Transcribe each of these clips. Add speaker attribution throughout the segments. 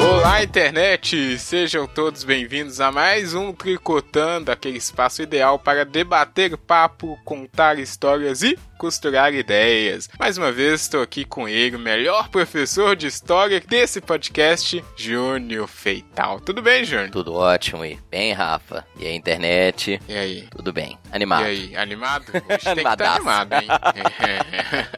Speaker 1: Olá, internet! Sejam todos bem-vindos a mais um Tricotando, aquele espaço ideal para debater papo, contar histórias e costurar ideias. Mais uma vez, estou aqui com ele, o melhor professor de história desse podcast, Júnior Feital. Tudo bem, Júnior?
Speaker 2: Tudo ótimo e bem, Rafa. E a internet,
Speaker 1: E aí?
Speaker 2: tudo bem.
Speaker 1: E
Speaker 2: Animado.
Speaker 1: aí, animado? Hoje tem que estar
Speaker 2: Animadaço.
Speaker 1: animado, hein?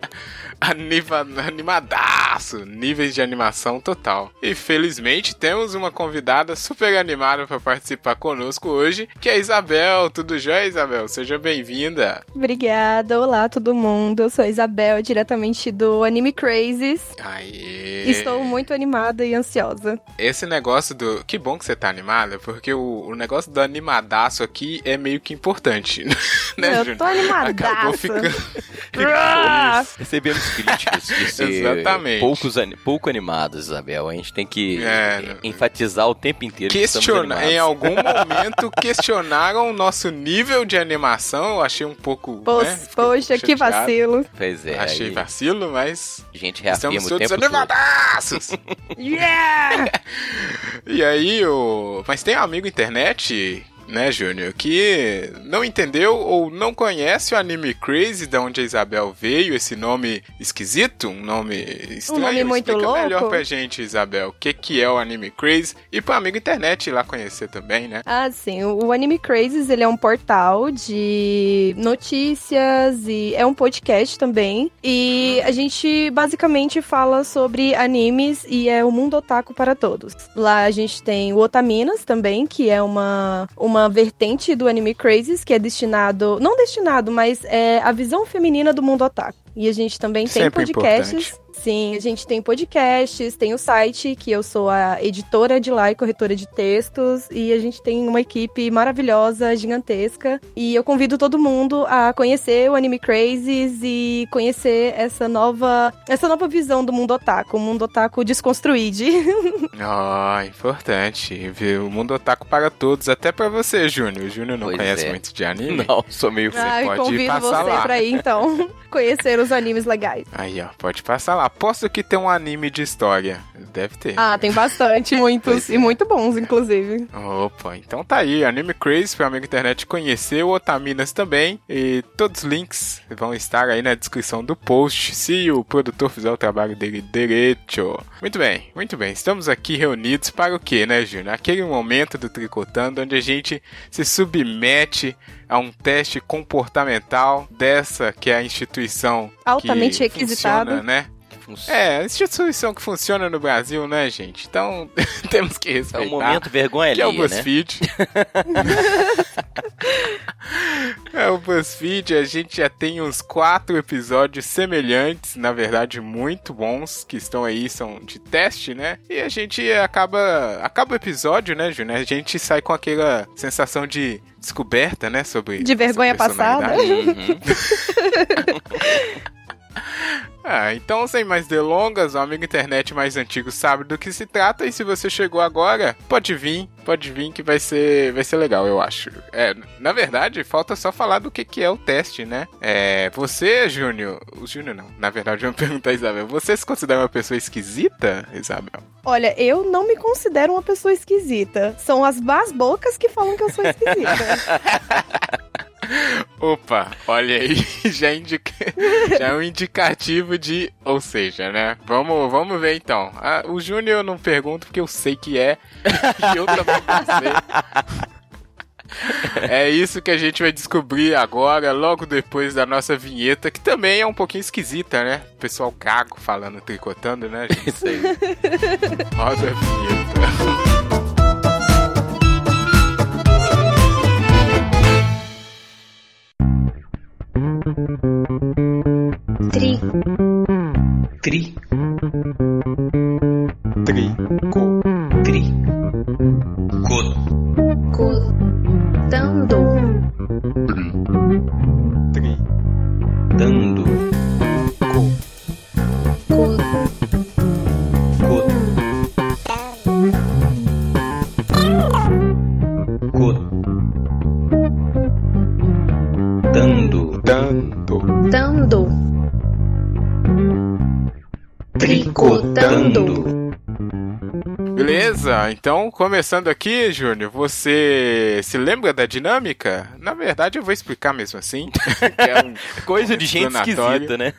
Speaker 1: Aniva, animadaço! Níveis de animação total. E felizmente temos uma convidada super animada para participar conosco hoje, que é a Isabel. Tudo jóia, Isabel? Seja bem-vinda.
Speaker 3: Obrigada, olá todo mundo. Eu sou a Isabel, diretamente do Anime Crazes.
Speaker 1: Aê!
Speaker 3: Estou muito animada e ansiosa.
Speaker 1: Esse negócio do. Que bom que você tá animada, porque o, o negócio do animadaço aqui é meio que importante, né,
Speaker 3: Eu
Speaker 1: Júnior?
Speaker 3: tô
Speaker 1: Acabou
Speaker 3: animadaça.
Speaker 1: ficando.
Speaker 3: Ah!
Speaker 2: Recebemos críticas de ser
Speaker 1: Exatamente.
Speaker 2: poucos ani- pouco animados, Isabel. A gente tem que
Speaker 1: É,
Speaker 2: eh,
Speaker 1: não-
Speaker 2: enfatizar o tempo inteiro
Speaker 1: Questiona...
Speaker 2: que
Speaker 1: Em
Speaker 2: estamos
Speaker 1: algum momento questionaram o nosso nível de animação. Eu achei um pouco.
Speaker 3: Poxa,
Speaker 1: né? Fiquei
Speaker 3: poxa,
Speaker 1: chateado.
Speaker 3: que vacilo.
Speaker 2: animados. Pois é,
Speaker 1: Achei
Speaker 2: aí
Speaker 1: vacilo, mas
Speaker 2: a gente reafirma
Speaker 1: estamos
Speaker 2: o
Speaker 1: todos
Speaker 2: tempo todo.
Speaker 1: animadaços.
Speaker 3: Yeah!
Speaker 1: e aí, o. Mas tem um amigo internet. Né, Júnior? Que não entendeu ou não conhece o anime Crazy, da onde a Isabel veio, esse nome esquisito, um nome estranho.
Speaker 3: nome muito
Speaker 1: Explica melhor
Speaker 3: louco.
Speaker 1: pra gente, Isabel, o que, que é o anime Crazy e pro amigo internet ir lá conhecer também, né?
Speaker 3: Ah, sim. O o Anime Crazes, ele é um portal de notícias e é um podcast também. E a gente basicamente fala sobre animes e é o mundo otaku para todos. Lá a gente tem o Otaminas também, que é uma, uma vertente do Anime Crazes, que é destinado... Não destinado, mas é a visão feminina do mundo otaku. E a gente também
Speaker 1: Sempre
Speaker 3: tem podcasts. Sim, a gente tem podcasts, tem o site, que eu sou a editora de lá e corretora de textos, e a gente tem uma equipe maravilhosa, gigantesca, e eu convido todo mundo a conhecer o Anime Crazes e conhecer essa nova, essa nova visão do mundo otaku, o mundo otaku desconstruído.
Speaker 1: Ah, importante. Viu? O mundo otaku para todos, até para você, Júnior. O Júnior não
Speaker 2: Pois
Speaker 1: conhece
Speaker 2: é.
Speaker 1: muito de anime.
Speaker 2: Não, sou meio...
Speaker 1: Você
Speaker 3: Ah, eu
Speaker 1: pode
Speaker 3: convido
Speaker 1: passar
Speaker 3: você
Speaker 1: lá.
Speaker 3: pra ir, então, conhecer os animes legais.
Speaker 1: Aí, ó, pode passar lá. Aposto que tem um anime de história. Deve ter.
Speaker 3: Ah, tem bastante, muitos,
Speaker 1: é.
Speaker 3: e muito bons, inclusive.
Speaker 1: Opa, então tá aí. Anime Crazy, pro amigo internet conhecer, o Otaminas também. E todos os links vão estar aí na descrição do post, se o produtor fizer o trabalho dele direito. Muito bem, muito bem. Estamos aqui reunidos para o quê, né, Júnior? Aquele momento do Tricotando onde a gente se submete a um teste comportamental dessa que é a instituição
Speaker 3: Altamente
Speaker 1: que
Speaker 3: requisitado.
Speaker 1: funciona, né?
Speaker 2: um
Speaker 1: É, a instituição que funciona no Brasil, né, gente? Então, temos que
Speaker 2: É
Speaker 1: respeitar.
Speaker 2: um momento vergonha ali,
Speaker 1: Que é o
Speaker 2: né?
Speaker 1: BuzzFeed. é o BuzzFeed. A gente já tem uns quatro episódios semelhantes, na verdade muito bons, que estão aí, são de teste, né? E a gente acaba, acaba o episódio, né, Júnior? A gente sai com aquela sensação de descoberta, né, sobre...
Speaker 3: De vergonha
Speaker 1: nossa personalidade.
Speaker 3: passada.
Speaker 2: Uhum.
Speaker 1: Ah, então sem mais delongas, o amigo internet mais antigo sabe do que se trata e se você chegou agora, pode vir, pode vir que vai ser, vai ser legal, eu acho. É, na verdade, falta só falar do que, que é o teste, né? É, você, Júnior, o Júnior não, na verdade eu vou perguntar a Isabel, você se considera uma pessoa esquisita, Isabel?
Speaker 3: Olha, eu não me considero uma pessoa esquisita. São as más bocas que falam que eu sou esquisita.
Speaker 1: Opa, olha aí, já, indica... já é um indicativo de, ou seja, né? Vamos, vamos ver então. Ah, o Júnior eu não pergunto porque eu sei que é e eu também não sei. É isso que a gente vai descobrir agora, logo depois da nossa vinheta, que também é um pouquinho esquisita, né? O pessoal gago falando, tricotando, né? gente?
Speaker 2: Isso aí.
Speaker 1: Roda a vinheta.
Speaker 4: Tri.
Speaker 5: Tri,
Speaker 6: Trico.
Speaker 5: tri. Codo.
Speaker 4: Cotando.
Speaker 6: Tri.
Speaker 5: Dando. Codo. Codo. Dando.
Speaker 6: Dando.
Speaker 4: Cotando. Tricotando.
Speaker 5: Dando.
Speaker 1: Beleza, então começando aqui, Júnior, você se lembra da dinâmica? Na verdade, eu vou explicar mesmo assim. que é um-
Speaker 2: Coisa de gente
Speaker 1: Explanatório.
Speaker 2: esquisita, né?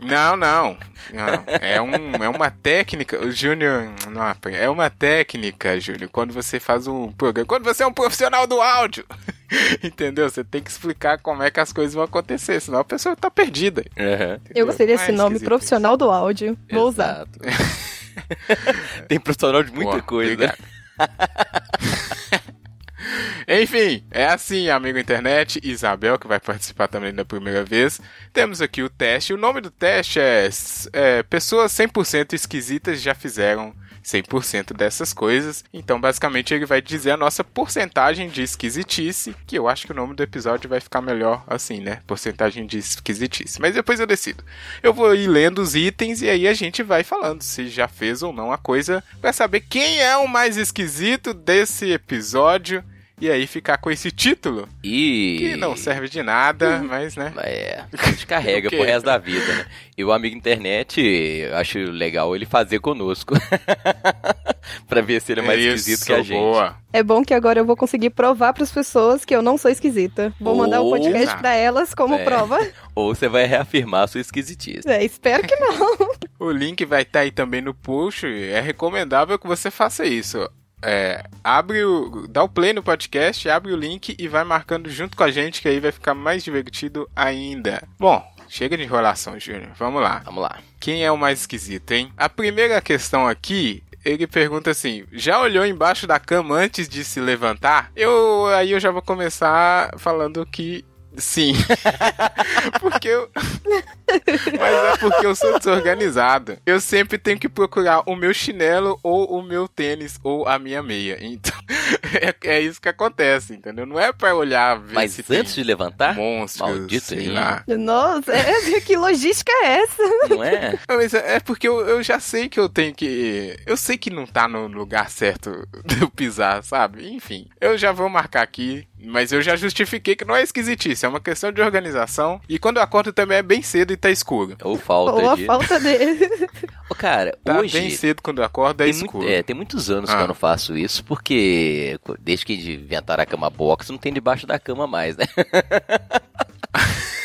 Speaker 1: Não, não. Não, É, um, é uma técnica. O Júnior. não, É uma técnica, Júnior, quando você faz um programa. Quando você é um profissional do áudio. Entendeu? Você tem que explicar como é que as coisas vão acontecer, senão a pessoa tá perdida.
Speaker 3: Eu gostei desse
Speaker 1: Não é
Speaker 3: nome,
Speaker 1: esquisito
Speaker 3: profissional do áudio. Vou usar.
Speaker 2: Ah, Exato. Tem profissional de muita
Speaker 1: Boa,
Speaker 2: coisa, né?
Speaker 1: obrigado. Enfim, é assim, amigo internet. Isabel, que vai participar também da primeira vez. Temos aqui o teste. O nome do teste é, s- é, Pessoas 100% esquisitas já fizeram 100% dessas coisas. Então, basicamente, ele vai dizer a nossa porcentagem de esquisitice, que eu acho que o nome do episódio vai ficar melhor assim, né? Porcentagem de esquisitice. Mas depois eu decido. Eu vou ir lendo os itens e aí a gente vai falando se já fez ou não a coisa pra saber quem é o mais esquisito desse episódio e aí ficar com esse título
Speaker 2: E.
Speaker 1: que não serve de nada, mas né?
Speaker 2: É, descarrega
Speaker 1: O quê?
Speaker 2: pro resto da vida, né? E o amigo internet, eu acho legal ele fazer conosco. pra ver se ele é mais esquisito que a gente.
Speaker 1: Boa.
Speaker 3: É bom que agora eu vou conseguir provar pras pessoas que eu não sou esquisita. Vou mandar o podcast
Speaker 1: Boa.
Speaker 3: pra elas como
Speaker 2: É.
Speaker 3: prova.
Speaker 2: Ou você vai reafirmar sua esquisitice.
Speaker 3: É, espero que não.
Speaker 1: O link vai estar aí também no post. É recomendável que você faça isso. É, abre o, dá o play no podcast, abre o link e vai marcando junto com a gente, que aí vai ficar mais divertido ainda. Bom, chega de enrolação, Júnior. Vamos lá.
Speaker 2: Vamos lá.
Speaker 1: Quem é o mais esquisito, hein? A primeira questão aqui, ele pergunta assim: já olhou embaixo da cama antes de se levantar? Eu aí eu já vou começar falando que sim. porque eu. Mas é porque eu sou desorganizado. Eu sempre tenho que procurar o meu chinelo ou o meu tênis ou a minha meia. Então, é, é isso que acontece, entendeu? Não é pra olhar ver
Speaker 2: Mas
Speaker 1: se
Speaker 2: antes
Speaker 1: tem
Speaker 2: de levantar,
Speaker 1: monstros,
Speaker 2: Maldito
Speaker 1: sei
Speaker 2: aí.
Speaker 1: lá.
Speaker 3: Nossa, é- que logística é essa?
Speaker 2: não é?
Speaker 1: Não, mas é é porque eu, eu já sei que eu tenho que. Eu sei que não tá no lugar certo de eu pisar, sabe? Enfim, eu já vou marcar aqui, mas eu já justifiquei que não é esquisitice, é uma questão de organização. E quando eu acordo também é bem cedo e tá escuro.
Speaker 2: Ou falta
Speaker 3: Ou a
Speaker 2: de.
Speaker 3: falta dele.
Speaker 2: Ô, cara,
Speaker 1: Tá
Speaker 2: hoje.
Speaker 1: bem cedo quando eu acordo, é
Speaker 2: tem,
Speaker 1: escuro.
Speaker 2: muito- é, tem muitos anos que
Speaker 1: Ah.
Speaker 2: eu não faço isso, porque desde que inventaram a cama box, não tem debaixo da cama mais, né?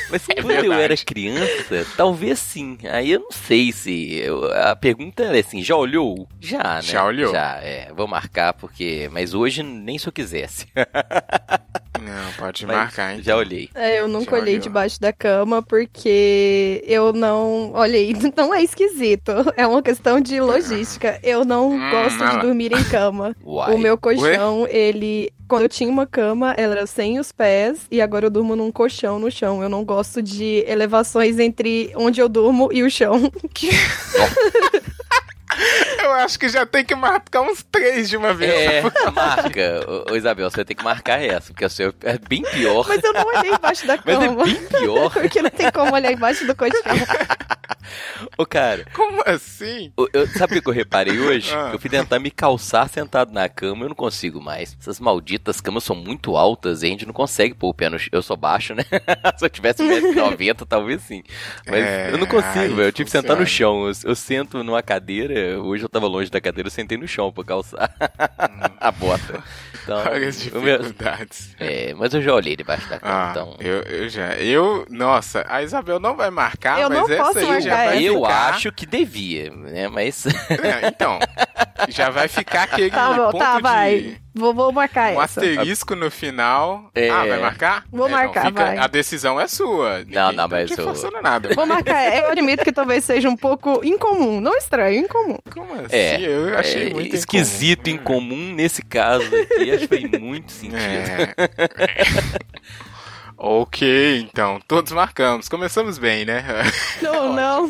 Speaker 2: Mas quando eu
Speaker 1: É verdade.
Speaker 2: era criança, talvez sim. Aí eu não sei se. eu- a pergunta é assim: já olhou? Já, né?
Speaker 1: Já olhou.
Speaker 2: Já, é. Vou marcar, porque. Mas hoje nem se eu quisesse.
Speaker 1: Não, pode
Speaker 2: Mas
Speaker 1: marcar, hein?
Speaker 2: Já olhei.
Speaker 3: É, eu nunca olhei
Speaker 1: Olha.
Speaker 3: debaixo da cama porque eu não olhei. Não é esquisito. É uma questão de logística. Eu não
Speaker 1: Hum,
Speaker 3: gosto de
Speaker 1: ela-
Speaker 3: dormir em cama.
Speaker 2: Uai.
Speaker 3: O meu colchão, ele. Quando eu tinha uma cama, ela era sem os pés e agora eu durmo num colchão no chão. Eu não gosto de elevações entre onde eu durmo e o chão.
Speaker 1: Eu acho que já tem que marcar uns três de uma vez.
Speaker 2: É, marca. Ô, Ô, Isabel, você vai ter que marcar essa, porque a sua é bem pior.
Speaker 3: Mas eu não olhei embaixo da
Speaker 2: Mas é
Speaker 3: cama.
Speaker 2: bem pior.
Speaker 3: Porque não tem como olhar embaixo do colchão.
Speaker 2: Ô, cara,
Speaker 1: Como assim?
Speaker 2: eu- eu- sabe o que eu reparei hoje?
Speaker 1: Ah.
Speaker 2: Eu fui tentar me calçar sentado na cama, eu não consigo mais. Essas malditas camas são muito altas e a gente não consegue pôr o pé no chão. Eu sou baixo, né? Se eu tivesse 1,90m, talvez sim. Mas
Speaker 1: É,
Speaker 2: eu não consigo,
Speaker 1: aí
Speaker 2: velho. Eu tive que sentar no
Speaker 1: funciona.
Speaker 2: chão. Eu, eu sento numa cadeira, hoje eu tava longe da cadeira, eu sentei no chão pra calçar a bota. Então,
Speaker 1: Olha as
Speaker 2: o meu-
Speaker 1: dificuldades.
Speaker 2: é, mas eu já olhei debaixo da cama,
Speaker 1: Ah,
Speaker 2: então...
Speaker 1: eu, eu já. Eu. Nossa, a Isabel não vai marcar,
Speaker 3: Eu
Speaker 1: mas
Speaker 3: não
Speaker 1: essa
Speaker 3: posso
Speaker 1: aí já
Speaker 3: marcar
Speaker 1: vai
Speaker 3: essa.
Speaker 2: Eu
Speaker 1: ficar-
Speaker 2: acho que devia, né? Mas
Speaker 1: É, então, já vai ficar aquele
Speaker 3: Tá bom,
Speaker 1: ponto
Speaker 3: tá,
Speaker 1: de
Speaker 3: vai. Vou, vou marcar
Speaker 1: um
Speaker 3: essa.
Speaker 1: asterisco no final.
Speaker 2: É.
Speaker 1: Ah, vai marcar?
Speaker 3: Vou
Speaker 1: então
Speaker 3: marcar,
Speaker 1: fica-
Speaker 3: vai.
Speaker 1: A decisão é sua. Ninguém
Speaker 2: não,
Speaker 1: tá
Speaker 2: mas
Speaker 1: te
Speaker 2: eu-
Speaker 1: forçando nada.
Speaker 3: Vou marcar. é, Eu admito que talvez seja um pouco incomum. Não estranho, incomum.
Speaker 1: Como assim?
Speaker 2: É,
Speaker 1: eu achei
Speaker 2: é,
Speaker 1: muito
Speaker 2: esquisito,
Speaker 1: incomum.
Speaker 2: incomum. nesse caso aqui, acho que foi muito sentido.
Speaker 1: É. ok, então, todos marcamos. Começamos bem, né?
Speaker 3: Não, não.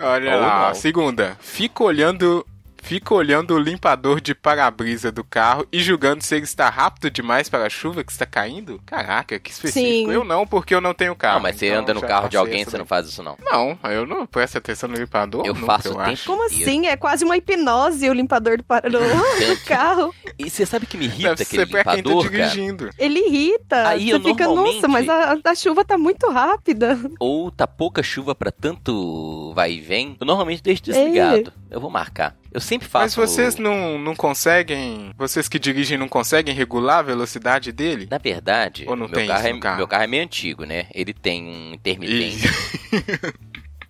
Speaker 1: Olha
Speaker 2: Ou
Speaker 1: lá,
Speaker 2: não.
Speaker 1: segunda. Fica olhando, fica olhando o limpador de para-brisa do carro e julgando se ele está rápido demais para a chuva que está caindo? Caraca, que específico.
Speaker 3: Sim.
Speaker 1: Eu não, porque eu não tenho carro.
Speaker 2: não, Ah, mas você
Speaker 1: então
Speaker 2: anda no
Speaker 1: já
Speaker 2: carro de
Speaker 1: passei
Speaker 2: alguém,
Speaker 1: essa
Speaker 2: você não
Speaker 1: daí.
Speaker 2: faz isso não.
Speaker 1: Não, eu não presto atenção no limpador.
Speaker 2: Eu
Speaker 1: nunca,
Speaker 2: faço
Speaker 1: eu
Speaker 2: o tempo
Speaker 1: acho.
Speaker 3: Como
Speaker 2: Deus.
Speaker 3: assim? É quase uma hipnose o limpador do, par- do- do carro.
Speaker 2: E você sabe que me irrita
Speaker 1: Deve
Speaker 2: aquele
Speaker 1: ser pra quem tá
Speaker 2: limpador, cara?
Speaker 1: dirigindo.
Speaker 3: Ele irrita.
Speaker 2: Aí
Speaker 3: Você
Speaker 2: eu
Speaker 3: fica,
Speaker 2: normalmente-
Speaker 3: nossa, mas a, a chuva tá muito rápida.
Speaker 2: Ou tá pouca chuva pra tanto vai e vem? Eu normalmente deixo desligado. Eu vou marcar. Eu sempre
Speaker 1: Mas
Speaker 2: faço.
Speaker 1: vocês não, não conseguem. Vocês que dirigem não conseguem regular a velocidade dele?
Speaker 2: Na verdade,
Speaker 1: Ou não
Speaker 2: meu,
Speaker 1: tem
Speaker 2: carro
Speaker 1: isso
Speaker 2: é,
Speaker 1: no carro?
Speaker 2: meu carro é meio antigo, né? Ele tem um intermitente.
Speaker 1: Ih,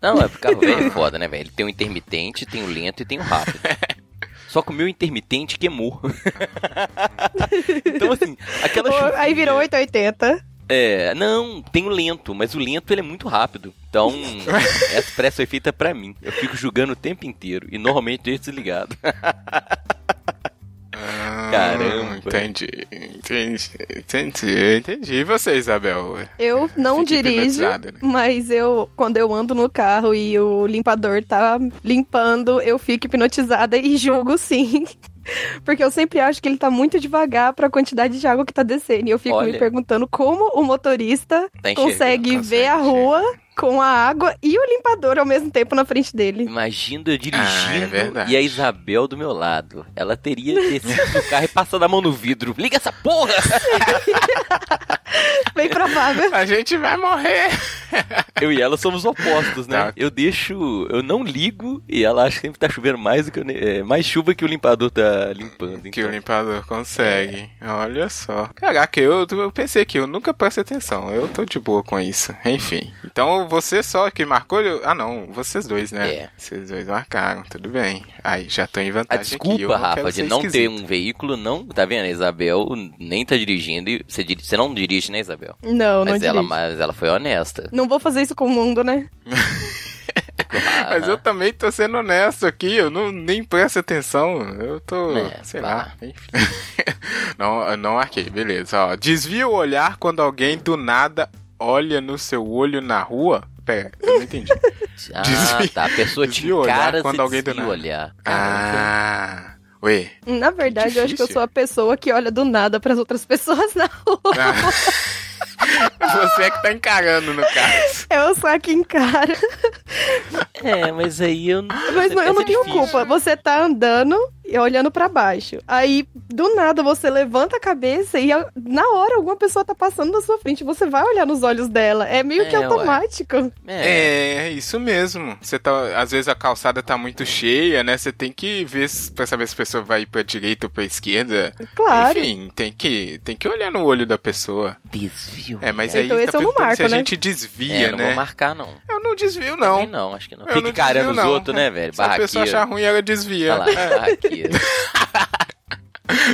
Speaker 2: Não, é porque carro velho é foda, né, velho? Ele tem o intermitente, tem o lento e tem o rápido. Só que o meu intermitente queimou. então, assim, aquela
Speaker 3: Ou-
Speaker 2: chuva.
Speaker 3: Aí virou 880.
Speaker 2: É, não, tem o lento, mas o lento ele é muito rápido. Então, essa pressa foi feita pra mim. Eu fico julgando o tempo inteiro e normalmente deixo desligado.
Speaker 1: ah,
Speaker 2: Caramba.
Speaker 1: Entendi. Entendi. Entendi. Entendi. E você, Isabel?
Speaker 3: Eu não
Speaker 1: Fica
Speaker 3: dirijo,
Speaker 1: hipnotizada, né?
Speaker 3: mas eu, quando eu ando no carro e o limpador tá limpando, eu fico hipnotizada e julgo sim. Porque eu sempre acho que ele tá muito devagar pra quantidade de água que tá descendo. E eu fico
Speaker 2: Olha.
Speaker 3: me perguntando como o motorista
Speaker 2: Tá enxergando,
Speaker 3: consegue ver a
Speaker 1: consegue
Speaker 3: rua com a água e o limpador ao mesmo tempo na frente dele.
Speaker 2: Imagina
Speaker 1: Ah,
Speaker 2: eu
Speaker 1: é
Speaker 2: dirigindo
Speaker 1: verdade.
Speaker 2: e a Isabel do meu lado. Ela teria descido do carro e passado a mão no vidro. Liga essa porra!
Speaker 3: Bem provável.
Speaker 1: A gente vai morrer!
Speaker 2: Eu e ela somos opostos, né?
Speaker 1: Tá.
Speaker 2: Eu deixo, eu não ligo e ela acha que sempre tá chovendo mais do que eu ne- é, mais chuva que o limpador tá limpando.
Speaker 1: Que
Speaker 2: Então.
Speaker 1: o limpador consegue.
Speaker 2: É.
Speaker 1: Olha só. Caraca, eu, eu pensei que eu nunca prestei atenção. Eu tô de boa com isso. Enfim. Então você só que marcou. eu- Ah, não. Vocês dois, né?
Speaker 2: É.
Speaker 1: Vocês dois marcaram. Tudo bem. Aí já tô em
Speaker 2: A
Speaker 1: vantagem. aqui. tá Eu
Speaker 2: desculpa,
Speaker 1: não quero
Speaker 2: Rafa, de
Speaker 1: ser
Speaker 2: não ter
Speaker 1: esquisito.
Speaker 2: um veículo, não. Tá vendo? A Isabel nem tá dirigindo e você, dir- você não dirige, né, Isabel?
Speaker 3: Não, não
Speaker 2: mas, ela,
Speaker 3: dirijo.
Speaker 2: mas ela foi honesta.
Speaker 3: Não vou fazer isso com o mundo, né?
Speaker 1: Mas eu também tô sendo honesto aqui, eu não, nem presto atenção. Eu tô.
Speaker 2: É,
Speaker 1: sei
Speaker 2: pá.
Speaker 1: lá, enfim. não, não arquei, beleza. Ó, desvia o olhar quando alguém do nada olha no seu olho na rua. Pera, eu não entendi.
Speaker 2: Ah,
Speaker 1: Desvi-
Speaker 2: tá. A pessoa te
Speaker 1: desvia o olhar
Speaker 2: encara
Speaker 1: quando
Speaker 2: se
Speaker 1: alguém
Speaker 2: desvia
Speaker 1: do
Speaker 2: o
Speaker 1: nada.
Speaker 2: olhar. Caramba.
Speaker 1: ah. Ué.
Speaker 3: Na verdade, eu acho que eu
Speaker 1: difícil.
Speaker 3: sou a pessoa que olha do nada pras outras pessoas na rua.
Speaker 1: Você é que tá encarando no caso.
Speaker 3: Eu só que encara.
Speaker 2: É, mas aí eu não.
Speaker 3: Mas não, eu não
Speaker 2: essa é
Speaker 3: tenho
Speaker 2: difícil.
Speaker 3: culpa. Você tá andando e olhando pra baixo. Aí, do nada, você levanta a cabeça e a- na hora alguma pessoa tá passando na sua frente. Você vai olhar nos olhos dela. É meio que
Speaker 2: É, ué.
Speaker 3: automático.
Speaker 2: É.
Speaker 1: É, é isso mesmo. Você tá, às vezes a calçada tá muito cheia, né? Você tem que ver se- pra saber se a pessoa vai pra direita ou pra esquerda.
Speaker 3: Claro.
Speaker 1: Enfim, tem que, tem que olhar no olho da pessoa.
Speaker 2: Desvio.
Speaker 1: É, mas
Speaker 2: olhar.
Speaker 1: aí
Speaker 3: Então
Speaker 1: tá
Speaker 3: esse eu não
Speaker 1: perguntando se a
Speaker 3: marco, né?
Speaker 1: gente desvia,
Speaker 2: É, não vou
Speaker 1: né?
Speaker 2: marcar, não.
Speaker 1: Eu não desvio, não.
Speaker 2: Também não, acho que não.
Speaker 1: Eu
Speaker 2: Fica
Speaker 1: não
Speaker 2: encarando os
Speaker 1: desvio, não.
Speaker 2: outros, né, velho?
Speaker 1: Se a pessoa achar
Speaker 2: Barraqueiro.
Speaker 1: ruim, ela
Speaker 2: Olha
Speaker 1: desvia.
Speaker 2: lá,
Speaker 1: É.
Speaker 2: barraqueiro.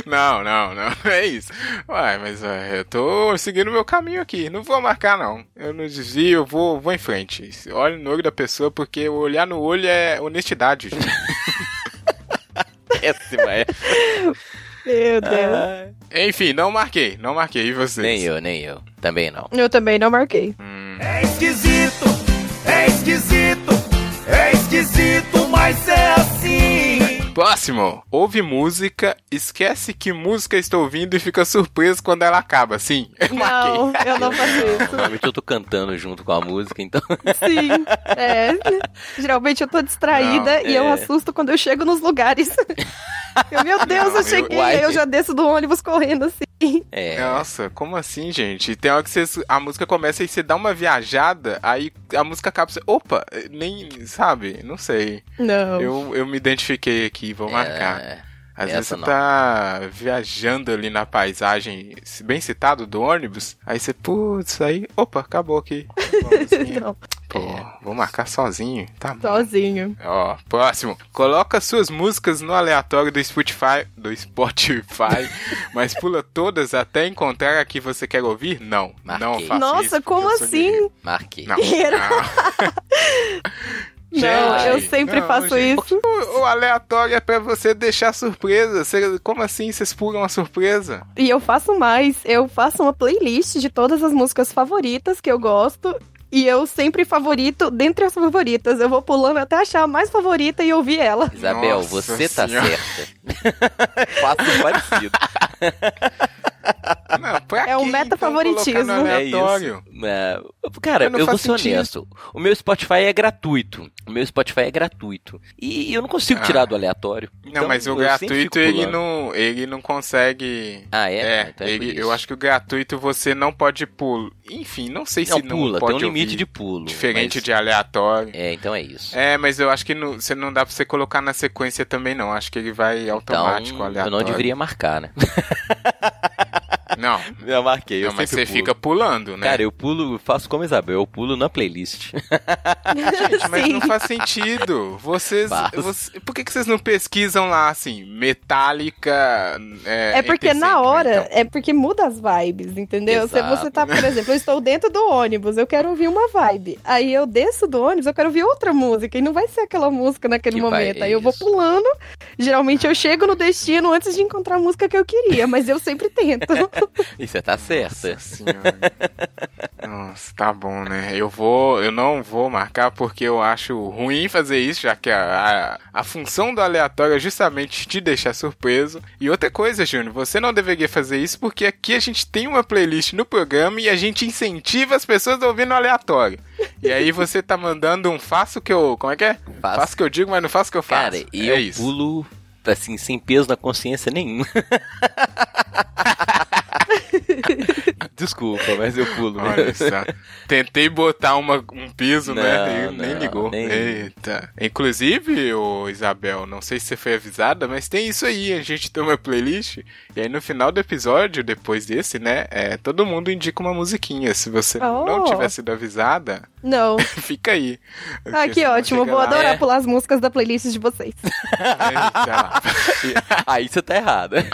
Speaker 1: Não, não, não. não É isso. Uai, mas ué, eu tô seguindo o meu caminho aqui. Não vou marcar, não. Eu não desvio, eu vou, vou em frente. Olho no olho da pessoa, porque olhar no olho é honestidade. gente.
Speaker 2: Péssima, é.
Speaker 3: Meu Deus.
Speaker 1: Enfim, não marquei. Não marquei. E vocês?
Speaker 2: Nem eu, nem eu. Também não.
Speaker 3: Eu também não marquei.
Speaker 1: Próximo. Ouve música, esquece que música estou ouvindo e fica surpreso quando ela acaba. Sim, eu marquei.
Speaker 3: Não, eu não faço isso.
Speaker 2: Normalmente eu tô cantando junto com a música, então.
Speaker 3: Sim. É. Geralmente eu tô distraída
Speaker 2: Não,
Speaker 3: e eu
Speaker 2: é.
Speaker 3: assusto quando eu chego nos lugares. Eu, meu Deus,
Speaker 1: Não, eu-
Speaker 3: eu cheguei.
Speaker 2: Uai.
Speaker 3: aí eu já desço do ônibus correndo assim.
Speaker 2: É.
Speaker 1: Nossa, como assim, gente? Tem hora que vocês- a música começa e você dá uma viajada, aí a música acaba, você, opa, nem, sabe? Não sei.
Speaker 3: Não.
Speaker 1: Eu, eu me identifiquei aqui, vou marcar.
Speaker 2: É,
Speaker 1: Às
Speaker 2: essa
Speaker 1: vezes você
Speaker 2: não.
Speaker 1: tá viajando ali na paisagem, se bem citado, do ônibus, aí você, putz, aí, opa, acabou aqui. Acabou a musiquinha.
Speaker 3: Não,
Speaker 1: Pô, vou marcar sozinho, tá bom.
Speaker 3: sozinho.
Speaker 1: Ó, próximo. Coloca suas músicas no aleatório do Spotify, do Spotify, mas pula todas até encontrar a que você quer ouvir? Não, não
Speaker 2: Marquei.
Speaker 1: faça isso,
Speaker 3: Nossa,
Speaker 1: porque
Speaker 3: como
Speaker 1: eu sou guerreiro.
Speaker 3: assim?
Speaker 2: marquei.
Speaker 1: Não.
Speaker 3: Guerreiro.
Speaker 1: não.
Speaker 3: não,
Speaker 1: Gente,
Speaker 3: eu sempre
Speaker 1: não,
Speaker 3: faço
Speaker 1: gente.
Speaker 3: isso.
Speaker 1: O, o aleatório é pra você deixar surpresa. Você- como assim vocês pulam a surpresa?
Speaker 3: E eu faço mais. Eu faço uma playlist de todas as músicas favoritas que eu gosto. E eu sempre favorito dentre as favoritas. Eu vou pulando até achar a mais favorita e ouvir ela.
Speaker 2: Isabel,
Speaker 1: Nossa
Speaker 2: você tá
Speaker 1: Senhora.
Speaker 2: certa. Faço parecido.
Speaker 1: Não, pra
Speaker 3: É um
Speaker 1: quê, então,
Speaker 3: metafavoritismo.
Speaker 1: colocar no
Speaker 2: É
Speaker 1: aleatório?
Speaker 2: isso. Né? Cara,
Speaker 1: Mas não
Speaker 2: eu vou
Speaker 1: faz
Speaker 2: ser
Speaker 1: sentido.
Speaker 2: honesto. O meu Spotify é gratuito. O meu Spotify é gratuito. E eu não consigo tirar
Speaker 1: Ah.
Speaker 2: do aleatório. Então,
Speaker 1: não, mas o
Speaker 2: eu sempre
Speaker 1: gratuito
Speaker 2: fico
Speaker 1: ele
Speaker 2: pulando.
Speaker 1: não, ele não consegue.
Speaker 2: Ah, é?
Speaker 1: É,
Speaker 2: Ah, então por
Speaker 1: ele,
Speaker 2: isso.
Speaker 1: eu acho que o gratuito você não pode pular. Enfim, não sei
Speaker 2: Não,
Speaker 1: se não
Speaker 2: pula,
Speaker 1: pode
Speaker 2: tem um limite
Speaker 1: ouvir,
Speaker 2: de pulo.
Speaker 1: diferente
Speaker 2: mas-
Speaker 1: de aleatório.
Speaker 2: É, então é isso.
Speaker 1: É, mas eu acho que não, você não dá pra você colocar na sequência também, não. Acho que ele vai automático,
Speaker 2: então, eu
Speaker 1: aleatório.
Speaker 2: não deveria marcar, né?
Speaker 1: Não,
Speaker 2: Eu marquei,
Speaker 1: não, mas você fica pulando, né?
Speaker 2: Cara, eu pulo, eu faço como Isabel, eu pulo na playlist.
Speaker 1: Gente, mas
Speaker 3: Sim.
Speaker 1: não faz sentido. Vocês.
Speaker 2: Faz.
Speaker 1: você- por que, que vocês não pesquisam lá, assim, metálica. É,
Speaker 3: É porque na
Speaker 1: Epicentro,
Speaker 3: hora,
Speaker 1: então?
Speaker 3: é porque muda as vibes, entendeu? Se
Speaker 2: Exato.
Speaker 3: você tá, por exemplo, eu estou dentro do ônibus, eu quero ouvir uma vibe. Aí eu desço do ônibus, eu quero ouvir outra música. E não vai ser aquela música naquele
Speaker 2: Que vai-
Speaker 3: momento.
Speaker 2: é
Speaker 3: Aí eu vou
Speaker 2: isso.
Speaker 3: pulando. Geralmente eu chego no destino antes de encontrar a música que eu queria, mas eu sempre tento.
Speaker 2: E você tá certa.
Speaker 1: Nossa senhora. Nossa, tá bom, né? Eu vou. Eu não vou marcar porque eu acho ruim fazer isso, já que a, a, a função do aleatório é justamente te deixar surpreso. E outra coisa, Júnior, você não deveria fazer isso porque aqui a gente tem uma playlist no programa e a gente incentiva as pessoas a ouvir no aleatório. E aí você tá mandando um faço que eu. Como é que é?
Speaker 2: Faço.
Speaker 1: Faço o que eu digo, mas não faço o que eu faço.
Speaker 2: Cara,
Speaker 1: é
Speaker 2: e eu
Speaker 1: isso.
Speaker 2: pulo, assim, sem peso na consciência nenhuma. Desculpa, mas eu pulo. né?
Speaker 1: Olha só. Tentei botar uma- um piso, né? E
Speaker 2: Não,
Speaker 1: nem
Speaker 2: não,
Speaker 1: ligou.
Speaker 2: nem-
Speaker 1: Eita. Inclusive, ô Isabel, não sei se você foi avisada, mas tem isso aí. A gente tem uma playlist. E aí no final do episódio, depois desse, né? é, todo mundo indica uma musiquinha. Se você não
Speaker 3: Oh.
Speaker 1: tiver sido avisada,
Speaker 3: Não.
Speaker 1: fica aí.
Speaker 3: Ah,
Speaker 1: Porque
Speaker 3: que
Speaker 1: senão
Speaker 3: ótimo.
Speaker 1: chega
Speaker 3: Vou
Speaker 1: lá- é,
Speaker 3: adorar
Speaker 2: É.
Speaker 3: pular as músicas da playlist de vocês.
Speaker 1: Eita.
Speaker 2: Aí você tá errada.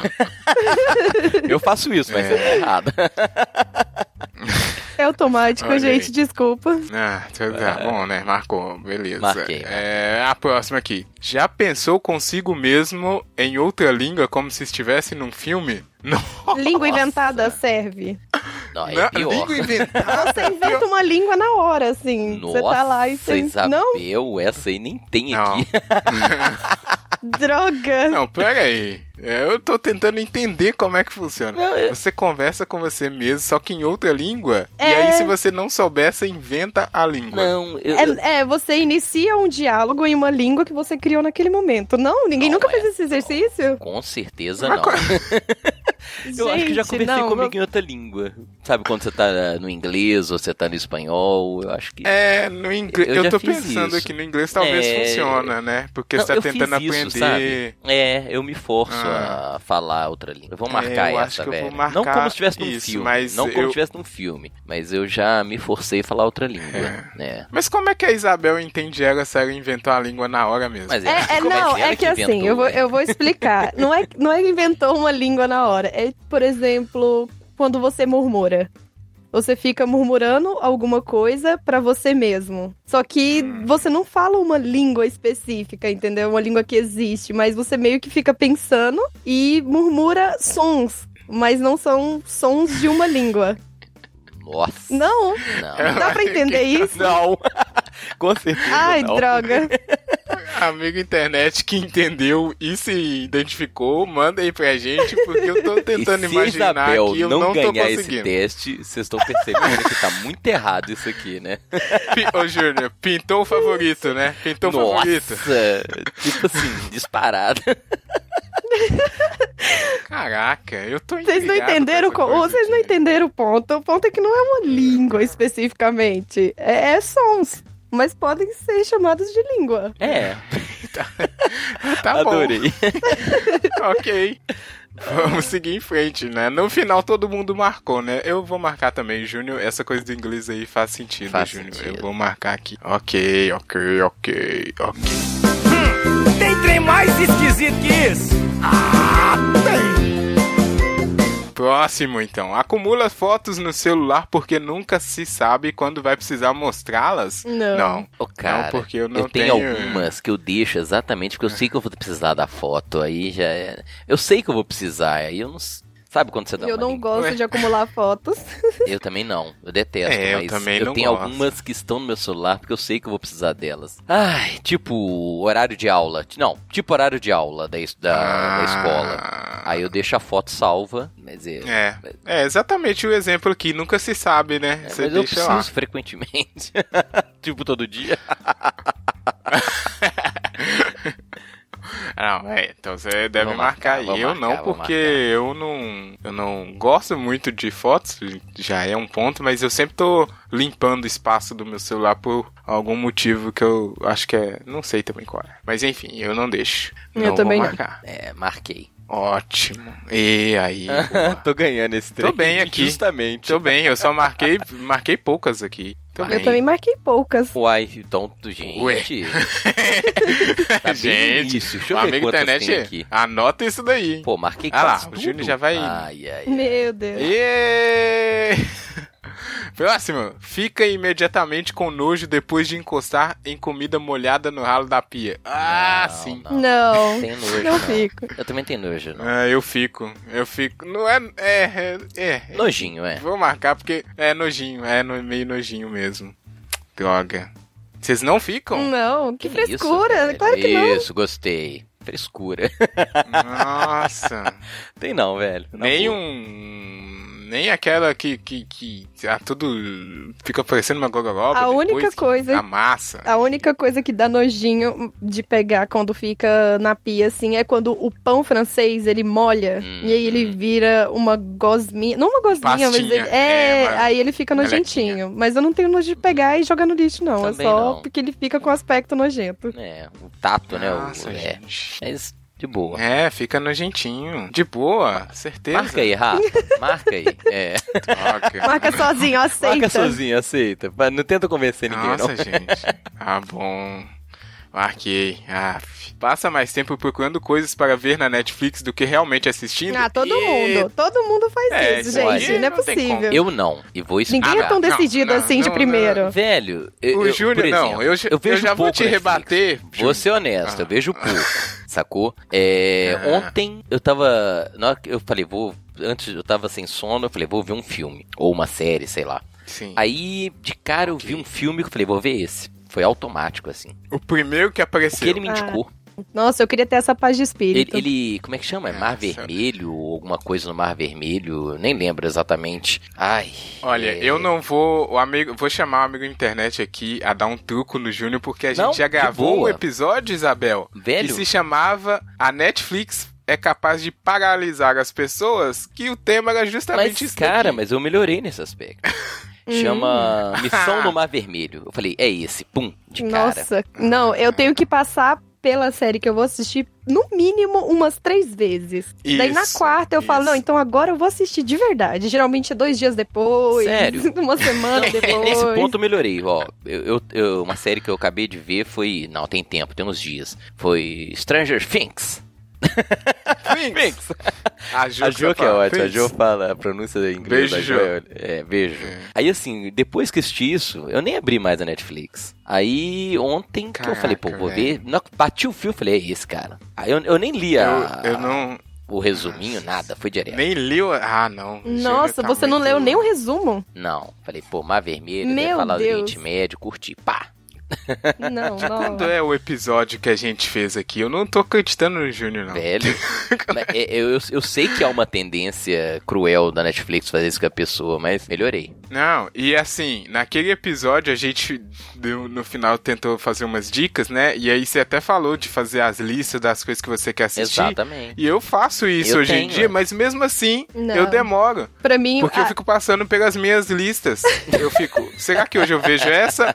Speaker 2: eu faço isso, mas você tá errada.
Speaker 3: É automático,
Speaker 1: Olha aí.
Speaker 3: gente, desculpa.
Speaker 1: Ah, tá, tá bom, né? Marcou, beleza.
Speaker 2: É. Marquei, marquei.
Speaker 1: É, a próxima aqui. Já pensou consigo mesmo em outra língua como se estivesse num filme? Não.
Speaker 3: Língua inventada serve.
Speaker 2: Não, é
Speaker 1: Não,
Speaker 2: pior.
Speaker 1: língua é inventada.
Speaker 3: Você inventa uma língua na hora, assim.
Speaker 2: Nossa,
Speaker 3: Você tá lá e você.
Speaker 2: Isabel,
Speaker 3: Não,
Speaker 2: essa aí nem tem
Speaker 1: Não.
Speaker 2: aqui.
Speaker 3: droga.
Speaker 1: Não, pera aí. É, Eu tô tentando entender como é que funciona.
Speaker 2: Não, eu-
Speaker 1: Você conversa com você mesmo, só que em outra língua. E
Speaker 3: É.
Speaker 1: aí, se você não souber, você inventa a língua.
Speaker 2: Não, eu, eu-
Speaker 3: É, é, você inicia um diálogo em uma língua que você criou naquele momento. Não, ninguém
Speaker 2: Não,
Speaker 3: nunca
Speaker 2: é.
Speaker 3: fez esse exercício.
Speaker 2: com certeza
Speaker 1: Mas
Speaker 2: não.
Speaker 1: qual-
Speaker 2: Eu acho que já
Speaker 3: Gente,
Speaker 2: conversei
Speaker 3: não,
Speaker 2: comigo em outra língua. Sabe quando você tá no inglês ou você tá no espanhol? Eu acho que.
Speaker 1: É, no inglês.
Speaker 2: Eu
Speaker 1: Eu,
Speaker 2: já
Speaker 1: tô
Speaker 2: fiz
Speaker 1: pensando
Speaker 2: isso.
Speaker 1: que no inglês talvez
Speaker 2: É.
Speaker 1: funciona, né? Porque
Speaker 2: Não,
Speaker 1: você tá
Speaker 2: eu fiz
Speaker 1: tentando
Speaker 2: isso,
Speaker 1: aprender.
Speaker 2: sabe? É, eu me forço
Speaker 1: Ah.
Speaker 2: a falar outra língua. Eu vou
Speaker 1: É,
Speaker 2: marcar
Speaker 1: eu
Speaker 2: essa,
Speaker 1: acho que eu vou
Speaker 2: velho.
Speaker 1: marcar
Speaker 2: não como se tivesse num
Speaker 1: isso,
Speaker 2: filme.
Speaker 1: mas
Speaker 2: não como
Speaker 1: eu-
Speaker 2: se tivesse num filme. Mas eu já me forcei a falar outra língua. né?
Speaker 1: Mas como é que a Isabel entende ela se ela inventou a língua na hora mesmo?
Speaker 2: Mas
Speaker 3: É, é,
Speaker 2: como
Speaker 3: não,
Speaker 2: que
Speaker 3: é
Speaker 2: ela
Speaker 3: que, assim,
Speaker 2: inventou,
Speaker 3: eu vou,
Speaker 2: né?
Speaker 3: eu vou explicar. não, é, não é que inventou uma língua na hora. É, por exemplo, quando você murmura. Você fica murmurando alguma coisa pra você mesmo. Só que
Speaker 2: Hum.
Speaker 3: você não fala uma língua específica, entendeu? Uma língua que existe, mas você meio que fica pensando e murmura sons, mas não são sons de uma língua.
Speaker 2: Nossa.
Speaker 3: Não,
Speaker 2: não.
Speaker 1: É,
Speaker 3: dá pra entender isso?
Speaker 2: Não. Com certeza.
Speaker 3: Ai,
Speaker 2: não.
Speaker 3: droga.
Speaker 1: Amigo É internet que entendeu e se identificou, manda aí pra gente, porque eu tô
Speaker 2: E
Speaker 1: tentando
Speaker 2: se a
Speaker 1: imaginar
Speaker 2: Isabel
Speaker 1: que eu
Speaker 2: não,
Speaker 1: não, tô
Speaker 2: ganhar esse
Speaker 1: conseguindo.
Speaker 2: teste, vocês estão percebendo que tá muito errado isso aqui, né?
Speaker 1: Pi- Ô, Júnior, pintou o favorito, né? Pintou o
Speaker 2: Nossa!
Speaker 1: favorito.
Speaker 2: Tipo assim, disparado.
Speaker 1: Caraca, eu tô
Speaker 3: Vocês não
Speaker 1: intrigado com
Speaker 3: entenderam
Speaker 1: essa
Speaker 3: co-
Speaker 1: coisa
Speaker 3: vocês não
Speaker 1: de-
Speaker 3: entenderam o ponto. O ponto é que não é uma língua especificamente, é, é sons, mas podem ser chamados de língua.
Speaker 2: É,
Speaker 1: Tá
Speaker 2: adorei.
Speaker 1: bom, ok. Vamos seguir em frente, né? No final todo mundo marcou, né? Eu vou marcar também, Júnior. Essa coisa do inglês aí faz sentido,
Speaker 2: Faz
Speaker 1: Júnior.
Speaker 2: sentido.
Speaker 1: Eu vou marcar aqui. Ok, ok, ok, ok.
Speaker 7: Hum, Tem trem mais esquisito que isso? Ah,
Speaker 1: Próximo, então. Acumula fotos no celular porque nunca se sabe quando vai precisar mostrá-las?
Speaker 3: Não.
Speaker 1: Não.
Speaker 2: Ô, cara,
Speaker 1: porque eu não
Speaker 2: eu tenho,
Speaker 1: tenho-
Speaker 2: algumas que eu deixo exatamente porque eu sei que eu vou precisar da foto. Aí já é... Eu sei que eu vou precisar. Aí eu não. s- Sabe quando você dá
Speaker 3: Eu
Speaker 2: uma
Speaker 3: não
Speaker 2: lim-
Speaker 3: gosto
Speaker 1: Ué.
Speaker 3: de acumular fotos.
Speaker 2: Eu também não. Eu detesto.
Speaker 1: É, eu
Speaker 2: mas
Speaker 1: também não
Speaker 2: tenho
Speaker 1: gosto.
Speaker 2: algumas que estão no meu celular porque eu sei que eu vou precisar delas.
Speaker 1: Ah.
Speaker 2: Ai, tipo horário de aula. Não, tipo horário de aula da, es- da, da escola. Aí eu deixo a foto salva, quer dizer.
Speaker 1: É. É exatamente o exemplo que nunca se sabe, né?
Speaker 2: É,
Speaker 1: Você
Speaker 2: mas eu
Speaker 1: deixa
Speaker 2: preciso
Speaker 1: lá.
Speaker 2: frequentemente. tipo, todo dia.
Speaker 1: Não, é, então você deve
Speaker 2: Vou marcar,
Speaker 1: marcar,
Speaker 2: vou
Speaker 1: aí. Eu
Speaker 2: marcar,
Speaker 1: não,
Speaker 2: vou
Speaker 1: porque
Speaker 2: marcar.
Speaker 1: eu não eu não gosto muito de fotos, já é um ponto, mas eu sempre tô limpando o espaço do meu celular por algum motivo que eu acho que é. Não sei também qual é. Mas enfim, eu não deixo.
Speaker 3: Eu
Speaker 1: não
Speaker 3: também
Speaker 1: vou
Speaker 3: não.
Speaker 1: marcar.
Speaker 2: É, marquei.
Speaker 1: Ótimo. E aí? boa.
Speaker 2: Tô ganhando esse
Speaker 1: Tô
Speaker 2: treco
Speaker 1: bem aqui.
Speaker 2: Justamente.
Speaker 1: Tô bem, eu só marquei, marquei poucas aqui. Tô
Speaker 3: Eu também marquei poucas.
Speaker 2: Uai, então, tu- gente.
Speaker 1: Ué.
Speaker 2: tá bem
Speaker 1: Gente,
Speaker 2: isso. Deixa eu ver
Speaker 1: amigo
Speaker 2: quantas
Speaker 1: internet,
Speaker 2: tem aqui.
Speaker 1: anota isso daí. hein?
Speaker 2: Pô, marquei
Speaker 1: Ah lá,
Speaker 2: quase
Speaker 1: o
Speaker 2: tudo.
Speaker 1: Júnior já vai-
Speaker 2: Ai, ai, ai.
Speaker 3: Meu Deus.
Speaker 1: Ê! Próximo. Fica imediatamente com nojo depois de encostar em comida molhada no ralo da pia. Ah,
Speaker 2: Não,
Speaker 1: sim.
Speaker 2: Não,
Speaker 3: Não,
Speaker 2: Tem nojo,
Speaker 3: não
Speaker 2: não.
Speaker 3: fico.
Speaker 2: Eu também tenho nojo, não.
Speaker 1: Ah, eu fico. Eu fico. Não é. É. É. é.
Speaker 2: Nojinho, é.
Speaker 1: Vou marcar porque é nojinho. É no- meio nojinho mesmo. Droga. Vocês não
Speaker 2: Hum.
Speaker 1: ficam?
Speaker 3: Não, que,
Speaker 2: isso,
Speaker 3: frescura.
Speaker 2: velho?
Speaker 3: claro que não.
Speaker 2: Isso, gostei. Frescura.
Speaker 1: Nossa.
Speaker 2: Tem não, velho. Na
Speaker 1: Nem
Speaker 2: boa.
Speaker 1: um. Nem aquela que. que, que ah, tudo. Fica parecendo uma gogoroba.
Speaker 3: A única
Speaker 1: depois que
Speaker 3: coisa-
Speaker 1: Amassa.
Speaker 3: A única coisa que dá nojinho de pegar quando fica na pia, assim, é quando o pão francês, ele molha.
Speaker 2: Hum.
Speaker 3: E aí ele vira uma gosminha. Não uma gosminha, mas
Speaker 1: Pastinha.
Speaker 3: ele... É,
Speaker 1: É, uma Uhum.
Speaker 3: aí ele fica nojentinho. Mas eu não tenho nojo de pegar e jogar no lixo, não.
Speaker 2: Também
Speaker 3: é só
Speaker 2: não.
Speaker 3: porque ele fica com um aspecto nojento.
Speaker 2: É, o tato, né?
Speaker 1: Nossa,
Speaker 2: o, é.
Speaker 1: gente.
Speaker 2: Mas de boa.
Speaker 1: É, fica nojentinho. De boa, certeza.
Speaker 2: Marca aí, Rafa. Marca aí. É.
Speaker 1: Toca.
Speaker 3: Marca sozinho,
Speaker 2: Marca
Speaker 3: aceita.
Speaker 2: sozinho, aceita. Mas Não tenta convencer ninguém,
Speaker 1: Nossa,
Speaker 2: não.
Speaker 1: gente. Ah, bom. Marquei. Ah, f- passa mais tempo procurando coisas para ver na Netflix do que realmente assistindo.
Speaker 3: Ah, todo
Speaker 1: E-
Speaker 3: mundo. Todo mundo faz
Speaker 1: É,
Speaker 3: isso,
Speaker 1: isso aí
Speaker 3: gente. Não é
Speaker 1: não tem Ah,
Speaker 3: possível.
Speaker 2: Eu não. E vou explicar.
Speaker 3: Ninguém é tão
Speaker 1: não,
Speaker 3: decidido
Speaker 1: não,
Speaker 3: assim de
Speaker 1: não,
Speaker 3: primeiro.
Speaker 2: Velho, eu,
Speaker 1: O
Speaker 2: eu,
Speaker 1: Júnior,
Speaker 2: por
Speaker 1: não,
Speaker 2: exemplo,
Speaker 1: eu já-
Speaker 2: vejo
Speaker 1: eu já vou
Speaker 2: pouco
Speaker 1: te
Speaker 2: Netflix.
Speaker 1: rebater,
Speaker 2: Vou
Speaker 1: Júnior.
Speaker 2: ser honesto, eu vejo pouco, sacou? É,
Speaker 1: Ah.
Speaker 2: Ontem eu tava. Na hora que eu falei, vou. Antes eu tava sem sono, eu falei, vou ver um filme. Ou uma série, sei lá.
Speaker 1: Sim.
Speaker 2: Aí, de cara, eu vi um filme que eu falei, vou ver esse. Foi automático, assim.
Speaker 1: O primeiro que
Speaker 2: O que ele
Speaker 1: apareceu.
Speaker 2: me
Speaker 3: Ah, então
Speaker 2: indicou.
Speaker 3: Nossa, eu queria ter essa paz de
Speaker 2: Ele,
Speaker 3: espírito.
Speaker 2: ele- como é que chama? É Mar
Speaker 1: Ah, sabe.
Speaker 2: Vermelho ou alguma coisa no Mar Vermelho? Eu Nem lembro exatamente. Ai.
Speaker 1: Olha,
Speaker 2: é-
Speaker 1: eu não vou. O amigo, vou chamar o amigo internet aqui a dar um truco no Júnior, porque a gente
Speaker 2: Não,
Speaker 1: já
Speaker 2: de
Speaker 1: gravou o
Speaker 2: boa.
Speaker 1: episódio, Isabel.
Speaker 2: Velho.
Speaker 1: que se chamava A Netflix é capaz de paralisar as pessoas, que o tema era justamente
Speaker 2: Mas,
Speaker 1: isso.
Speaker 2: cara,
Speaker 1: daqui.
Speaker 2: mas eu melhorei nesse aspecto. Chama
Speaker 1: Hum.
Speaker 2: Missão no
Speaker 1: Ah.
Speaker 2: Mar Vermelho. Eu falei, é esse, pum, de cara.
Speaker 3: Nossa, não, eu tenho que passar pela série que eu vou assistir no mínimo umas três vezes. Daí na
Speaker 1: Isso,
Speaker 3: quarta eu falo,
Speaker 1: isso.
Speaker 3: não, então agora eu vou assistir de verdade. Geralmente é dois dias depois,
Speaker 2: Sério?
Speaker 3: uma semana depois.
Speaker 2: Nesse ponto eu melhorei, ó. Eu, eu- eu- uma série que eu acabei de ver foi. Não, tem tempo, tem uns dias. Foi Stranger Things.
Speaker 1: Finks. A Ju,
Speaker 2: A Jo que é
Speaker 1: fala,
Speaker 2: ótima, a
Speaker 1: "Finks".
Speaker 2: Jo fala a pronúncia em inglês.
Speaker 1: Beijo,
Speaker 2: a Jo.
Speaker 1: Jo.
Speaker 2: é- É, beijo.
Speaker 1: É.
Speaker 2: Aí assim, depois que assisti isso, eu nem abri mais a Netflix. Aí ontem que eu
Speaker 1: Caraca,
Speaker 2: falei, pô, vou
Speaker 1: velho.
Speaker 2: ver. Na- Bati o fio, eu falei, é esse cara. Aí eu, eu nem li é a-
Speaker 1: Eu, eu não
Speaker 2: o resuminho, nada, foi direto.
Speaker 1: nem li o... Ah, não. o Júnior
Speaker 3: Nossa,
Speaker 1: tá
Speaker 3: você não
Speaker 1: muito-
Speaker 3: leu nem o resumo?
Speaker 2: Não, falei, pô, Mar Vermelho,
Speaker 3: Meu
Speaker 2: deve falar do
Speaker 3: Deus.
Speaker 2: Oriente Médio, curti, pá.
Speaker 3: Não, não.
Speaker 1: Quando é o episódio que a gente fez aqui? Eu não tô acreditando no Júnior, não.
Speaker 2: Velho, Mas é- eu, eu, eu sei que há uma tendência cruel da Netflix fazer isso com a pessoa, mas melhorei.
Speaker 1: Não, e assim, naquele episódio a gente deu- no final tentou fazer umas dicas, né? E aí você até falou de fazer as listas das coisas que você quer assistir.
Speaker 2: Exatamente.
Speaker 1: E eu faço isso
Speaker 2: Eu
Speaker 1: hoje em
Speaker 2: tenho,
Speaker 1: dia,
Speaker 2: é.
Speaker 1: mas mesmo assim
Speaker 3: Não.
Speaker 1: eu demoro.
Speaker 3: Pra mim,
Speaker 1: Porque
Speaker 3: a-
Speaker 1: eu fico passando pelas minhas listas. Eu fico, será que hoje eu vejo essa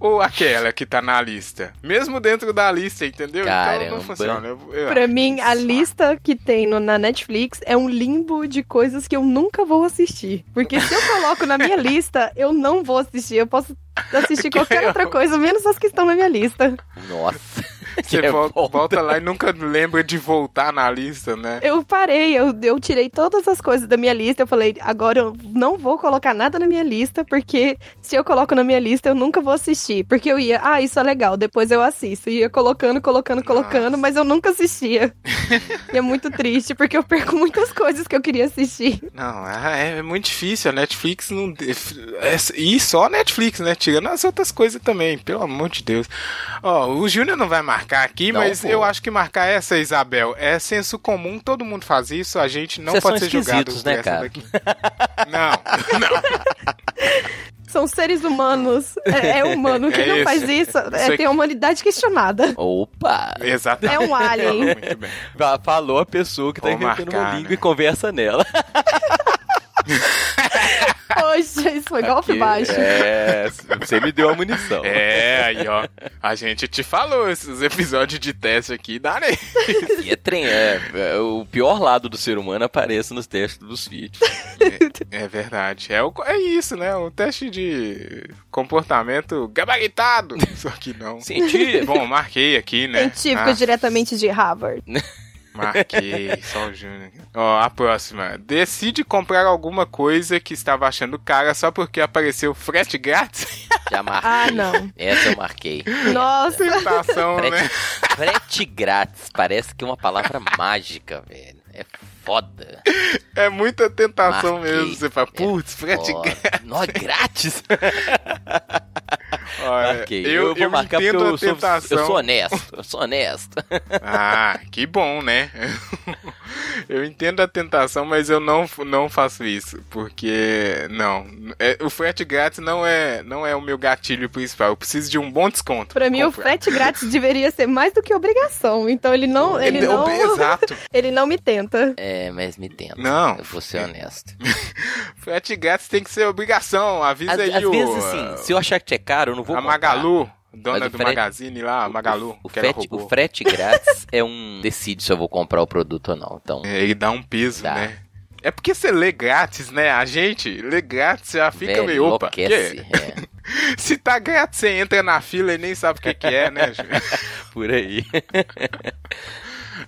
Speaker 1: ou aquela que tá na lista? Mesmo dentro da lista, entendeu? Então
Speaker 2: Caramba.
Speaker 1: não funciona. Eu, é eu-
Speaker 3: pra mim a
Speaker 1: saco.
Speaker 3: lista que tem no- na Netflix é um limbo de coisas que eu nunca vou assistir. Porque se eu coloco na minha lista, eu não vou assistir. Eu posso assistir qualquer outra coisa, menos as que estão na minha lista.
Speaker 2: Nossa.
Speaker 1: Você
Speaker 2: que
Speaker 1: vol-
Speaker 2: revolta.
Speaker 1: volta lá e nunca lembra de voltar na lista, né?
Speaker 3: Eu parei, eu, eu tirei todas as coisas da minha lista. Eu falei, agora eu não vou colocar nada na minha lista, porque se eu coloco na minha lista, eu nunca vou assistir. Porque eu ia, ah, isso é legal, depois eu assisto. E ia colocando, colocando, colocando,
Speaker 1: Nossa.
Speaker 3: mas eu nunca assistia. e é muito triste, porque eu perco muitas coisas que eu queria assistir.
Speaker 1: Não, é, é muito difícil. A Netflix não. def- é- E só a Netflix, né? Tirando as outras coisas também, pelo amor de Deus. Ó, o Júnior não vai marcar aqui,
Speaker 2: Não,
Speaker 1: mas
Speaker 2: pô.
Speaker 1: eu acho que marcar essa, Isabel, é senso comum, todo mundo faz isso, a gente não
Speaker 2: Vocês
Speaker 1: pode
Speaker 2: são
Speaker 1: ser julgado
Speaker 2: esquisitos,
Speaker 1: por
Speaker 2: né,
Speaker 1: essa
Speaker 2: cara?
Speaker 1: daqui. Não, não.
Speaker 3: São seres humanos. É, é humano. Quem
Speaker 1: É
Speaker 3: não
Speaker 1: isso.
Speaker 3: faz isso,
Speaker 1: Isso
Speaker 3: é,
Speaker 1: aqui-
Speaker 3: tem a humanidade questionada.
Speaker 2: Opa!
Speaker 1: Exatamente.
Speaker 3: É um alien.
Speaker 1: Muito bem.
Speaker 2: Fa- Falou a pessoa que tá
Speaker 1: Vou
Speaker 2: inventando uma
Speaker 1: marcar,
Speaker 2: língua
Speaker 1: né?
Speaker 2: e conversa nela.
Speaker 3: Poxa, isso foi golpe
Speaker 2: Que-
Speaker 3: baixo.
Speaker 2: É, você me deu a munição.
Speaker 1: É, aí ó, a gente te falou esses episódios de teste aqui, dá né?
Speaker 2: E é trem, é, é, o pior lado do ser humano aparece nos textos dos vídeos.
Speaker 1: É verdade, é, o- é isso, né? Um teste de comportamento gabaritado, só que não.
Speaker 2: Sentir.
Speaker 1: Bom, marquei aqui, né?
Speaker 3: Científico
Speaker 1: Ah,
Speaker 3: diretamente de Harvard.
Speaker 1: Marquei, só o Júnior. Ó, a próxima. Decide comprar alguma coisa que estava achando cara só porque apareceu frete grátis?
Speaker 2: Já marquei.
Speaker 3: Ah, não.
Speaker 2: Essa eu marquei.
Speaker 3: Nossa,
Speaker 1: Tentação, né?
Speaker 2: Frete, frete grátis parece que é uma palavra mágica, velho. É foda.
Speaker 1: É muita tentação
Speaker 2: Marquei. É
Speaker 1: mesmo. Você fala, putz, frete
Speaker 2: Foda.
Speaker 1: grátis.
Speaker 2: Não, é grátis?
Speaker 1: Olha,
Speaker 2: Marquei.
Speaker 1: eu, eu,
Speaker 2: vou marcar porque
Speaker 1: entendo
Speaker 2: eu
Speaker 1: a
Speaker 2: sou,
Speaker 1: tentação.
Speaker 2: eu sou honesto. Eu sou honesto.
Speaker 1: Ah, que bom, né? Eu entendo a tentação, mas eu não, não faço isso, porque não, É, o frete grátis não é não é o meu gatilho principal. Eu preciso de um bom desconto.
Speaker 3: pra mim o
Speaker 1: Comprar.
Speaker 3: frete grátis deveria ser mais do que obrigação. Então ele não, ele não,
Speaker 1: é Exato.
Speaker 3: ele não me tenta.
Speaker 2: É, mas me tenta.
Speaker 1: Não.
Speaker 2: Eu vou ser honesto.
Speaker 1: Frete grátis tem que ser obrigação. Avisa
Speaker 2: Às,
Speaker 1: aí
Speaker 2: às
Speaker 1: o uh,
Speaker 2: vezes, assim, se eu achar que é caro, eu não vou
Speaker 1: a
Speaker 2: comprar.
Speaker 1: Magalu, dona
Speaker 2: Mas o
Speaker 1: do
Speaker 2: frete-
Speaker 1: magazine lá, a Magalu,
Speaker 2: O
Speaker 1: que ela
Speaker 2: frete,
Speaker 1: roubou.
Speaker 2: o frete grátis é um. Decide se eu vou comprar o produto ou não. Então,
Speaker 1: É, ele dá um peso,
Speaker 2: Dá.
Speaker 1: né? É porque você lê grátis, né? A gente lê grátis já fica
Speaker 2: velho,
Speaker 1: meio opa. que-
Speaker 2: enlouquece. É,
Speaker 1: Se tá grátis, você entra na fila e nem sabe o que, que é, né? Ju?
Speaker 2: por aí.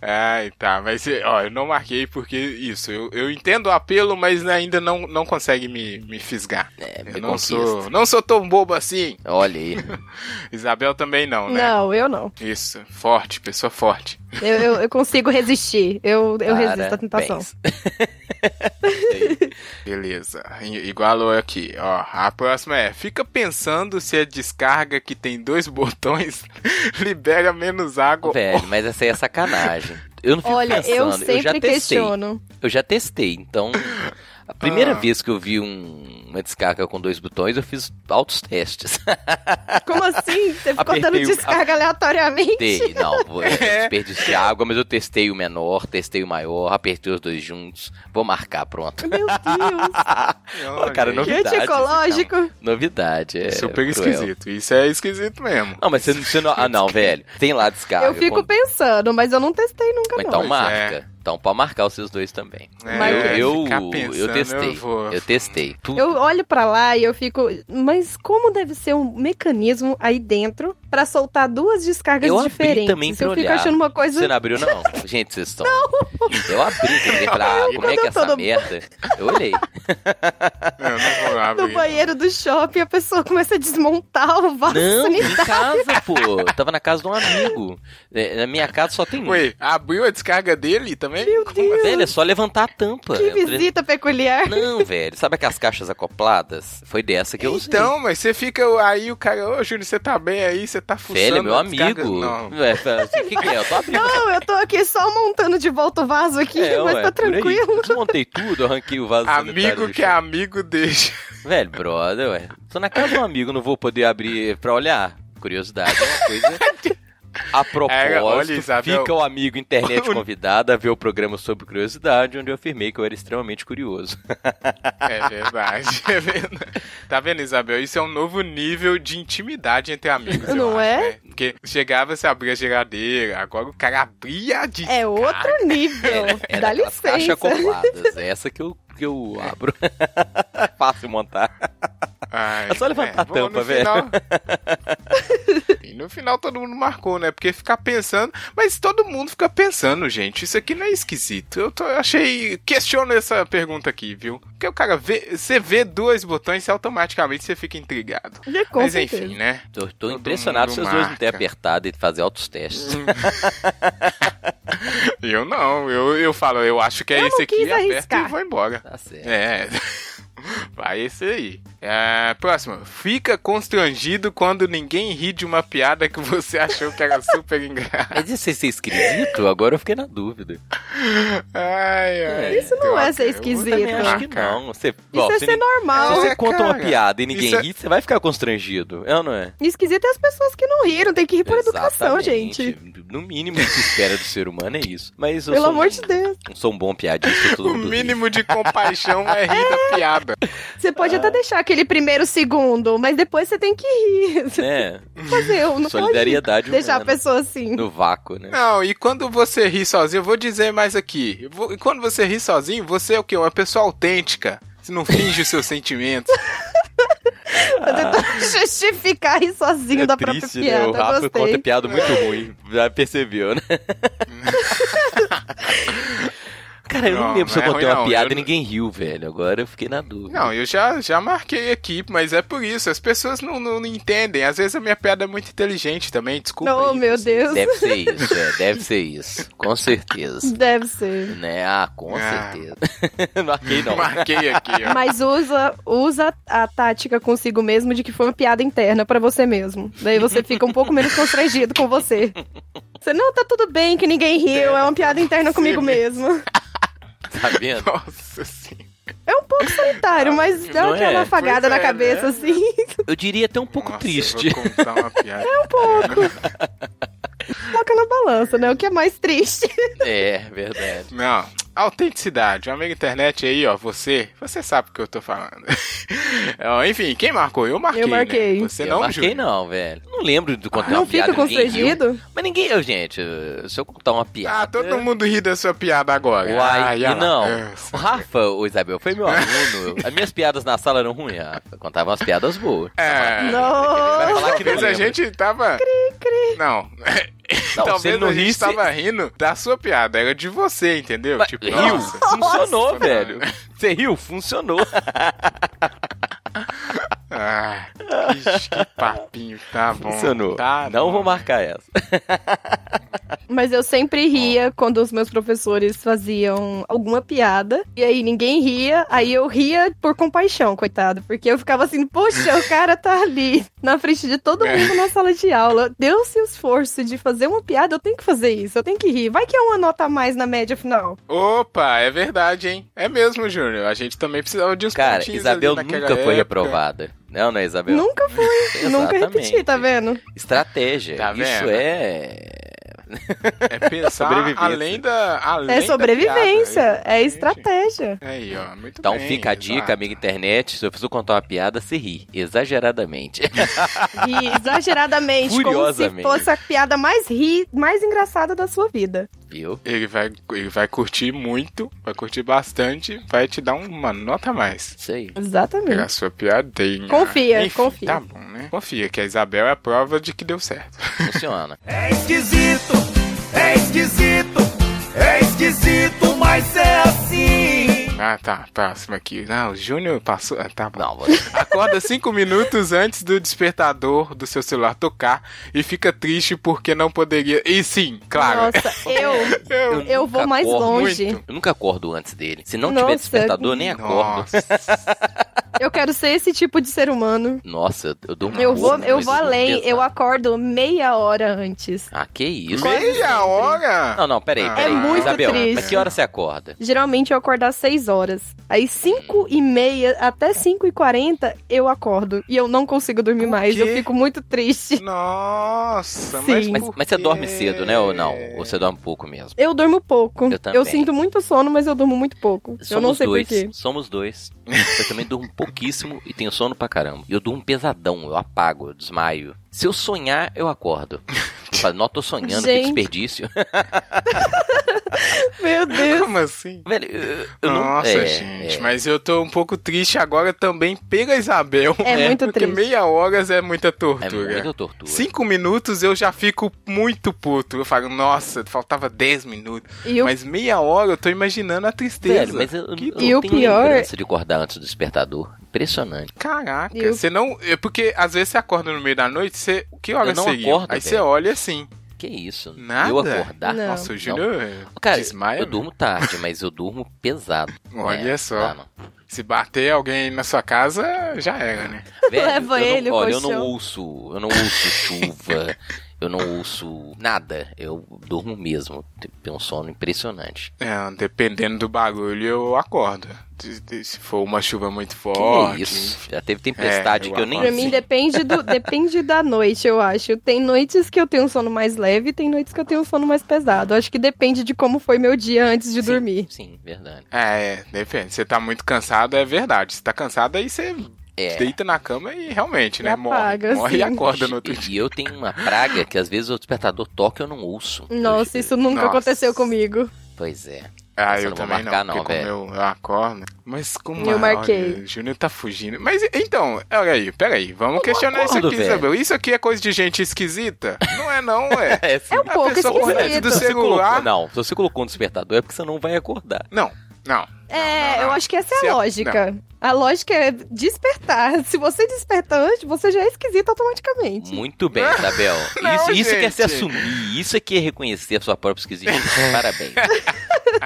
Speaker 1: Ai, tá. Mas, ó, eu não marquei porque isso. Eu, eu entendo o apelo, mas ainda não, não consegue me, me fisgar.
Speaker 2: É, me
Speaker 1: eu não
Speaker 2: conquista.
Speaker 1: sou, não sou tão bobo assim.
Speaker 2: Olha aí.
Speaker 1: Isabel também não, né?
Speaker 3: Não, eu não.
Speaker 1: Isso. Forte, pessoa forte.
Speaker 3: Eu, eu, eu consigo resistir. Eu, eu resisto à tentação.
Speaker 2: Parabéns.
Speaker 1: Beleza. I- Igualou aqui, ó. A próxima é: fica pensando se a descarga que tem dois botões libera menos água.
Speaker 2: Velho, mas essa aí é sacanagem. Eu não fico
Speaker 3: Olha,
Speaker 2: pensando,
Speaker 3: eu
Speaker 2: já
Speaker 3: sempre
Speaker 2: testei.
Speaker 3: questiono.
Speaker 2: Eu já testei, então. A primeira
Speaker 1: Ah.
Speaker 2: vez que eu vi um- uma descarga com dois botões, eu fiz altos testes.
Speaker 3: Como assim? Você ficou dando
Speaker 2: Apertei o-
Speaker 3: descarga aleatoriamente?
Speaker 2: Testei, não, vou-
Speaker 1: É.
Speaker 2: eu desperdicei água, mas eu testei o menor, testei o maior, apertei os dois juntos. Vou marcar, pronto.
Speaker 3: Meu Deus.
Speaker 1: Ó,
Speaker 2: Ô, cara,
Speaker 1: gente,
Speaker 2: Novidade,
Speaker 3: Gente, ecológico.
Speaker 2: Novidade, é.
Speaker 1: Super
Speaker 2: cruel.
Speaker 1: esquisito. Isso é esquisito mesmo.
Speaker 2: Não, mas você, não- você não. Ah, não, velho. Tem lá descarga.
Speaker 3: Eu fico
Speaker 2: com-
Speaker 3: pensando, mas eu não testei nunca,
Speaker 2: Então
Speaker 1: Pois
Speaker 3: não.
Speaker 2: marca. Então pode marcar os seus dois também.
Speaker 1: É,
Speaker 2: eu,
Speaker 1: ficar
Speaker 2: eu, eu
Speaker 1: pensando,
Speaker 2: testei.
Speaker 1: eu vou.
Speaker 2: eu testei. Tudo.
Speaker 3: Eu olho pra lá e eu fico, mas como deve ser um mecanismo aí dentro pra soltar duas descargas
Speaker 2: Eu abri
Speaker 3: diferentes?
Speaker 2: também pra
Speaker 3: eu fico
Speaker 2: olhar.
Speaker 3: achando uma
Speaker 2: Você
Speaker 3: coisa.
Speaker 2: não abriu, não? Gente, vocês estão. Eu abri, eu olhei pra. Ah, como é que
Speaker 3: quando
Speaker 2: é
Speaker 3: eu tô
Speaker 2: essa
Speaker 3: no-
Speaker 2: merda? Eu olhei.
Speaker 1: Eu não vou
Speaker 3: No
Speaker 2: é
Speaker 1: abrir.
Speaker 3: banheiro do shopping, a pessoa começa a desmontar o vaso
Speaker 2: Não,
Speaker 3: sanitário.
Speaker 2: em casa, pô. Eu tava na casa de um amigo. É, Na minha casa só tem um.
Speaker 1: Ué, abriu a descarga dele também? assim? Meu
Speaker 2: Velho, é só levantar a tampa.
Speaker 3: Que
Speaker 2: é, Eu falei,
Speaker 3: visita peculiar.
Speaker 2: Não, velho. Sabe aquelas caixas acopladas? Foi dessa que eu usei.
Speaker 1: Então, mas você fica aí, o cara, ô Júnior, você tá bem aí, você tá fuçando.
Speaker 2: Velho, é meu
Speaker 1: a descarga?"
Speaker 2: amigo.
Speaker 1: Não.
Speaker 2: É, assim, O que, que é? Eu tô abrindo.
Speaker 3: Não, eu tô aqui só montando de volta o vaso aqui,
Speaker 2: É,
Speaker 3: mas
Speaker 2: ué,
Speaker 3: tá
Speaker 2: por aí.
Speaker 3: tranquilo.
Speaker 2: Eu desmontei tudo, eu arranquei o vaso sanitário
Speaker 1: Amigo
Speaker 2: do
Speaker 1: que é
Speaker 2: chão.
Speaker 1: amigo deixa.
Speaker 2: Velho, brother, ué. Tô na casa de um amigo, não vou poder abrir pra olhar. Curiosidade é uma coisa. A propósito,
Speaker 1: É, olha, Isabel.
Speaker 2: fica o amigo internet convidado a ver o programa sobre curiosidade, onde eu afirmei que eu era extremamente curioso.
Speaker 1: É verdade, é verdade. Tá vendo, Isabel? Isso é um novo nível de intimidade entre amigos. eu
Speaker 3: Não
Speaker 1: acho,
Speaker 3: é?
Speaker 1: né? Porque chegava, você abria a geladeira, agora o cara abria a descarga.
Speaker 3: É outro nível.
Speaker 2: É
Speaker 3: Dá
Speaker 2: daquelas Caixas
Speaker 3: licença.
Speaker 2: acopladas, é essa que eu, que eu abro. Fácil montar.
Speaker 1: Ai,
Speaker 2: É só levantar a
Speaker 1: bom,
Speaker 2: tampa,
Speaker 1: no
Speaker 2: velho.
Speaker 1: final- e no final todo mundo marcou, né? Porque ficar pensando. Mas todo mundo fica pensando, gente. Isso aqui não é esquisito. Eu tô- eu achei. Questiono essa pergunta aqui, viu? Porque o cara vê. Você vê dois botões e automaticamente você fica intrigado.
Speaker 3: É, Com
Speaker 1: mas
Speaker 3: certeza.
Speaker 1: enfim, né?
Speaker 2: Tô, tô
Speaker 1: Todo
Speaker 2: impressionado
Speaker 1: mundo
Speaker 2: se os dois não terem
Speaker 1: marca. Hum.
Speaker 2: apertado e fazer altos testes.
Speaker 1: Eu não. Eu, eu falo, eu acho que é
Speaker 3: Eu
Speaker 1: esse
Speaker 3: não
Speaker 1: é aqui,
Speaker 3: quis
Speaker 1: aperto e
Speaker 3: arriscar.
Speaker 1: vou embora.
Speaker 2: Tá certo.
Speaker 1: É. Vai esse aí. É, próximo. Fica constrangido quando ninguém ri de uma piada que você achou que era super engraçada.
Speaker 2: Mas isso é ser esquisito? Agora eu fiquei na dúvida.
Speaker 1: Ai, ai.
Speaker 3: Isso não é ser
Speaker 1: droga, eu vou
Speaker 3: esquisito.
Speaker 2: Também
Speaker 1: também
Speaker 2: acho que
Speaker 1: cara.
Speaker 2: não. Você,
Speaker 3: Isso
Speaker 2: ó,
Speaker 3: é
Speaker 2: se
Speaker 3: ser
Speaker 2: ni-
Speaker 1: Ah,
Speaker 2: se
Speaker 3: normal.
Speaker 2: você conta uma
Speaker 1: cara.
Speaker 2: piada e ninguém
Speaker 1: Isso é-
Speaker 2: ri, você vai ficar constrangido. É ou não é?
Speaker 3: Esquisito é as pessoas que não riram, tem que rir por É educação,
Speaker 2: Exatamente.
Speaker 3: gente.
Speaker 2: No mínimo o que se espera do ser humano é isso. Mas eu
Speaker 3: Pelo
Speaker 2: sou
Speaker 3: amor
Speaker 2: um,
Speaker 3: de Deus.
Speaker 2: Não sou um bom piadista, todo
Speaker 1: O
Speaker 2: mundo ri.
Speaker 1: mínimo de compaixão é rir da piada.
Speaker 3: Você pode
Speaker 2: Ah.
Speaker 3: até deixar aquele primeiro segundo, mas depois você tem que rir. Você
Speaker 2: né?
Speaker 3: tem que fazer, um, não pode
Speaker 2: Solidariedade
Speaker 3: deixar a
Speaker 2: humana.
Speaker 3: pessoa assim.
Speaker 2: no vácuo, né?
Speaker 1: Não, e quando você ri sozinho, eu vou dizer mais aqui. Eu vou- quando você ri sozinho, você é o quê? Uma pessoa autêntica. Você não finge os seus sentimentos.
Speaker 3: Pra
Speaker 2: Ah,
Speaker 3: tentar justificar rir sozinho da própria
Speaker 2: é né? O
Speaker 3: piada.
Speaker 2: Rafa conta
Speaker 3: Gostei.
Speaker 2: piada muito ruim, já percebeu, né? Cara, eu não,
Speaker 1: Não,
Speaker 2: lembro se eu
Speaker 1: não é
Speaker 2: contei
Speaker 1: ruim,
Speaker 2: uma
Speaker 1: não.
Speaker 2: piada
Speaker 1: Eu
Speaker 2: e
Speaker 1: não-
Speaker 2: ninguém riu, velho. Agora eu fiquei na dúvida.
Speaker 1: Não, eu já, já marquei aqui, mas é por isso. As pessoas não, não, não entendem. Às vezes a minha piada é muito inteligente também, desculpa.
Speaker 3: Oh,
Speaker 1: aí,
Speaker 3: meu
Speaker 1: vocês.
Speaker 3: Deus.
Speaker 2: assim, Deve ser isso, é, deve ser isso. Com certeza.
Speaker 3: Deve ser.
Speaker 2: né? Ah, com
Speaker 1: Ah.
Speaker 2: certeza. não arquei, não.
Speaker 1: Marquei aqui, ó.
Speaker 3: Mas usa, usa a tática consigo mesmo de que foi uma piada interna pra você mesmo. Daí você fica um pouco menos constrangido com você. Você, não, tá tudo bem que ninguém riu, é uma piada interna comigo mesmo.
Speaker 2: Tá vendo?
Speaker 1: Nossa senhora.
Speaker 3: É um pouco solitário, mas dá
Speaker 2: Não é?
Speaker 3: aquela afagada
Speaker 1: Pois
Speaker 3: na
Speaker 1: é,
Speaker 3: cabeça,
Speaker 1: né?
Speaker 3: assim.
Speaker 2: Eu diria até um pouco
Speaker 1: Nossa,
Speaker 2: triste.
Speaker 1: Eu vou contar uma piada. É um
Speaker 3: Coloca na balança, né? O que é mais triste.
Speaker 2: É, verdade.
Speaker 1: Não, autenticidade. Amigo internet aí, ó, você, você sabe o que eu tô falando. Ó, Enfim, quem marcou? Eu marquei.
Speaker 3: Eu marquei.
Speaker 1: Né? Você
Speaker 2: eu
Speaker 1: não,
Speaker 2: marquei,
Speaker 1: Júlio?
Speaker 2: não, velho. Não lembro de contar
Speaker 3: Não
Speaker 2: uma piada.
Speaker 3: fica
Speaker 2: ninguém riu.
Speaker 3: constrangido?
Speaker 2: Mas ninguém, eu, gente, eu- se eu contar uma piada.
Speaker 1: Ah, todo mundo ri da sua piada agora.
Speaker 2: Uai,
Speaker 1: Ai,
Speaker 2: e
Speaker 1: olha lá.
Speaker 2: não.
Speaker 1: É.
Speaker 2: O Rafa, o Isabel, foi meu aluno. As minhas piadas na sala eram ruins, Rafa. Contava umas piadas boas.
Speaker 1: É.
Speaker 2: Vai
Speaker 3: Não!
Speaker 2: falar que não
Speaker 1: Talvez a
Speaker 2: lembra.
Speaker 1: gente tava. Não.
Speaker 2: Não, se ele
Speaker 1: Talvez
Speaker 2: não
Speaker 1: a gente
Speaker 2: risse,
Speaker 1: tava rindo da sua piada, era de você, entendeu?
Speaker 2: Mas-
Speaker 1: Tipo,
Speaker 2: riu,
Speaker 1: nossa.
Speaker 2: funcionou,
Speaker 1: Nossa,
Speaker 2: velho.
Speaker 1: mano.
Speaker 2: Você riu, funcionou.
Speaker 1: Ah, que, que papinho, tá bom.
Speaker 2: funcionou.
Speaker 1: Tá
Speaker 2: não
Speaker 1: bom.
Speaker 2: vou marcar essa.
Speaker 3: Mas eu sempre ria quando os meus professores faziam alguma piada. E aí ninguém ria. Aí eu ria por compaixão, coitado. Porque eu ficava assim, poxa, o cara tá ali na frente de todo mundo na sala de aula. Deu-se o esforço de fazer uma piada, eu tenho que fazer isso, eu tenho que rir. Vai que é uma nota a mais na média final.
Speaker 1: Opa, é verdade, hein? É mesmo, Júnior. A gente também precisava de uns
Speaker 2: Cara,
Speaker 1: pontinhos
Speaker 2: Isabel
Speaker 1: ali naquela é,
Speaker 2: nunca foi
Speaker 1: época.
Speaker 2: reprovada. Não, não é, Isabel?
Speaker 3: Nunca fui, nunca repeti, tá vendo?
Speaker 2: Estratégia.
Speaker 1: Tá
Speaker 2: Isso
Speaker 1: vendo?
Speaker 2: é.
Speaker 1: É pensar
Speaker 2: Sobrevivência.
Speaker 1: além da. Além
Speaker 3: É
Speaker 1: da
Speaker 3: sobrevivência,
Speaker 1: piada,
Speaker 3: é
Speaker 1: exatamente.
Speaker 3: estratégia.
Speaker 1: Aí, ó, muito
Speaker 2: Então
Speaker 1: Tá bem.
Speaker 2: fica a dica,
Speaker 1: exato.
Speaker 2: amiga internet. Se eu preciso contar uma piada, se ri. Exageradamente.
Speaker 3: E exageradamente, como se
Speaker 2: Furiosamente.
Speaker 3: fosse a piada mais ri, mais engraçada da sua vida.
Speaker 2: Viu?
Speaker 1: Ele vai, ele vai curtir muito, vai curtir bastante, vai te dar uma nota a mais.
Speaker 2: Isso aí.
Speaker 3: Exatamente.
Speaker 1: Pegar a sua piadinha.
Speaker 3: Confia,
Speaker 1: Enfim,
Speaker 3: confia.
Speaker 1: Tá bom, né? Confia, que a Isabel é a prova de que deu certo.
Speaker 2: Funciona.
Speaker 7: É esquisito, é esquisito, é esquisito, mas é assim.
Speaker 1: Ah, tá. Próximo aqui. Ah, o Júnior passou. Ah, tá bom.
Speaker 2: Não, você.
Speaker 1: Acorda cinco minutos antes do despertador do seu celular tocar e fica triste porque não poderia. E sim,
Speaker 2: É,
Speaker 1: claro.
Speaker 3: Nossa, eu,
Speaker 1: Eu-
Speaker 3: eu vou
Speaker 2: nunca
Speaker 3: mais
Speaker 2: acordo
Speaker 3: longe.
Speaker 1: muito.
Speaker 2: Eu nunca acordo antes dele. Se não
Speaker 3: Nossa.
Speaker 2: tiver despertador, nem acordo.
Speaker 1: Nossa.
Speaker 3: Eu quero ser esse tipo de ser humano.
Speaker 2: Nossa, eu- eu dou um
Speaker 3: Eu vou,
Speaker 2: burro,
Speaker 3: eu
Speaker 2: mas
Speaker 3: vou
Speaker 2: dou um
Speaker 3: além,
Speaker 2: pesado.
Speaker 3: eu acordo meia hora antes.
Speaker 2: Ah, que isso.
Speaker 1: Meia hora?
Speaker 2: Não, não, peraí.
Speaker 1: É
Speaker 2: peraí.
Speaker 1: muito
Speaker 2: Isabel,
Speaker 3: triste.
Speaker 2: mas que hora você acorda?
Speaker 3: Geralmente eu acordo às 6 horas. Aí 5 e meia até 5 e 40 eu acordo. E eu não consigo dormir
Speaker 1: Por
Speaker 3: mais.
Speaker 1: quê?
Speaker 3: Eu fico muito triste.
Speaker 1: Nossa,
Speaker 3: Sim.
Speaker 1: mas.
Speaker 2: Mas,
Speaker 1: por
Speaker 2: mas você
Speaker 1: quê?
Speaker 2: dorme cedo, né? Ou não? Ou você dorme pouco mesmo?
Speaker 3: Eu durmo pouco.
Speaker 2: Eu também.
Speaker 3: sinto muito sono, mas eu durmo muito pouco. eu não sei
Speaker 2: dois.
Speaker 3: porquê.
Speaker 2: Somos dois. Eu também durmo pouquíssimo e tenho sono pra caramba. E eu durmo pesadão, eu apago, eu desmaio. Se eu sonhar, eu acordo. Eu falo, não, tô sonhando, que
Speaker 3: Gente.
Speaker 2: desperdício.
Speaker 3: Meu Deus.
Speaker 1: Como assim?
Speaker 2: Velho, eu, eu não.
Speaker 1: Nossa,
Speaker 2: é,
Speaker 1: gente,
Speaker 2: é.
Speaker 1: mas eu tô um pouco triste agora também pela Isabel. né?
Speaker 3: É muito
Speaker 1: porque
Speaker 3: triste.
Speaker 1: meia horas é muita
Speaker 2: É
Speaker 1: tortura.
Speaker 2: muita tortura.
Speaker 1: Cinco minutos eu já fico muito puto. Eu falo, nossa, faltava dez minutos.
Speaker 3: E o
Speaker 1: Mas meia hora eu tô imaginando a tristeza.
Speaker 2: Velho, mas eu, eu
Speaker 1: Que-
Speaker 2: não
Speaker 3: E o
Speaker 2: tenho
Speaker 3: pior-
Speaker 2: lembrança de acordar antes do despertador. Impressionante.
Speaker 1: Caraca,
Speaker 3: Eu-
Speaker 1: você não. é Porque às vezes você acorda no meio da noite, você. Que hora
Speaker 2: Eu não
Speaker 1: seriam?
Speaker 2: acordo,
Speaker 1: Aí
Speaker 2: velho.
Speaker 1: você olha assim.
Speaker 2: Que isso?
Speaker 1: Nada?
Speaker 2: Eu acordar?
Speaker 3: Não.
Speaker 1: Nossa, o é, Júnior
Speaker 2: Cara,
Speaker 1: desmaia.
Speaker 2: eu durmo tarde, mas eu durmo pesado.
Speaker 1: Olha
Speaker 2: É,
Speaker 1: só.
Speaker 2: dá não.
Speaker 1: Se bater alguém na sua casa, já era, né?
Speaker 2: Velho,
Speaker 3: Leva
Speaker 2: eu não-
Speaker 3: ele, o
Speaker 2: Olha, eu
Speaker 3: colchão.
Speaker 2: não ouço, eu não ouço chuva, eu não ouço nada. Eu durmo mesmo. Tem um sono impressionante.
Speaker 1: É, dependendo do barulho, eu acordo. De- de- Se for uma chuva muito
Speaker 2: Que
Speaker 1: forte.
Speaker 2: isso? Já teve tempestade
Speaker 1: É, eu
Speaker 2: que eu nem
Speaker 1: acordo.
Speaker 3: Pra mim
Speaker 2: vi.
Speaker 3: depende, do, depende da noite, eu acho. Tem noites que eu tenho um sono mais leve e tem noites que eu tenho um sono mais pesado. Acho que depende de como foi meu dia antes de
Speaker 2: Sim,
Speaker 3: dormir.
Speaker 2: Sim, verdade.
Speaker 1: É, é, depende. Você tá muito cansado, é verdade. Você tá cansado, aí você
Speaker 2: É.
Speaker 1: deita na cama e realmente,
Speaker 3: E
Speaker 1: né?
Speaker 3: apaga,
Speaker 1: morre. Morre e
Speaker 3: assim.
Speaker 1: acorda no outro dia.
Speaker 2: E eu tenho uma praga que às vezes o despertador toca e eu não ouço.
Speaker 3: Nossa,
Speaker 2: Eu-
Speaker 3: isso nunca
Speaker 1: Nossa.
Speaker 3: aconteceu comigo.
Speaker 2: Pois é.
Speaker 1: Ah, eu
Speaker 2: Essa eu não vou
Speaker 1: também
Speaker 2: marcar,
Speaker 1: não,
Speaker 2: não,
Speaker 1: porque como eu, eu acordo... Mas como...
Speaker 3: Eu
Speaker 1: a-
Speaker 3: marquei.
Speaker 1: olha, o Júnior tá fugindo. Mas, então, olha aí, peraí. Vamos questionar isso
Speaker 2: acordo,
Speaker 1: aqui,
Speaker 2: velho.
Speaker 1: Isabel. Isso aqui é coisa de gente esquisita? Não é não, ué.
Speaker 2: É, sim.
Speaker 3: É um
Speaker 1: A
Speaker 3: pouco
Speaker 1: pessoa com medo
Speaker 3: esquisito.
Speaker 1: do
Speaker 2: Se você colocou,
Speaker 1: celular...
Speaker 2: não, se você colocou um despertador é porque você não vai acordar.
Speaker 1: Não, não.
Speaker 3: É,
Speaker 1: não, não.
Speaker 3: eu acho que essa é a
Speaker 1: Se a-
Speaker 3: lógica. A lógica é despertar. Se você desperta antes, você já é esquisito automaticamente.
Speaker 2: Muito bem, Isabel.
Speaker 1: Não,
Speaker 2: isso isso que é se
Speaker 1: gente.
Speaker 2: assumir, isso é que é reconhecer a sua própria esquisitice. Parabéns.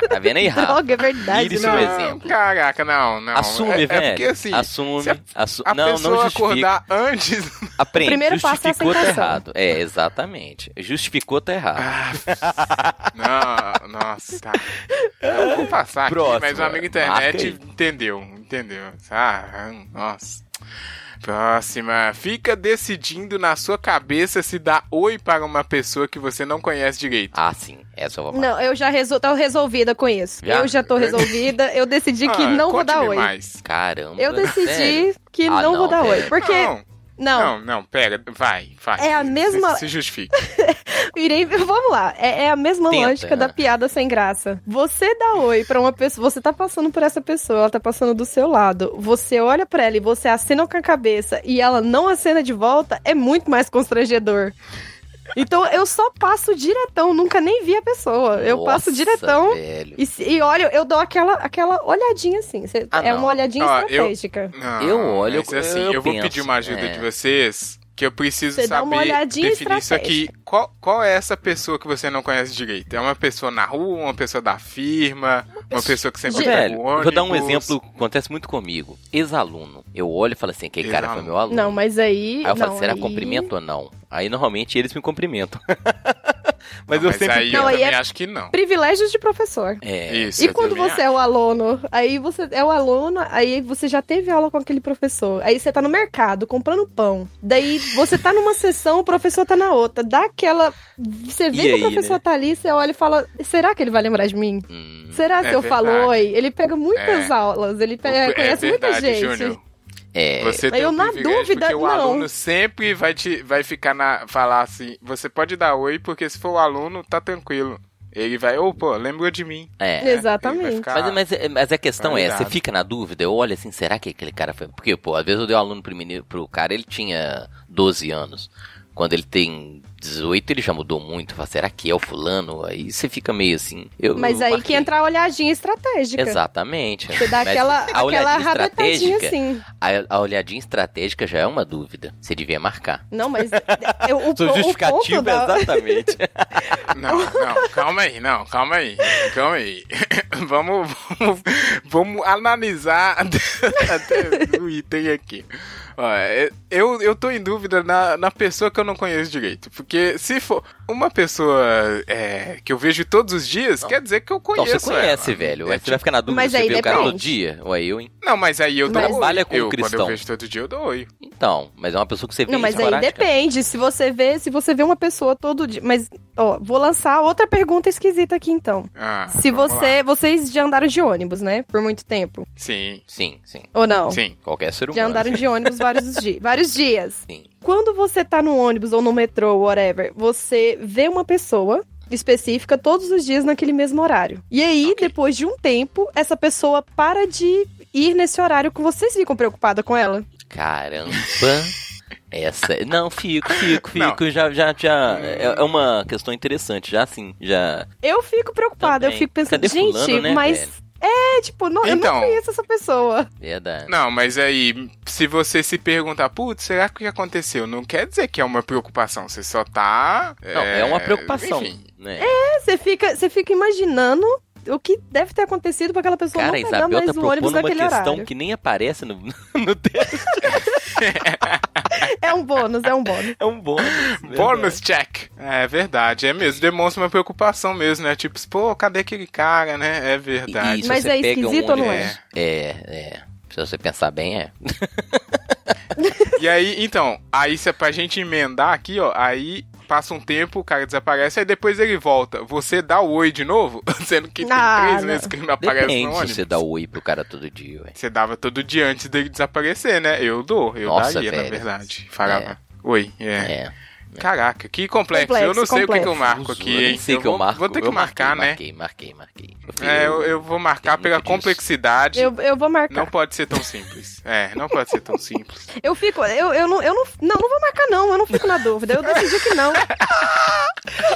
Speaker 2: tá vendo aí, Rafa?
Speaker 3: É. Droga, é verdade,
Speaker 2: Isso
Speaker 3: né?
Speaker 1: não,
Speaker 2: exemplo.
Speaker 1: Caraca, não, não.
Speaker 2: Assume,
Speaker 1: é,
Speaker 2: velho.
Speaker 1: É porque, assim,
Speaker 2: assume.
Speaker 1: se a-
Speaker 2: assu-
Speaker 1: a
Speaker 2: não, não
Speaker 1: pessoa
Speaker 2: justifica.
Speaker 1: acordar antes...
Speaker 2: Aprende.
Speaker 3: O primeiro passo é
Speaker 2: Justificou tá
Speaker 3: aceitação.
Speaker 2: errado. É, exatamente. Justificou tá errado.
Speaker 1: Ah. Não, nossa, tá. Eu vou passar aqui,
Speaker 2: Próximo, é,
Speaker 1: mas o amigo
Speaker 2: marca
Speaker 1: internet
Speaker 2: aí.
Speaker 1: entendeu, entendeu. Ah, nossa. Próxima. Fica decidindo na sua cabeça se dá oi para uma pessoa que você não conhece direito.
Speaker 2: Ah, sim. Essa eu vou marcar.
Speaker 3: Não, eu já resol... tô resolvida com isso.
Speaker 2: Já?
Speaker 3: Eu já tô resolvida. Eu decidi que
Speaker 1: É Ah,
Speaker 3: não vou dar
Speaker 1: conte-me
Speaker 3: oi.
Speaker 1: Mais.
Speaker 2: Caramba.
Speaker 3: Eu decidi
Speaker 2: sério.
Speaker 3: que
Speaker 2: Ah,
Speaker 3: não, vou
Speaker 2: não,
Speaker 3: dar oi.
Speaker 2: velho.
Speaker 3: Porque.
Speaker 1: é. Não,
Speaker 3: Não,
Speaker 1: não, não, pera, vai, vai.
Speaker 3: É a mesma-
Speaker 1: Se, se justifica.
Speaker 3: irei. Vamos lá. É, é a mesma
Speaker 2: Tenta,
Speaker 3: lógica da
Speaker 2: né?
Speaker 3: piada sem graça. Você dá oi pra uma pessoa. Você tá passando por essa pessoa, ela tá passando do seu lado. Você olha pra ela e você acena com a cabeça e ela não acena de volta, é muito mais constrangedor. Então eu só passo diretão, nunca nem vi a pessoa. Eu passo
Speaker 2: Nossa,
Speaker 3: diretão.
Speaker 2: velho.
Speaker 3: E, se- e olha, eu dou aquela, aquela olhadinha assim. cê-
Speaker 2: Ah,
Speaker 3: é
Speaker 2: não.
Speaker 3: uma olhadinha
Speaker 1: Ó, eu-
Speaker 3: estratégica.
Speaker 1: Não,
Speaker 2: Eu olho,
Speaker 1: mas, assim, eu,
Speaker 2: eu
Speaker 1: vou
Speaker 2: penso,
Speaker 1: pedir uma ajuda
Speaker 2: é.
Speaker 1: de vocês, que eu preciso
Speaker 3: Você dá
Speaker 1: saber
Speaker 3: uma olhadinha
Speaker 1: definir isso aqui.
Speaker 3: estratégica.
Speaker 1: Qual, qual é essa pessoa que você não conhece direito? É uma pessoa na rua, uma pessoa da firma, uma pessoa que sempre pega
Speaker 2: Velho,
Speaker 1: o
Speaker 2: eu
Speaker 1: ônibus?
Speaker 2: vou dar um exemplo que acontece muito comigo. Ex-aluno. Eu olho e falo assim, aquele cara foi
Speaker 1: Ex-aluno.
Speaker 2: meu aluno.
Speaker 3: Não, mas aí.
Speaker 2: Aí eu falo,
Speaker 3: não,
Speaker 2: será
Speaker 3: aí-
Speaker 2: cumprimento ou não? Aí normalmente eles me cumprimentam. mas
Speaker 1: Não,
Speaker 2: eu sempre.
Speaker 1: aí
Speaker 3: Não,
Speaker 1: eu
Speaker 3: aí
Speaker 1: também
Speaker 3: é-
Speaker 1: acho que não.
Speaker 3: Privilégios de professor.
Speaker 2: É,
Speaker 1: Isso.
Speaker 3: E
Speaker 1: eu
Speaker 3: quando
Speaker 1: também
Speaker 3: você é o aluno, aí você é o aluno, aí você já teve aula com aquele professor, aí você tá no mercado comprando pão, daí você tá numa sessão, o professor tá na outra, dá aquela. Você vê
Speaker 2: E
Speaker 3: que
Speaker 2: aí,
Speaker 3: o professor
Speaker 2: né?
Speaker 3: tá ali, você olha e fala: será que ele vai lembrar de mim?
Speaker 2: hum,
Speaker 3: Será
Speaker 1: é
Speaker 3: que eu
Speaker 1: verdade.
Speaker 3: falo oi? Ele pega muitas
Speaker 1: É.
Speaker 3: aulas, ele
Speaker 1: acho.
Speaker 3: pega, conhece
Speaker 1: é verdade,
Speaker 3: muita gente.
Speaker 1: Júnior.
Speaker 2: é,
Speaker 1: Você
Speaker 3: Mas
Speaker 1: tem
Speaker 3: eu,
Speaker 1: um
Speaker 3: na
Speaker 1: privilégio
Speaker 3: dúvida,
Speaker 1: porque o
Speaker 3: não.
Speaker 1: aluno sempre vai te vai ficar na falar assim, você pode dar oi porque se for o aluno tá tranquilo. Ele vai, ô, pô, lembrou de mim. Né?
Speaker 2: é.
Speaker 3: Exatamente.
Speaker 1: Ele vai ficar-
Speaker 2: Mas, mas, mas a questão é,
Speaker 1: validado.
Speaker 2: você fica na dúvida, eu olho assim, será que aquele cara foi. Porque, pô, às vezes eu dei um aluno pro, menino, pro cara, ele tinha 12 anos. Quando ele tem 18, ele já mudou muito. Fala, será que é o fulano? Aí você fica meio assim. Eu,
Speaker 3: Mas
Speaker 2: eu
Speaker 3: aí que
Speaker 2: marquei.
Speaker 3: entra a olhadinha estratégica.
Speaker 2: Exatamente.
Speaker 3: Você dá
Speaker 2: Mas
Speaker 3: aquela, aquela
Speaker 2: olhadinha
Speaker 3: rabetadinha
Speaker 2: estratégica-
Speaker 3: assim.
Speaker 2: A, a olhadinha estratégica já é uma dúvida. Você devia marcar.
Speaker 3: Não, mas eu, o,
Speaker 2: Sua
Speaker 3: po- o
Speaker 2: justificativa
Speaker 3: ponto da...
Speaker 2: exatamente.
Speaker 1: Não, não, calma aí, não, calma aí, calma aí. Vamos, vamos, vamos analisar até o item aqui. Ó, é, eu, eu tô em dúvida na, na pessoa que eu não conheço direito. Porque se for uma pessoa é, que eu vejo todos os dias, quer dizer que eu
Speaker 2: Não,
Speaker 1: conheço.
Speaker 2: Então, você conhece,
Speaker 1: ela.
Speaker 2: velho.
Speaker 1: É
Speaker 2: Ué, você vai ficar na dúvida
Speaker 3: Mas
Speaker 2: se
Speaker 3: aí
Speaker 2: você vê o cara
Speaker 3: depende.
Speaker 2: todo dia. Ou é eu, hein?
Speaker 1: Não, mas aí eu dou oi.
Speaker 3: Mas-
Speaker 2: Trabalha com um
Speaker 1: eu, Quando
Speaker 2: cristão.
Speaker 1: eu vejo todo dia, eu dou oi.
Speaker 2: Então, mas é uma pessoa que você vê
Speaker 3: Não, mas aí
Speaker 2: esporádica.
Speaker 3: depende. Se você vê, se você vê uma pessoa todo dia, mas ó, vou lançar outra pergunta esquisita aqui então.
Speaker 1: Ah,
Speaker 3: Se
Speaker 1: vamos lá.
Speaker 3: você, vocês já andaram de ônibus, né? Por muito tempo
Speaker 1: Sim,
Speaker 2: Sim, sim.
Speaker 3: ou não?
Speaker 1: sim.
Speaker 2: Qualquer ser humano.
Speaker 3: Já andaram de ônibus vários, di vários dias.
Speaker 2: Sim.
Speaker 3: Quando você tá no ônibus ou no metrô, whatever, você vê uma pessoa específica todos os dias naquele mesmo horário. E aí, depois de um tempo, essa pessoa para de ir nesse horário com vocês ficam preocupada com ela?
Speaker 2: Caramba. Essa. Não, fico, fico,
Speaker 1: Não.
Speaker 2: fico. Já, já, já. É é uma questão interessante, já assim. Já.
Speaker 3: Eu fico preocupada,
Speaker 2: Também.
Speaker 3: eu fico pensando,
Speaker 2: Cadê
Speaker 3: gente,
Speaker 2: fulano, né,
Speaker 3: mas
Speaker 2: velho?
Speaker 3: é, tipo, não, eu
Speaker 1: Então.
Speaker 3: não conheço essa pessoa.
Speaker 2: Verdade.
Speaker 1: Não, mas aí, se você se perguntar, putz, será que o que aconteceu? Não quer dizer que é uma preocupação, você só tá.
Speaker 2: Não, é, uma preocupação.
Speaker 1: enfim.
Speaker 2: Né?
Speaker 3: É, Você fica, você fica imaginando o que deve ter acontecido pra aquela pessoa
Speaker 2: Cara, a
Speaker 3: não pegar
Speaker 2: Isabel tá
Speaker 3: mais um ônibus
Speaker 2: propondo uma
Speaker 3: naquele
Speaker 2: questão
Speaker 3: horário.
Speaker 2: que nem aparece no, no texto.
Speaker 3: É um bônus, é um bônus.
Speaker 2: É um bônus. verdade.
Speaker 1: Bônus check. É verdade, é mesmo. Demonstra uma preocupação mesmo, né? Tipo, pô, cadê aquele cara, né? É verdade.
Speaker 2: E se
Speaker 3: Mas
Speaker 2: você
Speaker 3: é
Speaker 2: pega
Speaker 3: esquisito
Speaker 2: um
Speaker 3: ou não
Speaker 2: ônibus- É, é. Se você pensar bem, é.
Speaker 1: E aí, então, aí se é pra gente emendar aqui, ó, aí passa um tempo, o cara desaparece, aí depois ele volta. Você dá o oi de novo? Sendo que tem
Speaker 3: Ah,
Speaker 1: três
Speaker 3: não.
Speaker 1: meses que ele não aparece no
Speaker 2: Depende se
Speaker 1: ônibus.
Speaker 2: você dá oi pro cara todo dia, ué.
Speaker 1: Você dava todo dia antes dele desaparecer, né? Eu dou, eu
Speaker 2: Nossa,
Speaker 1: daria, na
Speaker 2: velho.
Speaker 1: verdade. Falava, oi, é.
Speaker 2: É.
Speaker 1: Caraca, que complexo. eu não
Speaker 3: Complexo,
Speaker 1: sei o que, que eu
Speaker 3: complexo.
Speaker 1: marco
Speaker 2: Uso,
Speaker 1: aqui,
Speaker 2: eu
Speaker 1: hein?
Speaker 2: nem sei
Speaker 1: eu
Speaker 2: que eu
Speaker 1: vou,
Speaker 2: marco.
Speaker 1: vou ter que
Speaker 2: eu marquei,
Speaker 1: marcar, né?
Speaker 2: Marquei, marquei, marquei.
Speaker 1: É, eu, eu vou marcar
Speaker 2: Tem
Speaker 1: pela
Speaker 2: muito disso.
Speaker 1: complexidade.
Speaker 3: Eu, eu vou marcar.
Speaker 1: Não pode ser tão simples. É, não pode ser tão simples.
Speaker 3: Eu fico, eu, eu, não, eu não, não, não vou marcar não, eu não fico na dúvida, eu decidi que não.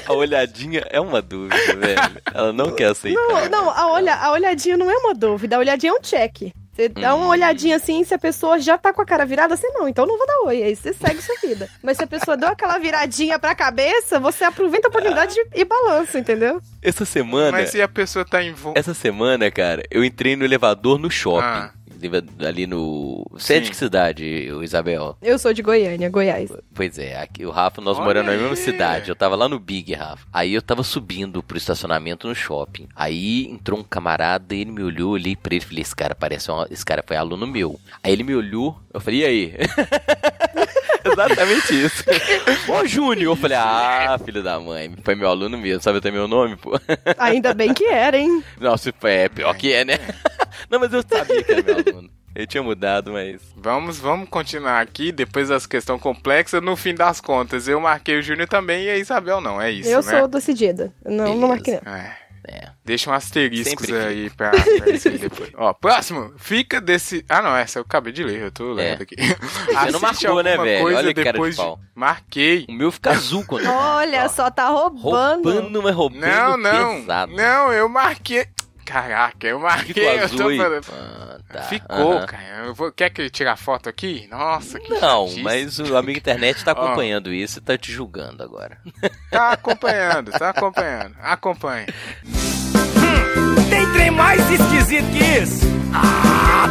Speaker 2: A olhadinha é uma dúvida, velho. Ela não quer aceitar.
Speaker 3: Não, não, a, olha, a olhadinha não é uma dúvida, a olhadinha é um check. Você dá
Speaker 1: Hum.
Speaker 3: uma olhadinha assim, se a pessoa já tá com a cara virada, você não, então não vou dar oi, aí você segue sua vida. Mas se a pessoa deu aquela viradinha pra cabeça, você aproveita a oportunidade
Speaker 1: É.
Speaker 3: de- e balança, entendeu?
Speaker 2: Essa semana,
Speaker 1: Mas e a pessoa tá em voo?
Speaker 2: essa semana, cara, eu entrei no elevador no shopping.
Speaker 1: Ah.
Speaker 2: Eleva- Ali no. Você é de
Speaker 1: Sim.
Speaker 2: que cidade, ô, Isabel?
Speaker 3: Eu sou de Goiânia, Goiás.
Speaker 2: Pois é, aqui, o Rafa, nós
Speaker 1: Olha
Speaker 2: moramos na
Speaker 1: aí.
Speaker 2: mesma cidade. Eu tava lá no Big, Rafa. Aí eu tava subindo pro estacionamento no shopping. Aí entrou um camarada, ele me olhou, eu olhei pra ele e falei: Esse cara parece um. Esse cara foi aluno meu. Aí ele me olhou, eu falei: E aí? Exatamente isso. Ô, Júnior! Eu falei:
Speaker 1: né?
Speaker 2: Ah, filho da mãe, foi meu aluno mesmo. Sabe até meu nome, pô?
Speaker 3: Ainda bem que era, hein?
Speaker 2: Nossa, é pior que é, né? Não, mas eu sabia que era meu aluno. Eu tinha mudado, mas.
Speaker 1: Vamos, vamos continuar aqui, depois das questões complexas, no fim das contas. Eu marquei o Júnior também e a Isabel não, é isso,
Speaker 3: eu
Speaker 1: né?
Speaker 3: sou decidida. Não,
Speaker 2: Beleza.
Speaker 3: não marquei não.
Speaker 1: É.
Speaker 2: É.
Speaker 1: Deixa um asteriscos
Speaker 2: Sempre
Speaker 1: aí pra, pra isso aí depois. Ó, próximo. Fica desse... Ah, não, essa eu acabei de ler, eu tô lendo aqui. Você
Speaker 2: É. não marcou, né, velho? Olha que cara de pau.
Speaker 1: Marquei.
Speaker 2: O meu fica azul quando. eu marco, ó.
Speaker 3: Olha só, tá roubando.
Speaker 2: Roubando, mas roubando
Speaker 1: Não, não.
Speaker 2: Um pesado.
Speaker 1: Não, eu marquei... Caraca, eu marquei.
Speaker 2: Ficou
Speaker 1: eu tô
Speaker 2: azul aí?
Speaker 1: falando-
Speaker 2: Ah, tá.
Speaker 1: Ficou,
Speaker 2: Aham.
Speaker 1: cara. Eu vou- Quer que eu tire a foto aqui? Nossa, que
Speaker 2: Não,
Speaker 1: chatice.
Speaker 2: mas o amigo internet tá
Speaker 1: Ó.
Speaker 2: acompanhando isso e tá te julgando agora.
Speaker 1: Tá acompanhando, tá acompanhando. Acompanha.
Speaker 7: Hum, Tem trem mais esquisito que isso? Ah,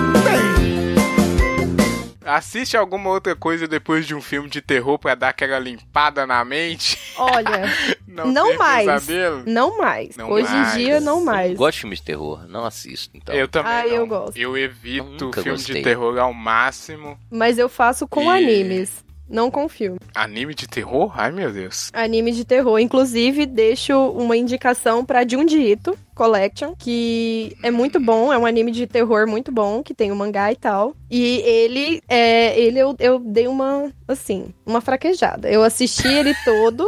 Speaker 1: Assiste alguma outra coisa depois de um filme de terror pra dar aquela limpada na mente?
Speaker 3: Olha, Não
Speaker 1: ter
Speaker 3: mais. Então.
Speaker 1: pesadelo?
Speaker 3: não mais.
Speaker 1: Não
Speaker 3: Hoje
Speaker 1: mais.
Speaker 3: em dia, não mais.
Speaker 2: Eu gosto de filmes de terror, não assisto, então.
Speaker 1: Eu também.
Speaker 3: Ah, eu
Speaker 1: não.
Speaker 3: gosto.
Speaker 1: Eu evito
Speaker 2: Nunca
Speaker 1: filme de
Speaker 2: gostei.
Speaker 1: terror ao máximo.
Speaker 3: Mas eu faço com
Speaker 1: E-
Speaker 3: animes, não com filme.
Speaker 1: Anime de terror? Ai, meu Deus.
Speaker 3: Anime de terror. Inclusive, deixo uma indicação pra Jundito Collection, que é muito bom, é um anime de terror muito bom, que tem o mangá e tal. E ele, é, ele eu, eu dei uma, assim, uma fraquejada. Eu assisti ele todo.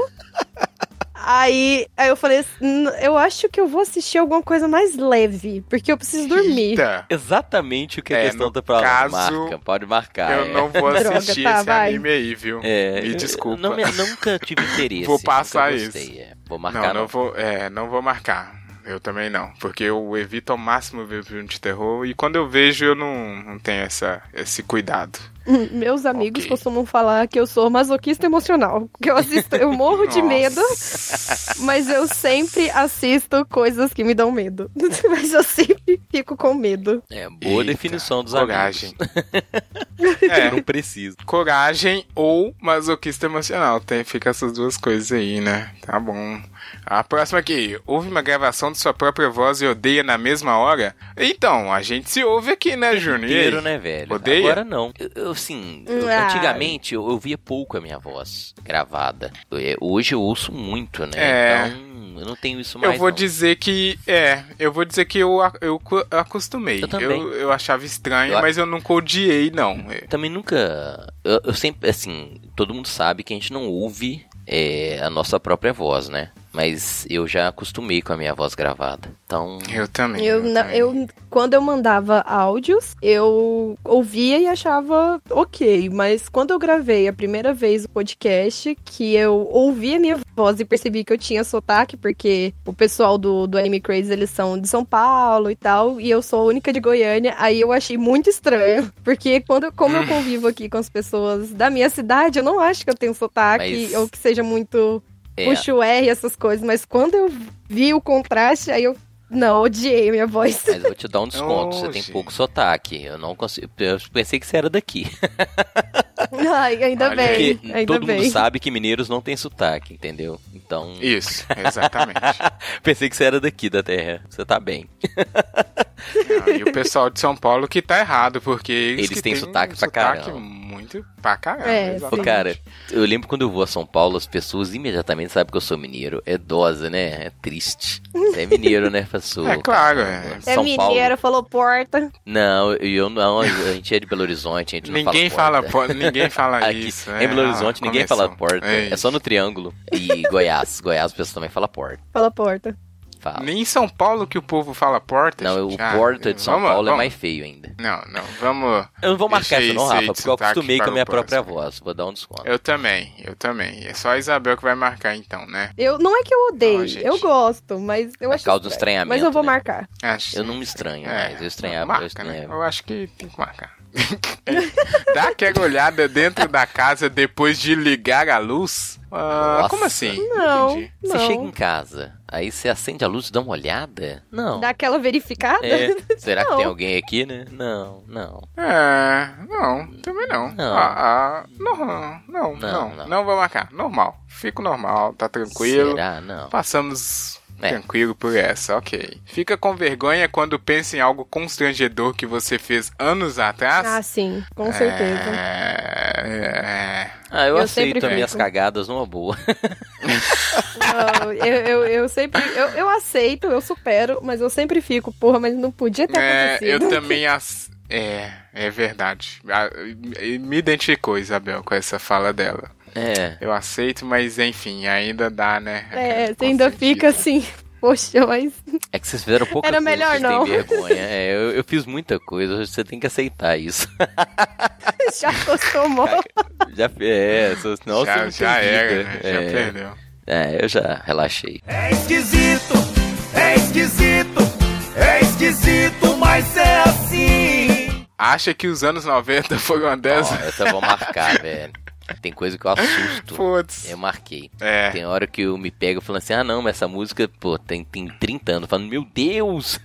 Speaker 3: Aí, aí eu falei, assim, "Hum, eu acho que eu vou assistir alguma coisa mais leve, porque eu preciso dormir.
Speaker 1: Eita,
Speaker 2: Exatamente o que a
Speaker 1: É,
Speaker 2: questão
Speaker 1: no
Speaker 2: tá falando.
Speaker 1: caso,
Speaker 2: Marca, pode marcar.
Speaker 1: eu
Speaker 2: é.
Speaker 1: não vou
Speaker 3: Droga,
Speaker 1: assistir
Speaker 3: tá,
Speaker 1: esse
Speaker 3: vai.
Speaker 1: anime aí, viu?
Speaker 2: É,
Speaker 1: Me
Speaker 2: eu-
Speaker 1: desculpa.
Speaker 2: não me- nunca tive interesse.
Speaker 1: Vou passar
Speaker 2: nunca gostei, é. Vou
Speaker 1: Não,
Speaker 2: marcar.
Speaker 1: não,
Speaker 2: não.
Speaker 1: vou. É, não vou marcar. Eu também não. Porque eu evito ao máximo ver filme de terror. E quando eu vejo, eu não, não tenho essa, esse cuidado.
Speaker 3: Meus amigos
Speaker 1: Ok.
Speaker 3: costumam falar que eu sou masoquista emocional. Que eu assisto, eu morro de medo,
Speaker 1: Nossa.
Speaker 3: mas eu sempre assisto coisas que me dão medo. mas eu sempre fico com medo.
Speaker 2: É, boa
Speaker 1: Eita,
Speaker 2: definição dos
Speaker 1: coragem.
Speaker 2: amigos.
Speaker 1: É.
Speaker 2: Não preciso.
Speaker 1: coragem ou masoquista emocional. Tem, fica essas duas coisas aí, né? Tá bom. A próxima aqui. Ouve uma gravação de sua própria voz e odeia na mesma hora? Então, a gente se ouve aqui, né, Júnior? E aí?
Speaker 2: Inteiro, né, velho?
Speaker 1: Odeia?
Speaker 2: Agora não. Eu, eu, assim, eu-
Speaker 3: Ah.
Speaker 2: antigamente eu ouvia pouco a minha voz gravada. Eu- é, hoje eu ouço muito, né?
Speaker 1: É.
Speaker 2: Então, eu não tenho isso mais.
Speaker 1: Eu vou
Speaker 2: não.
Speaker 1: dizer que. É, eu vou dizer que eu, a- eu, cu- acostumei.
Speaker 2: Eu também.
Speaker 1: eu achava estranho,
Speaker 2: Eu a-
Speaker 1: mas eu nunca odiei, não.
Speaker 2: Também nunca. Eu, eu sempre, assim, todo mundo sabe que a gente não ouve é, a nossa própria voz, né? Mas eu já acostumei com a minha voz gravada. Então.
Speaker 1: Eu também.
Speaker 3: Eu, na-
Speaker 1: também.
Speaker 3: eu- quando eu mandava áudios, eu ouvia e achava ok, mas quando eu gravei a primeira vez o podcast, que eu ouvi a minha voz e percebi que eu tinha sotaque, porque o pessoal do, do Anime Crazy, eles são de São Paulo e tal, e eu sou a única de Goiânia, aí eu achei muito estranho, porque quando, como eu convivo aqui com as pessoas da minha cidade, eu não acho que eu tenho sotaque,
Speaker 2: Mas-
Speaker 3: ou que seja muito
Speaker 2: É,
Speaker 3: puxa o R, essas coisas, mas quando eu vi o contraste, aí eu. Não, odiei minha voz.
Speaker 2: Mas eu vou te dar um desconto. você tem
Speaker 1: gente.
Speaker 2: pouco sotaque. Eu não consigo. Eu pensei que você era daqui.
Speaker 3: Ai, ainda
Speaker 1: Olha,
Speaker 3: bem.
Speaker 2: Porque
Speaker 3: Ainda
Speaker 2: todo
Speaker 3: bem.
Speaker 2: mundo sabe que mineiros não tem sotaque, entendeu? Então.
Speaker 1: Isso, exatamente.
Speaker 2: Pensei que você era daqui da terra. Você tá bem.
Speaker 1: Não, e o pessoal de São Paulo que tá errado, porque eles,
Speaker 2: Eles
Speaker 1: que
Speaker 2: têm
Speaker 1: têm
Speaker 2: sotaque
Speaker 1: um
Speaker 2: pra
Speaker 1: sotaque
Speaker 2: caramba.
Speaker 1: muito pra caramba.
Speaker 3: É,
Speaker 2: Pô,
Speaker 1: exatamente.
Speaker 2: cara, eu lembro quando eu vou a São Paulo, as pessoas imediatamente sabem que eu sou mineiro. É dose, né? É triste. Você é mineiro, né, pessoa?
Speaker 1: É claro, é.
Speaker 2: caramba.
Speaker 3: É
Speaker 2: São Paulo.
Speaker 3: mineiro, falou porta.
Speaker 2: Não, eu- eu não. A gente é de Belo Horizonte, a gente não
Speaker 1: Ninguém
Speaker 2: fala
Speaker 1: fala,
Speaker 2: porta.
Speaker 1: po- ninguém fala
Speaker 2: Aqui,
Speaker 1: isso.
Speaker 2: em
Speaker 1: é,
Speaker 2: Belo
Speaker 1: ah,
Speaker 2: Horizonte, ninguém
Speaker 1: começou.
Speaker 2: fala porta. É,
Speaker 1: isso.
Speaker 2: só no Triângulo. E Goiás. Goiás, o pessoal também fala porta.
Speaker 3: Fala porta.
Speaker 2: Fala.
Speaker 1: Nem em São Paulo que o povo fala porta.
Speaker 2: Não, o
Speaker 1: gente. Ah,
Speaker 2: porta de São
Speaker 1: vamos-
Speaker 2: Paulo é
Speaker 1: vamos-
Speaker 2: mais feio ainda.
Speaker 1: Não, não, vamos...
Speaker 2: Eu não vou marcar
Speaker 1: Deixa
Speaker 2: isso não,
Speaker 1: isso tá aí
Speaker 2: Rafa,
Speaker 1: de
Speaker 2: porque eu
Speaker 1: sotaque
Speaker 2: acostumei com
Speaker 1: para
Speaker 2: a
Speaker 1: o
Speaker 2: minha própria
Speaker 1: próximo.
Speaker 2: voz. Vou dar um desconto.
Speaker 1: Eu também, eu também. É só a Isabel que vai marcar então, né?
Speaker 3: Eu, não é que eu odeio,
Speaker 1: Não, gente.
Speaker 3: eu gosto, mas eu
Speaker 2: Mas
Speaker 3: acho.
Speaker 2: causa um
Speaker 3: estranho.
Speaker 2: estranhamento,
Speaker 3: Mas eu vou
Speaker 2: né?
Speaker 3: marcar.
Speaker 1: Acho-
Speaker 2: Eu não me estranho
Speaker 1: É,
Speaker 2: mais. Eu estranhava.
Speaker 1: marca,
Speaker 2: eu estranhava.
Speaker 1: Né? Eu acho que tem que marcar. Dá aquela olhada dentro da casa depois de ligar a luz? Ah,
Speaker 2: Nossa.
Speaker 1: como assim?
Speaker 3: Não,
Speaker 1: Entendi.
Speaker 3: não.
Speaker 2: Você chega em casa, aí você acende a luz e dá uma olhada? Não.
Speaker 3: Dá aquela verificada?
Speaker 2: É. Será que
Speaker 3: Não.
Speaker 2: tem alguém aqui, né? Não, não.
Speaker 1: É, não, também não.
Speaker 2: Não.
Speaker 1: Ah, ah, não, não, não,
Speaker 2: Não,
Speaker 1: não,
Speaker 2: não.
Speaker 1: vou marcar. Normal. Fico normal, tá tranquilo.
Speaker 2: Será? Não.
Speaker 1: Passamos
Speaker 2: É.
Speaker 1: tranquilo por essa, ok. Fica com vergonha quando pensa em algo constrangedor que você fez anos atrás?
Speaker 3: Ah, sim, com certeza.
Speaker 1: É, é,
Speaker 2: Ah, eu,
Speaker 3: Eu sempre
Speaker 2: aceito as minhas
Speaker 3: fico.
Speaker 2: cagadas numa boa.
Speaker 3: Não, eu, eu, eu sempre. Eu, eu aceito, eu supero, mas eu sempre fico, porra, mas não podia ter
Speaker 1: é, eu
Speaker 3: acontecido.
Speaker 1: também as... É, é verdade. Ah, me- Me identificou, Isabel, com essa fala dela.
Speaker 2: É.
Speaker 1: Eu aceito, mas enfim, ainda dá, né?
Speaker 3: É, você ainda fica assim, poxa, mas.
Speaker 2: É que vocês fizeram pouca
Speaker 3: Era
Speaker 2: coisa.
Speaker 3: melhor
Speaker 2: vocês
Speaker 3: não.
Speaker 2: Têm vergonha. É, eu, eu fiz muita coisa, você tem que aceitar isso.
Speaker 3: Já acostumou.
Speaker 2: Já é, senão você
Speaker 1: já,
Speaker 2: não
Speaker 1: já
Speaker 2: tem vida.
Speaker 1: era, né? Já
Speaker 2: É.
Speaker 1: perdeu.
Speaker 2: É, eu já relaxei.
Speaker 7: É esquisito, é esquisito, é esquisito, mas é assim.
Speaker 1: Acha que os anos 90 foram
Speaker 2: Ó,
Speaker 1: 10?
Speaker 2: essa eu vou marcar, velho. Tem coisa que eu assusto.
Speaker 1: Putz.
Speaker 2: Eu marquei.
Speaker 1: É.
Speaker 2: Tem hora que eu me pego falando assim, ah não, mas essa música, pô, tem, tem 30 anos. Falando, meu Deus!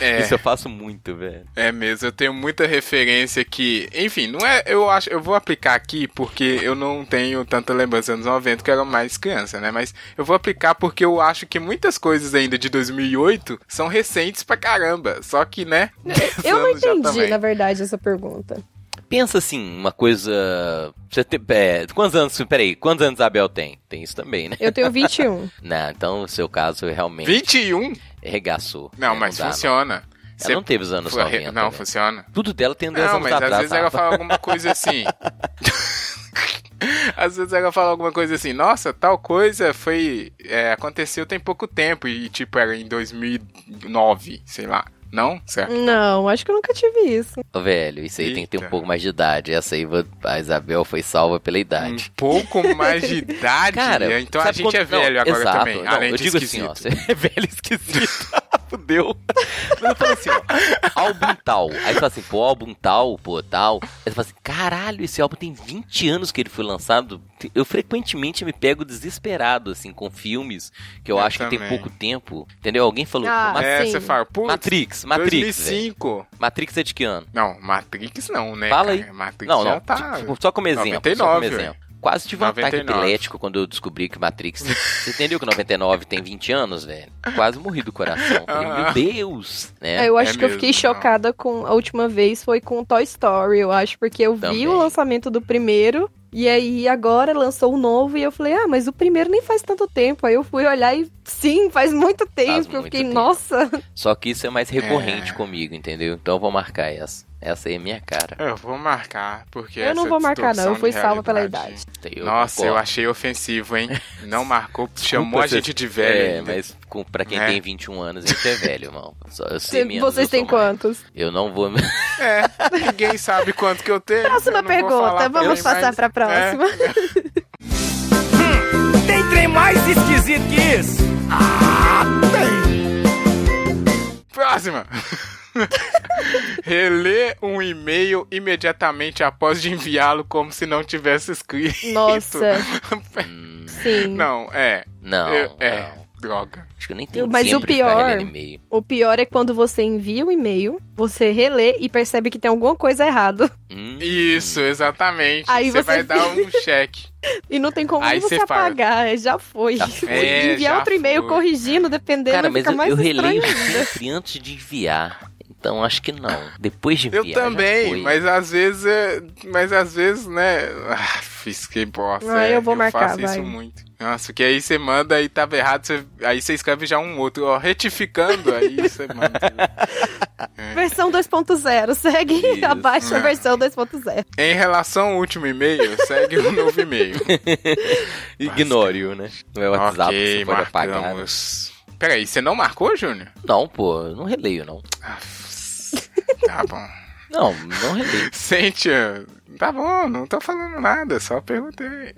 Speaker 1: É.
Speaker 2: Isso eu faço muito, velho.
Speaker 1: É mesmo, eu tenho muita referência que, enfim, não é, eu acho, eu vou aplicar aqui porque eu não tenho tanta lembrança dos anos 90, que eu era mais criança, né? Mas eu vou aplicar porque eu acho que muitas coisas ainda de 2008 são recentes pra caramba. Só que, né?
Speaker 3: Eu não
Speaker 1: anos já
Speaker 3: entendi,
Speaker 1: também.
Speaker 3: na verdade, essa pergunta.
Speaker 2: Pensa assim, uma coisa. Você tem. É, quantos anos. Peraí, quantos anos a Abel tem? Tem isso também, né?
Speaker 3: Eu tenho 21.
Speaker 2: Não, então o seu caso realmente
Speaker 1: 21?
Speaker 2: regaçou.
Speaker 1: Não,
Speaker 2: É,
Speaker 1: mas
Speaker 2: dá,
Speaker 1: funciona.
Speaker 2: Ela não teve os anos
Speaker 1: Foi-
Speaker 2: 90.
Speaker 1: Não,
Speaker 2: né?
Speaker 1: funciona.
Speaker 2: Tudo dela tem dois
Speaker 1: Não,
Speaker 2: anos né?
Speaker 1: mas
Speaker 2: atrás.
Speaker 1: às vezes ela
Speaker 2: Rafa.
Speaker 1: fala alguma coisa assim. às vezes ela fala alguma coisa assim, nossa, tal coisa foi. é, aconteceu tem pouco tempo, e tipo, era em 2009, sei lá. Não? Certo?
Speaker 3: Não, acho que eu nunca tive isso.
Speaker 2: Ô, Velho, isso aí tem que ter um
Speaker 1: Eita.
Speaker 2: pouco mais de idade. Essa aí vo- a Isabel foi salva pela
Speaker 1: Um
Speaker 2: idade.
Speaker 1: pouco mais de idade,
Speaker 2: Hum. Cara,
Speaker 1: então a
Speaker 2: sabe
Speaker 1: gente
Speaker 2: quando-
Speaker 1: é velho
Speaker 2: não,
Speaker 1: agora
Speaker 2: exato.
Speaker 1: também.
Speaker 2: Não,
Speaker 1: além
Speaker 2: eu
Speaker 1: de
Speaker 2: digo
Speaker 1: esquisito.
Speaker 2: assim, ó, você é velho e esquisito. Fudeu. Mas eu falo assim, ó, álbum tal. Aí você fala assim, pô, álbum tal, pô, tal. Aí você fala assim, caralho, esse álbum tem 20 anos que ele foi lançado. Eu frequentemente me pego desesperado, assim, com filmes que eu,
Speaker 1: Eu
Speaker 2: acho que tem
Speaker 1: também.
Speaker 2: pouco tempo. Entendeu? Alguém falou, pô,
Speaker 3: Ah,
Speaker 2: Matrix,
Speaker 1: é,
Speaker 3: Assim,
Speaker 1: você fala, putz,
Speaker 2: Matrix, Matrix, velho.
Speaker 1: 2005.
Speaker 2: Matrix é de que ano?
Speaker 1: Não, Matrix não, né?
Speaker 2: Fala
Speaker 1: cara?
Speaker 2: aí.
Speaker 1: Matrix
Speaker 2: Não,
Speaker 1: já
Speaker 2: não.
Speaker 1: tá.
Speaker 2: tipo, Só como exemplo. só
Speaker 1: 99,
Speaker 2: como exemplo. Quase tive um ataque
Speaker 1: 99.
Speaker 2: epilético quando eu descobri que Matrix. Você entendeu que 99 tem 20 anos, velho? Quase morri do coração. Falei,
Speaker 1: Ah.
Speaker 2: Meu Deus!
Speaker 3: É,
Speaker 2: Né?
Speaker 3: eu acho
Speaker 1: é
Speaker 3: que eu fiquei
Speaker 1: mesmo, não.
Speaker 3: chocada com a última vez foi com Toy Story, eu acho, porque eu
Speaker 2: Também.
Speaker 3: vi o lançamento do primeiro e aí agora lançou o novo e eu falei: "Ah, mas o primeiro nem faz tanto tempo". Aí eu fui olhar e sim, faz muito tempo. eu
Speaker 2: muito
Speaker 3: fiquei:
Speaker 2: tempo.
Speaker 3: "Nossa".
Speaker 2: Só que isso é mais recorrente
Speaker 1: É.
Speaker 2: comigo, entendeu? Então eu vou marcar essa. Essa aí é minha cara.
Speaker 1: Eu vou marcar, porque
Speaker 3: eu não
Speaker 1: essa
Speaker 3: vou marcar não,
Speaker 1: distorção
Speaker 3: eu fui
Speaker 1: de
Speaker 3: salva pela
Speaker 1: realidade-
Speaker 3: idade.
Speaker 1: Nossa, eu
Speaker 2: concordo.
Speaker 1: achei ofensivo, hein? Não marcou, chamou
Speaker 2: Desculpa
Speaker 1: a
Speaker 2: se-
Speaker 1: gente de velho.
Speaker 2: É,
Speaker 1: ainda.
Speaker 2: mas com, pra quem
Speaker 1: Né?
Speaker 2: tem 21 anos, isso é velho, irmão. Só- eu sei
Speaker 3: Cê-
Speaker 2: menos, eu
Speaker 3: Vocês
Speaker 2: sou
Speaker 3: têm
Speaker 2: mais.
Speaker 3: quantos?
Speaker 2: Eu não vou.
Speaker 1: É, ninguém sabe quanto que eu tenho.
Speaker 3: Próxima
Speaker 1: eu não vou falar
Speaker 3: pergunta,
Speaker 1: pra
Speaker 3: vamos
Speaker 1: ninguém,
Speaker 3: passar
Speaker 1: mas- É,
Speaker 3: pra próxima.
Speaker 1: né?
Speaker 7: Tem trem mais esquisito que isso? Ah, tem!
Speaker 1: É, próxima! Relê um e-mail imediatamente após de enviá-lo como se não tivesse escrito.
Speaker 3: Nossa,
Speaker 2: Hum,
Speaker 3: sim.
Speaker 1: Não, é.
Speaker 2: Não,
Speaker 1: Eu- é.
Speaker 2: não.
Speaker 1: Droga.
Speaker 2: Acho que eu nem tenho
Speaker 3: Mas
Speaker 2: tempo
Speaker 3: o
Speaker 2: de ficar
Speaker 3: pior-
Speaker 2: relendo e-mail.
Speaker 3: O pior é quando você envia o e-mail, você relê e percebe que tem alguma coisa errada.
Speaker 2: Hum,
Speaker 1: Isso, exatamente.
Speaker 3: Aí
Speaker 1: você
Speaker 3: você
Speaker 1: vai dar um cheque.
Speaker 3: E não tem como
Speaker 1: Aí
Speaker 3: você
Speaker 1: você fala.
Speaker 3: apagar, é, já foi.
Speaker 2: Já foi.
Speaker 1: É,
Speaker 3: enviar
Speaker 1: já
Speaker 3: outro e-mail
Speaker 1: foi.
Speaker 3: corrigindo, dependendo,
Speaker 2: Cara,
Speaker 3: vai
Speaker 2: mas
Speaker 3: ficar
Speaker 2: eu,
Speaker 3: mais
Speaker 2: eu releio
Speaker 3: estranho ainda.
Speaker 2: sempre antes de enviar. Então acho que não. Depois de enviar.
Speaker 1: Eu
Speaker 2: já
Speaker 1: também,
Speaker 2: foi.
Speaker 1: mas às vezes, é- mas às vezes, né? Ah, fiz que bosta.
Speaker 3: Ah,
Speaker 1: é,
Speaker 3: eu vou marcar,
Speaker 1: faço isso
Speaker 3: vai.
Speaker 1: muito. Nossa, porque aí você manda e tava errado, você- aí você escreve já um outro, ó, retificando, aí você manda.
Speaker 3: Versão 2.0, segue
Speaker 2: Isso.
Speaker 3: abaixo a versão 2.0.
Speaker 1: Em relação ao último e-mail, segue um novo e-mail.
Speaker 2: Ignore-o, né? Não é o WhatsApp que
Speaker 1: ok,
Speaker 2: você pode apagar. né?
Speaker 1: marcamos. Peraí, você não marcou, Júnior?
Speaker 2: Não, pô, eu não releio, não.
Speaker 1: Ah, tá bom.
Speaker 2: Não, não releio.
Speaker 1: Cíntia, tá bom, não tô falando nada, só perguntei.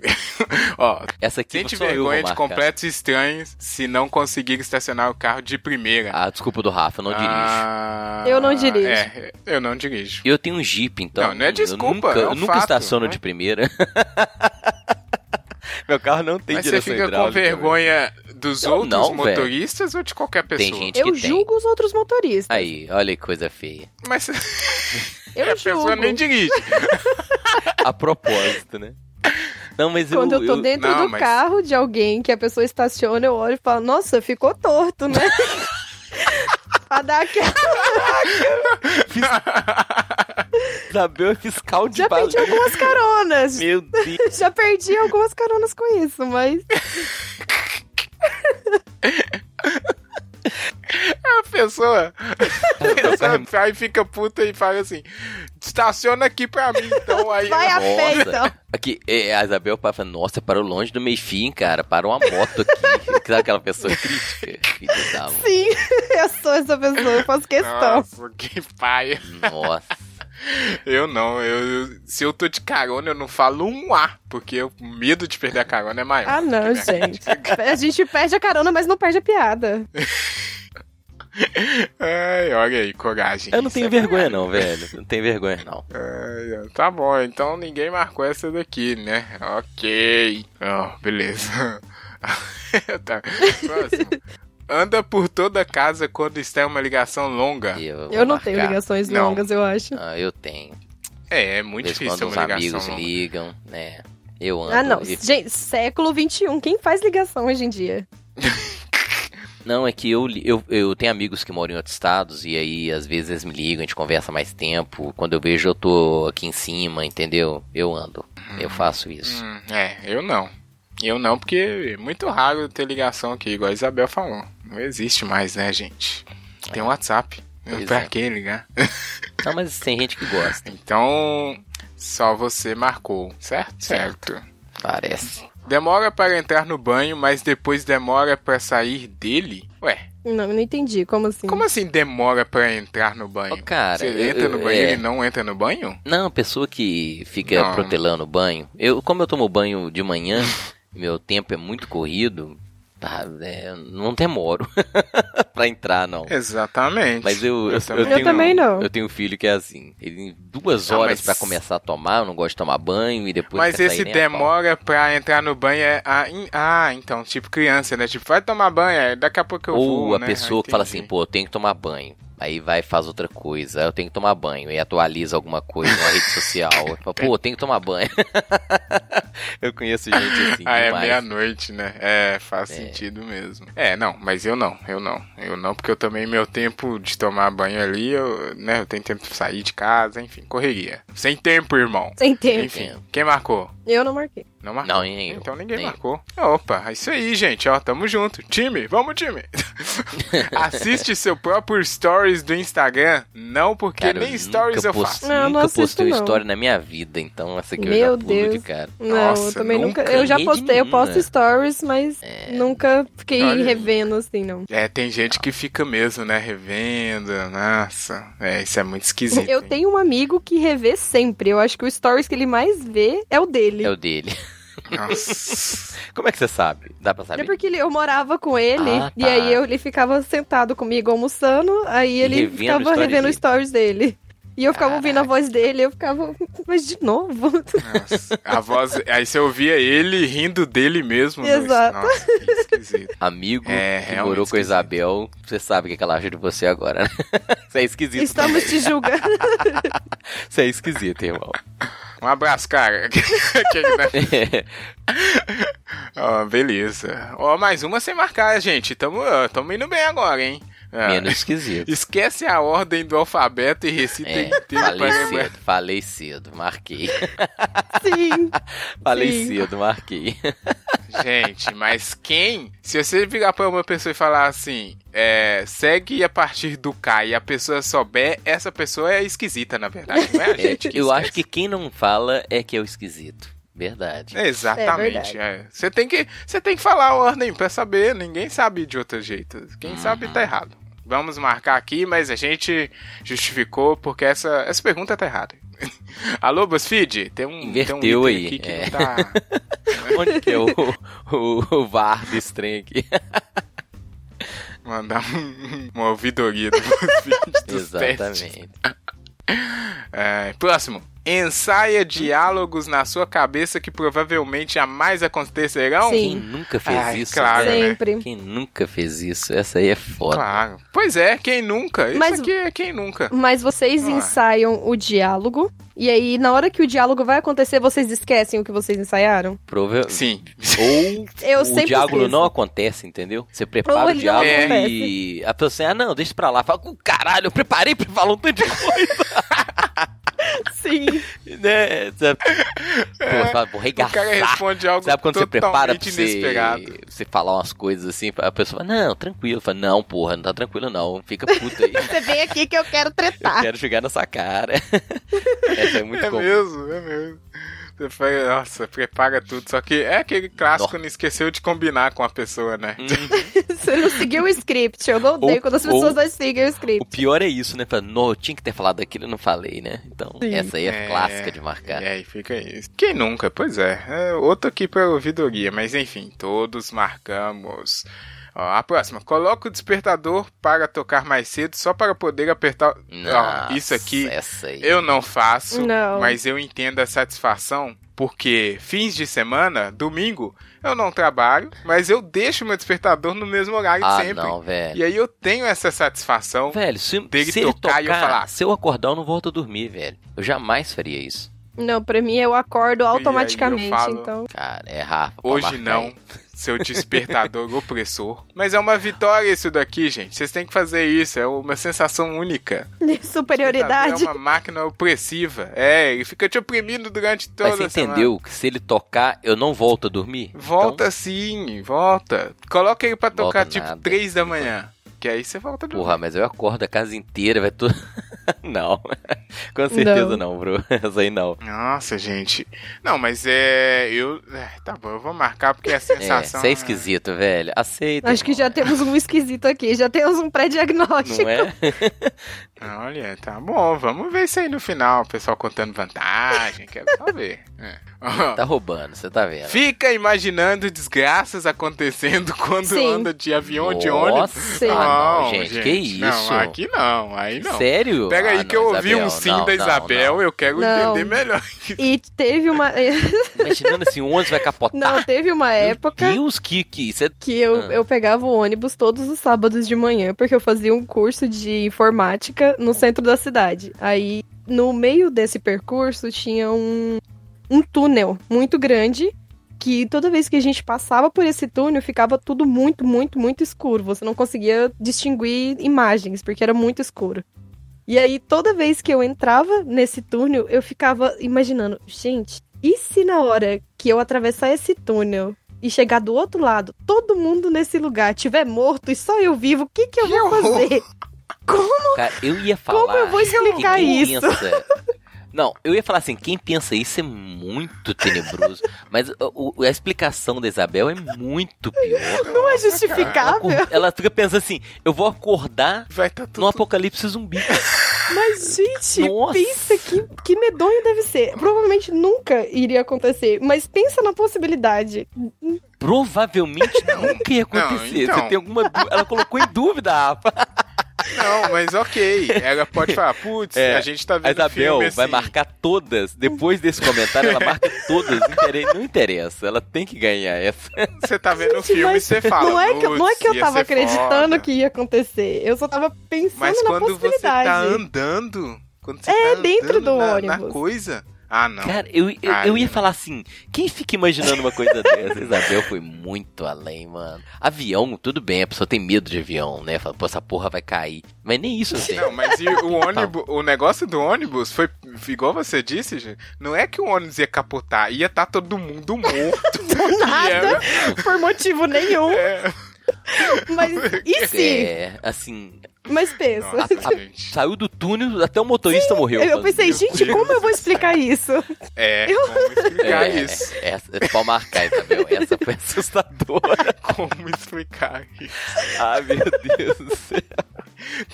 Speaker 1: Ó,
Speaker 2: Essa aqui
Speaker 1: Sente
Speaker 2: só Tipo, eu vou
Speaker 1: vergonha de
Speaker 2: marcar.
Speaker 1: completos estranhos se não conseguir estacionar o carro de primeira.
Speaker 2: Ah, desculpa do Rafa, eu não dirijo.
Speaker 1: Ah,
Speaker 3: Eu não dirijo.
Speaker 1: É, eu não dirijo.
Speaker 2: Eu tenho um Jeep, então.
Speaker 1: Não, não é
Speaker 2: eu
Speaker 1: desculpa,
Speaker 2: nunca-
Speaker 1: é um
Speaker 2: Eu nunca
Speaker 1: fato,
Speaker 2: estaciono
Speaker 1: né?
Speaker 2: de primeira. Meu carro não tem
Speaker 1: Mas você
Speaker 2: direção
Speaker 1: fica com
Speaker 2: hidráulica,
Speaker 1: vergonha dos
Speaker 2: Eu
Speaker 1: outros
Speaker 2: não, velho.
Speaker 1: motoristas ou de qualquer
Speaker 2: velho.
Speaker 1: pessoa?
Speaker 2: Tem gente
Speaker 3: Eu
Speaker 2: que tem.
Speaker 3: julgo os outros motoristas.
Speaker 2: Aí, olha que coisa feia.
Speaker 1: Mas
Speaker 3: eu
Speaker 1: É, a
Speaker 3: julgo.
Speaker 1: pessoa nem dirige.
Speaker 2: A propósito, né? Não, mas eu...
Speaker 3: Quando eu tô dentro
Speaker 1: não,
Speaker 3: do
Speaker 1: mas-
Speaker 3: carro de alguém que a pessoa estaciona, eu olho e falo, nossa, ficou torto, né? pra dar aquela...
Speaker 2: Isabel é fiscal de
Speaker 3: Já perdi
Speaker 2: baleia.
Speaker 3: algumas caronas.
Speaker 2: Meu Deus.
Speaker 3: Já perdi algumas caronas com isso, mas.
Speaker 1: a pessoa, a pessoa
Speaker 2: carro
Speaker 1: aí fica puta e fala assim: estaciona aqui pra mim, então aí.
Speaker 3: Vai a pé,
Speaker 2: Nossa.
Speaker 3: então.
Speaker 2: Aqui, é, a Isabel fala, nossa, parou longe do Meifim, cara. Parou uma moto aqui. Sabe aquela pessoa crítica? Filho da mãe.
Speaker 3: Sim, eu sou essa pessoa, eu faço questão.
Speaker 1: Nossa, que paia.
Speaker 2: Nossa.
Speaker 1: Eu não, eu, eu- se eu tô de carona, eu não falo um A, porque eu- o medo de perder a carona é maior.
Speaker 3: Ah, não, gente. A gente perde a carona, mas não perde a piada.
Speaker 1: Ai, olha aí, coragem.
Speaker 2: Eu não
Speaker 1: Isso
Speaker 2: tenho
Speaker 1: é
Speaker 2: vergonha, não, velho. Não tenho vergonha, não.
Speaker 1: Ai, ó, tá bom, então ninguém marcou essa daqui, né? Ok. Ó, beleza. tá. Próximo. Anda por toda a casa quando está em uma ligação longa.
Speaker 2: vou
Speaker 3: Eu não tenho
Speaker 2: marcar.
Speaker 3: ligações
Speaker 1: é. Não.
Speaker 3: longas, eu acho.
Speaker 2: Ah, eu tenho.
Speaker 1: É, é muito
Speaker 2: De vez em
Speaker 1: difícil
Speaker 2: quando os
Speaker 1: uma ligação
Speaker 2: amigos
Speaker 1: longa.
Speaker 2: ligam, né? Eu ando.
Speaker 3: Ah, não.
Speaker 2: e-
Speaker 3: Gente, século XXI, quem faz ligação hoje em dia?
Speaker 2: Não, é que eu, li- eu, eu tenho amigos que moram em outros estados e aí às vezes eles me ligam, a gente conversa mais tempo. Quando eu vejo, eu tô aqui em cima, entendeu? Eu ando. Eu faço isso.
Speaker 1: Hum, é, eu não. Eu não, porque é muito raro ter ligação aqui, igual a Isabel falou. Não existe mais, né, gente? Tem um WhatsApp.
Speaker 2: Pois
Speaker 1: pra
Speaker 2: é.
Speaker 1: que ligar?
Speaker 2: Não, mas tem gente que gosta,
Speaker 1: Então, só você marcou, certo? Certo.
Speaker 2: parece.
Speaker 1: Demora para entrar no banho, mas depois demora para sair dele? Ué,
Speaker 3: Não, eu não entendi. Como assim?
Speaker 1: como assim demora para entrar no banho?
Speaker 2: Ô, cara,
Speaker 1: você
Speaker 2: eu-
Speaker 1: entra no
Speaker 2: eu-
Speaker 1: banheiro
Speaker 2: é.
Speaker 1: e não entra no banho?
Speaker 2: Não, pessoa que fica
Speaker 1: Não.
Speaker 2: protelando o banho. Eu, como eu tomo banho de manhã, meu tempo é muito corrido, tá, é, não demoro pra entrar, não.
Speaker 1: Exatamente.
Speaker 2: Mas eu, eu, eu
Speaker 1: também
Speaker 2: tenho,
Speaker 3: Eu também não.
Speaker 2: Eu tenho um filho que é assim. Ele tem duas
Speaker 1: Ah,
Speaker 2: horas
Speaker 1: mas-
Speaker 2: pra começar a tomar, eu não gosto de tomar banho e depois.
Speaker 1: Mas
Speaker 2: não quer sair
Speaker 1: esse
Speaker 2: nem a pau.
Speaker 1: demora pra entrar no banho é. Ah, em- ah, então, tipo criança, né? Tipo, vai tomar banho, é, daqui a pouco eu vou.
Speaker 2: Ou a
Speaker 1: né?
Speaker 2: pessoa
Speaker 1: Ah,
Speaker 2: que fala
Speaker 1: entendi.
Speaker 2: assim, pô, eu tenho que tomar banho. Aí vai e faz outra coisa. Aí eu tenho que tomar banho. E atualiza alguma coisa na rede social. Aí Fala, pô, eu tenho que tomar banho. eu conheço gente assim
Speaker 1: Ah, é
Speaker 2: demais.
Speaker 1: meia-noite, né? É, faz
Speaker 2: É.
Speaker 1: sentido mesmo. É, não, mas eu não, eu não. Eu não, porque eu também, meu tempo de tomar banho ali, eu, né? Eu tenho tempo de sair de casa, enfim, correria. Sem tempo, irmão.
Speaker 3: Sem tempo.
Speaker 1: Enfim, quem marcou?
Speaker 3: Eu não marquei.
Speaker 1: Não marcou.
Speaker 2: Não, nem eu.
Speaker 1: Então ninguém
Speaker 2: Nem eu.
Speaker 1: marcou. Opa, é isso aí, gente. Ó, tamo junto. Time, vamos, time. Assiste seu próprio stories do Instagram. Não porque
Speaker 2: Cara,
Speaker 1: nem
Speaker 2: eu
Speaker 1: stories
Speaker 2: nunca
Speaker 1: eu
Speaker 2: post-
Speaker 1: faço.
Speaker 3: Não, eu não
Speaker 2: Nunca
Speaker 3: assisto,
Speaker 2: postei uma
Speaker 3: não.
Speaker 2: história na minha vida, então essa aqui eu
Speaker 3: Meu
Speaker 2: já pulo de
Speaker 3: Deus.
Speaker 2: cara.
Speaker 3: Não,
Speaker 1: Nossa,
Speaker 3: eu também nunca.
Speaker 1: nunca
Speaker 3: Eu já
Speaker 2: rede
Speaker 3: postei, eu
Speaker 2: nenhuma.
Speaker 3: posto stories, mas nunca fiquei
Speaker 1: né? É. Olha aí.
Speaker 3: revendo assim, não.
Speaker 1: É, tem gente que fica mesmo, né? Revendo. Nossa. É, isso é muito esquisito.
Speaker 3: Eu
Speaker 1: hein?
Speaker 3: tenho um amigo que revê sempre. Eu acho que o stories que ele mais vê é o dele.
Speaker 2: É o dele.
Speaker 1: Nossa.
Speaker 2: Como é que você sabe? Dá pra saber?
Speaker 3: É porque ele- eu morava com ele,
Speaker 2: Ah,
Speaker 3: e
Speaker 2: tá.
Speaker 3: aí eu- ele ficava sentado comigo almoçando, aí
Speaker 2: E
Speaker 3: ele
Speaker 2: revendo o
Speaker 3: ficava
Speaker 2: stories
Speaker 3: revendo
Speaker 2: dele.
Speaker 3: stories dele. E E eu ficava ouvindo a voz dele, eu ficava, mas de novo?
Speaker 1: Nossa, a voz. Aí você ouvia ele rindo dele mesmo. no-
Speaker 3: Exato.
Speaker 1: Nossa, que esquisito.
Speaker 2: Amigo
Speaker 1: É,
Speaker 2: que
Speaker 1: realmente
Speaker 2: morou com a
Speaker 1: esquisito.
Speaker 2: Isabel, você sabe o que que ela acha de você agora, né? Você é esquisito.
Speaker 3: Estamos te julgando.
Speaker 2: Você é esquisito, irmão.
Speaker 1: Um abraço, cara. Aquele, né?
Speaker 2: É,
Speaker 1: Ó, beleza. Ó, mais uma sem marcar, gente. Tamo, ó, tamo indo bem agora, hein? Ah,
Speaker 2: Menos esquisito.
Speaker 1: Esquece a ordem do alfabeto e recita
Speaker 2: É,
Speaker 1: inteiro pra
Speaker 2: falei
Speaker 1: lembrar.
Speaker 2: cedo, falei cedo, marquei.
Speaker 3: Sim.
Speaker 2: Falei
Speaker 3: Sim.
Speaker 2: cedo, marquei.
Speaker 1: Gente, mas quem? Se você virar pra uma pessoa e falar assim, é, segue a partir do K e a pessoa souber, essa pessoa é esquisita, na verdade, não é a gente?
Speaker 2: É, eu acho que quem não fala é que é o esquisito. Verdade.
Speaker 1: Exatamente, é. Você tem que, você tem que falar a ordem pra saber, ninguém sabe de outro jeito.
Speaker 2: Uhum.
Speaker 1: Quem sabe tá errado. Vamos marcar aqui, mas a gente justificou porque essa, essa pergunta tá errada. Alô, BuzzFeed? Tem um, tem um
Speaker 2: Inverteu
Speaker 1: item
Speaker 2: aí,
Speaker 1: aqui que
Speaker 2: é.
Speaker 1: não tá...
Speaker 2: Onde que é o, o, o VAR desse trem aqui?
Speaker 1: Mandar um- uma ouvidoria do BuzzFeed dos testes.
Speaker 2: Exatamente.
Speaker 1: É, próximo. Ensaia diálogos na sua cabeça que provavelmente jamais acontecerão?
Speaker 3: Sim.
Speaker 2: Quem nunca fez
Speaker 1: Ai,
Speaker 2: isso?
Speaker 1: claro,
Speaker 2: né?
Speaker 3: Sempre.
Speaker 2: Quem nunca fez isso? Essa aí é foda.
Speaker 1: Claro. Pois é, quem nunca? Isso
Speaker 3: Mas-
Speaker 1: aqui é quem nunca.
Speaker 3: Mas
Speaker 2: Ah.
Speaker 3: vocês
Speaker 1: Não é.
Speaker 3: ensaiam o diálogo. E aí, na hora que o diálogo vai acontecer, vocês esquecem o que vocês ensaiaram?
Speaker 2: Prova-
Speaker 1: Sim.
Speaker 2: Ou
Speaker 3: Eu
Speaker 2: o
Speaker 3: sempre
Speaker 2: diálogo
Speaker 3: esqueço.
Speaker 2: não acontece, entendeu? Você prepara
Speaker 3: Ou
Speaker 2: o
Speaker 3: ele não
Speaker 2: diálogo
Speaker 1: acontece.
Speaker 2: e a pessoa assim, ah não, deixa pra lá. Fala, "Cu, caralho, eu preparei pra falar um tanto de coisa.
Speaker 3: Sim.
Speaker 2: né? Você- Pô, você fala, vou
Speaker 1: É. O cara
Speaker 2: regaçar.
Speaker 1: responde algo
Speaker 2: Sabe quando você prepara
Speaker 1: totalmente
Speaker 2: pra
Speaker 1: inesperado.
Speaker 2: você, você falar umas coisas assim, a pessoa fala, não, tranquilo. Fala, não, porra, não tá tranquilo não, fica puta aí.
Speaker 3: Você vem aqui que eu quero
Speaker 2: Eu
Speaker 3: tretar.
Speaker 2: quero chegar nessa cara. Essa é muito
Speaker 1: É
Speaker 2: comum.
Speaker 1: mesmo, é mesmo. Você fala, nossa, prepara tudo. Só que é aquele clássico, não esqueceu de combinar com a pessoa, né?
Speaker 2: Hum,
Speaker 3: Você não seguiu o script. Eu não
Speaker 2: Ou-
Speaker 3: odeio quando as pessoas
Speaker 2: ou-
Speaker 3: não seguem o
Speaker 2: o
Speaker 3: script.
Speaker 2: pior é isso, né? Fala, não, eu tinha que ter falado aquilo e não falei, né? Então,
Speaker 3: Sim.
Speaker 2: essa aí é,
Speaker 1: É.
Speaker 2: clássica de marcar.
Speaker 1: E aí fica isso. Quem nunca? Pois é. é outro aqui pra ouvidoria, mas enfim, todos marcamos. Ó, a próxima. Coloca o despertador para tocar mais cedo só para poder apertar. o- Ó, isso aqui
Speaker 2: Essa aí.
Speaker 1: eu não faço,
Speaker 3: Não.
Speaker 1: mas eu entendo a satisfação. Porque fins de semana, domingo, eu não trabalho, mas eu deixo meu despertador no mesmo horário de
Speaker 2: Ah,
Speaker 1: sempre.
Speaker 2: não, velho.
Speaker 1: E aí eu tenho essa satisfação.
Speaker 2: Velho, se,
Speaker 1: Dele
Speaker 2: se ele
Speaker 1: tocar
Speaker 2: tocar,
Speaker 1: e eu falar.
Speaker 2: se eu acordar, eu não volto a dormir, velho. Eu jamais faria isso.
Speaker 3: Não, pra mim eu acordo automaticamente,
Speaker 1: falo-
Speaker 3: então.
Speaker 2: Cara, é Rafa. pra
Speaker 1: Hoje
Speaker 2: marcar
Speaker 1: não,
Speaker 2: aí.
Speaker 1: seu despertador opressor. Mas é uma vitória isso daqui, gente. Vocês têm que fazer isso, é uma sensação única.
Speaker 3: Superioridade.
Speaker 1: É uma máquina opressiva. É, e fica te oprimindo durante toda
Speaker 2: Mas você
Speaker 1: a semana.
Speaker 2: entendeu que se ele tocar, eu não volto a dormir?
Speaker 1: Volta sim, volta. Coloca ele pra
Speaker 2: Volta
Speaker 1: tocar tipo
Speaker 2: nada.
Speaker 1: 3 da manhã. Que aí você volta
Speaker 2: Então,
Speaker 1: do.
Speaker 2: porra, mas eu acordo a casa inteira, vai tudo. não. Com certeza não, bro. Essa aí não.
Speaker 1: Nossa, gente. Não, mas é. Eu. é, tá bom, eu vou marcar porque a
Speaker 2: É,
Speaker 1: sensação.
Speaker 2: isso é esquisito, velho. Aceita.
Speaker 3: Acho que
Speaker 2: irmão.
Speaker 3: já temos um esquisito aqui, já temos um pré-diagnóstico.
Speaker 2: Não é?
Speaker 1: Olha, tá bom, vamos ver isso aí no final. O pessoal contando vantagem, quero só ver. É. Ó,
Speaker 2: Tá roubando, você tá vendo.
Speaker 1: Fica imaginando desgraças acontecendo quando
Speaker 3: Sim.
Speaker 1: anda de avião ou de ônibus.
Speaker 2: Nossa,
Speaker 3: Sim.
Speaker 2: ah, não, gente, que isso?
Speaker 1: Não, aqui não, aí não.
Speaker 2: Sério?
Speaker 1: Pega
Speaker 2: Ah,
Speaker 1: aí
Speaker 2: não,
Speaker 1: que eu ouvi
Speaker 2: Isabel,
Speaker 1: um sim
Speaker 2: não,
Speaker 1: da
Speaker 2: não,
Speaker 1: Isabel, eu quero
Speaker 3: Não.
Speaker 1: entender melhor.
Speaker 3: E teve uma.
Speaker 2: não. Imaginando assim, o ônibus vai capotar.
Speaker 3: Não, teve uma época.
Speaker 2: Meu Deus, que, que isso é...
Speaker 3: que eu,
Speaker 2: Ah.
Speaker 3: eu pegava o ônibus todos os sábados de manhã, porque eu fazia um curso de informática no centro da cidade. Aí, no meio desse percurso, tinha um, um túnel muito grande. Que toda vez que a gente passava por esse túnel, ficava tudo muito, muito, muito escuro. Você não conseguia distinguir imagens, porque era muito escuro. E aí, toda vez que eu entrava nesse túnel, eu ficava imaginando: gente, e se na hora que eu atravessar esse túnel e chegar do outro lado, todo mundo nesse lugar tiver morto e só eu vivo, o que que eu vou fazer?
Speaker 2: Cara, eu ia falar...
Speaker 3: eu vou explicar
Speaker 2: quem
Speaker 3: isso?
Speaker 2: pensa- Não, eu ia falar assim, quem pensa isso é muito tenebroso. mas o- o- a explicação da Isabel é muito pior.
Speaker 3: Não é
Speaker 2: Ela,
Speaker 3: justificável.
Speaker 2: acor- ela fica pensando assim, eu vou acordar
Speaker 1: Vai tá tudo.
Speaker 2: num apocalipse zumbi.
Speaker 3: Mas, gente,
Speaker 2: Nossa.
Speaker 3: pensa que, que medonho deve ser. Provavelmente nunca iria acontecer, mas pensa na possibilidade.
Speaker 2: Provavelmente nunca ia acontecer.
Speaker 1: então.
Speaker 2: Você tem alguma dú- Ela colocou em dúvida, Rafa.
Speaker 1: Não, mas ok. Ela pode falar, putz,
Speaker 2: É,
Speaker 1: a gente tá
Speaker 2: A
Speaker 1: vendo
Speaker 2: Isabel
Speaker 1: filme assim.
Speaker 2: vai marcar todas. Depois desse comentário, ela marca todas. Intere- Não interessa, ela tem que ganhar essa.
Speaker 1: Você tá vendo um
Speaker 3: Gente,
Speaker 1: filme e
Speaker 3: mas
Speaker 1: você fala.
Speaker 3: não, é que, não é que eu
Speaker 1: "Putz, ia
Speaker 3: tava
Speaker 1: ser
Speaker 3: acreditando
Speaker 1: foda."
Speaker 3: que ia acontecer. Eu só tava pensando
Speaker 1: Mas
Speaker 3: na
Speaker 1: quando você
Speaker 3: possibilidade.
Speaker 1: tá andando. Quando você
Speaker 3: É,
Speaker 1: tá
Speaker 3: dentro
Speaker 1: andando
Speaker 3: do
Speaker 1: na, Na
Speaker 3: ônibus.
Speaker 1: coisa. Ah, não.
Speaker 2: Cara, eu, eu,
Speaker 1: Ah,
Speaker 2: eu ia
Speaker 1: não.
Speaker 2: falar assim: quem fica imaginando uma coisa dessa? Isabel foi muito além, mano. Avião, tudo bem, a pessoa tem medo de avião, né? Fala, pô, essa porra vai cair. Mas nem isso assim. eu tenho.
Speaker 1: Não, mas e o
Speaker 2: Tá.
Speaker 1: ônibus, o negócio do ônibus foi igual você disse, gente. Não é que o ônibus ia capotar, ia estar todo mundo morto.
Speaker 3: Do nada, por motivo nenhum.
Speaker 1: É,
Speaker 3: Mas e se?
Speaker 2: É, assim,
Speaker 3: Mas pensa.
Speaker 1: nossa,
Speaker 2: a-
Speaker 1: gente.
Speaker 2: saiu do túnel, até o motorista morreu.
Speaker 3: Eu pensei,
Speaker 2: Meu
Speaker 3: gente,
Speaker 2: Deus.
Speaker 3: como eu vou explicar isso?
Speaker 1: É, como explicar
Speaker 2: É,
Speaker 1: isso?
Speaker 2: Essa, é só marcar, Isabel. Essa foi assustadora.
Speaker 1: Como explicar isso?
Speaker 2: Ah, meu Deus do céu.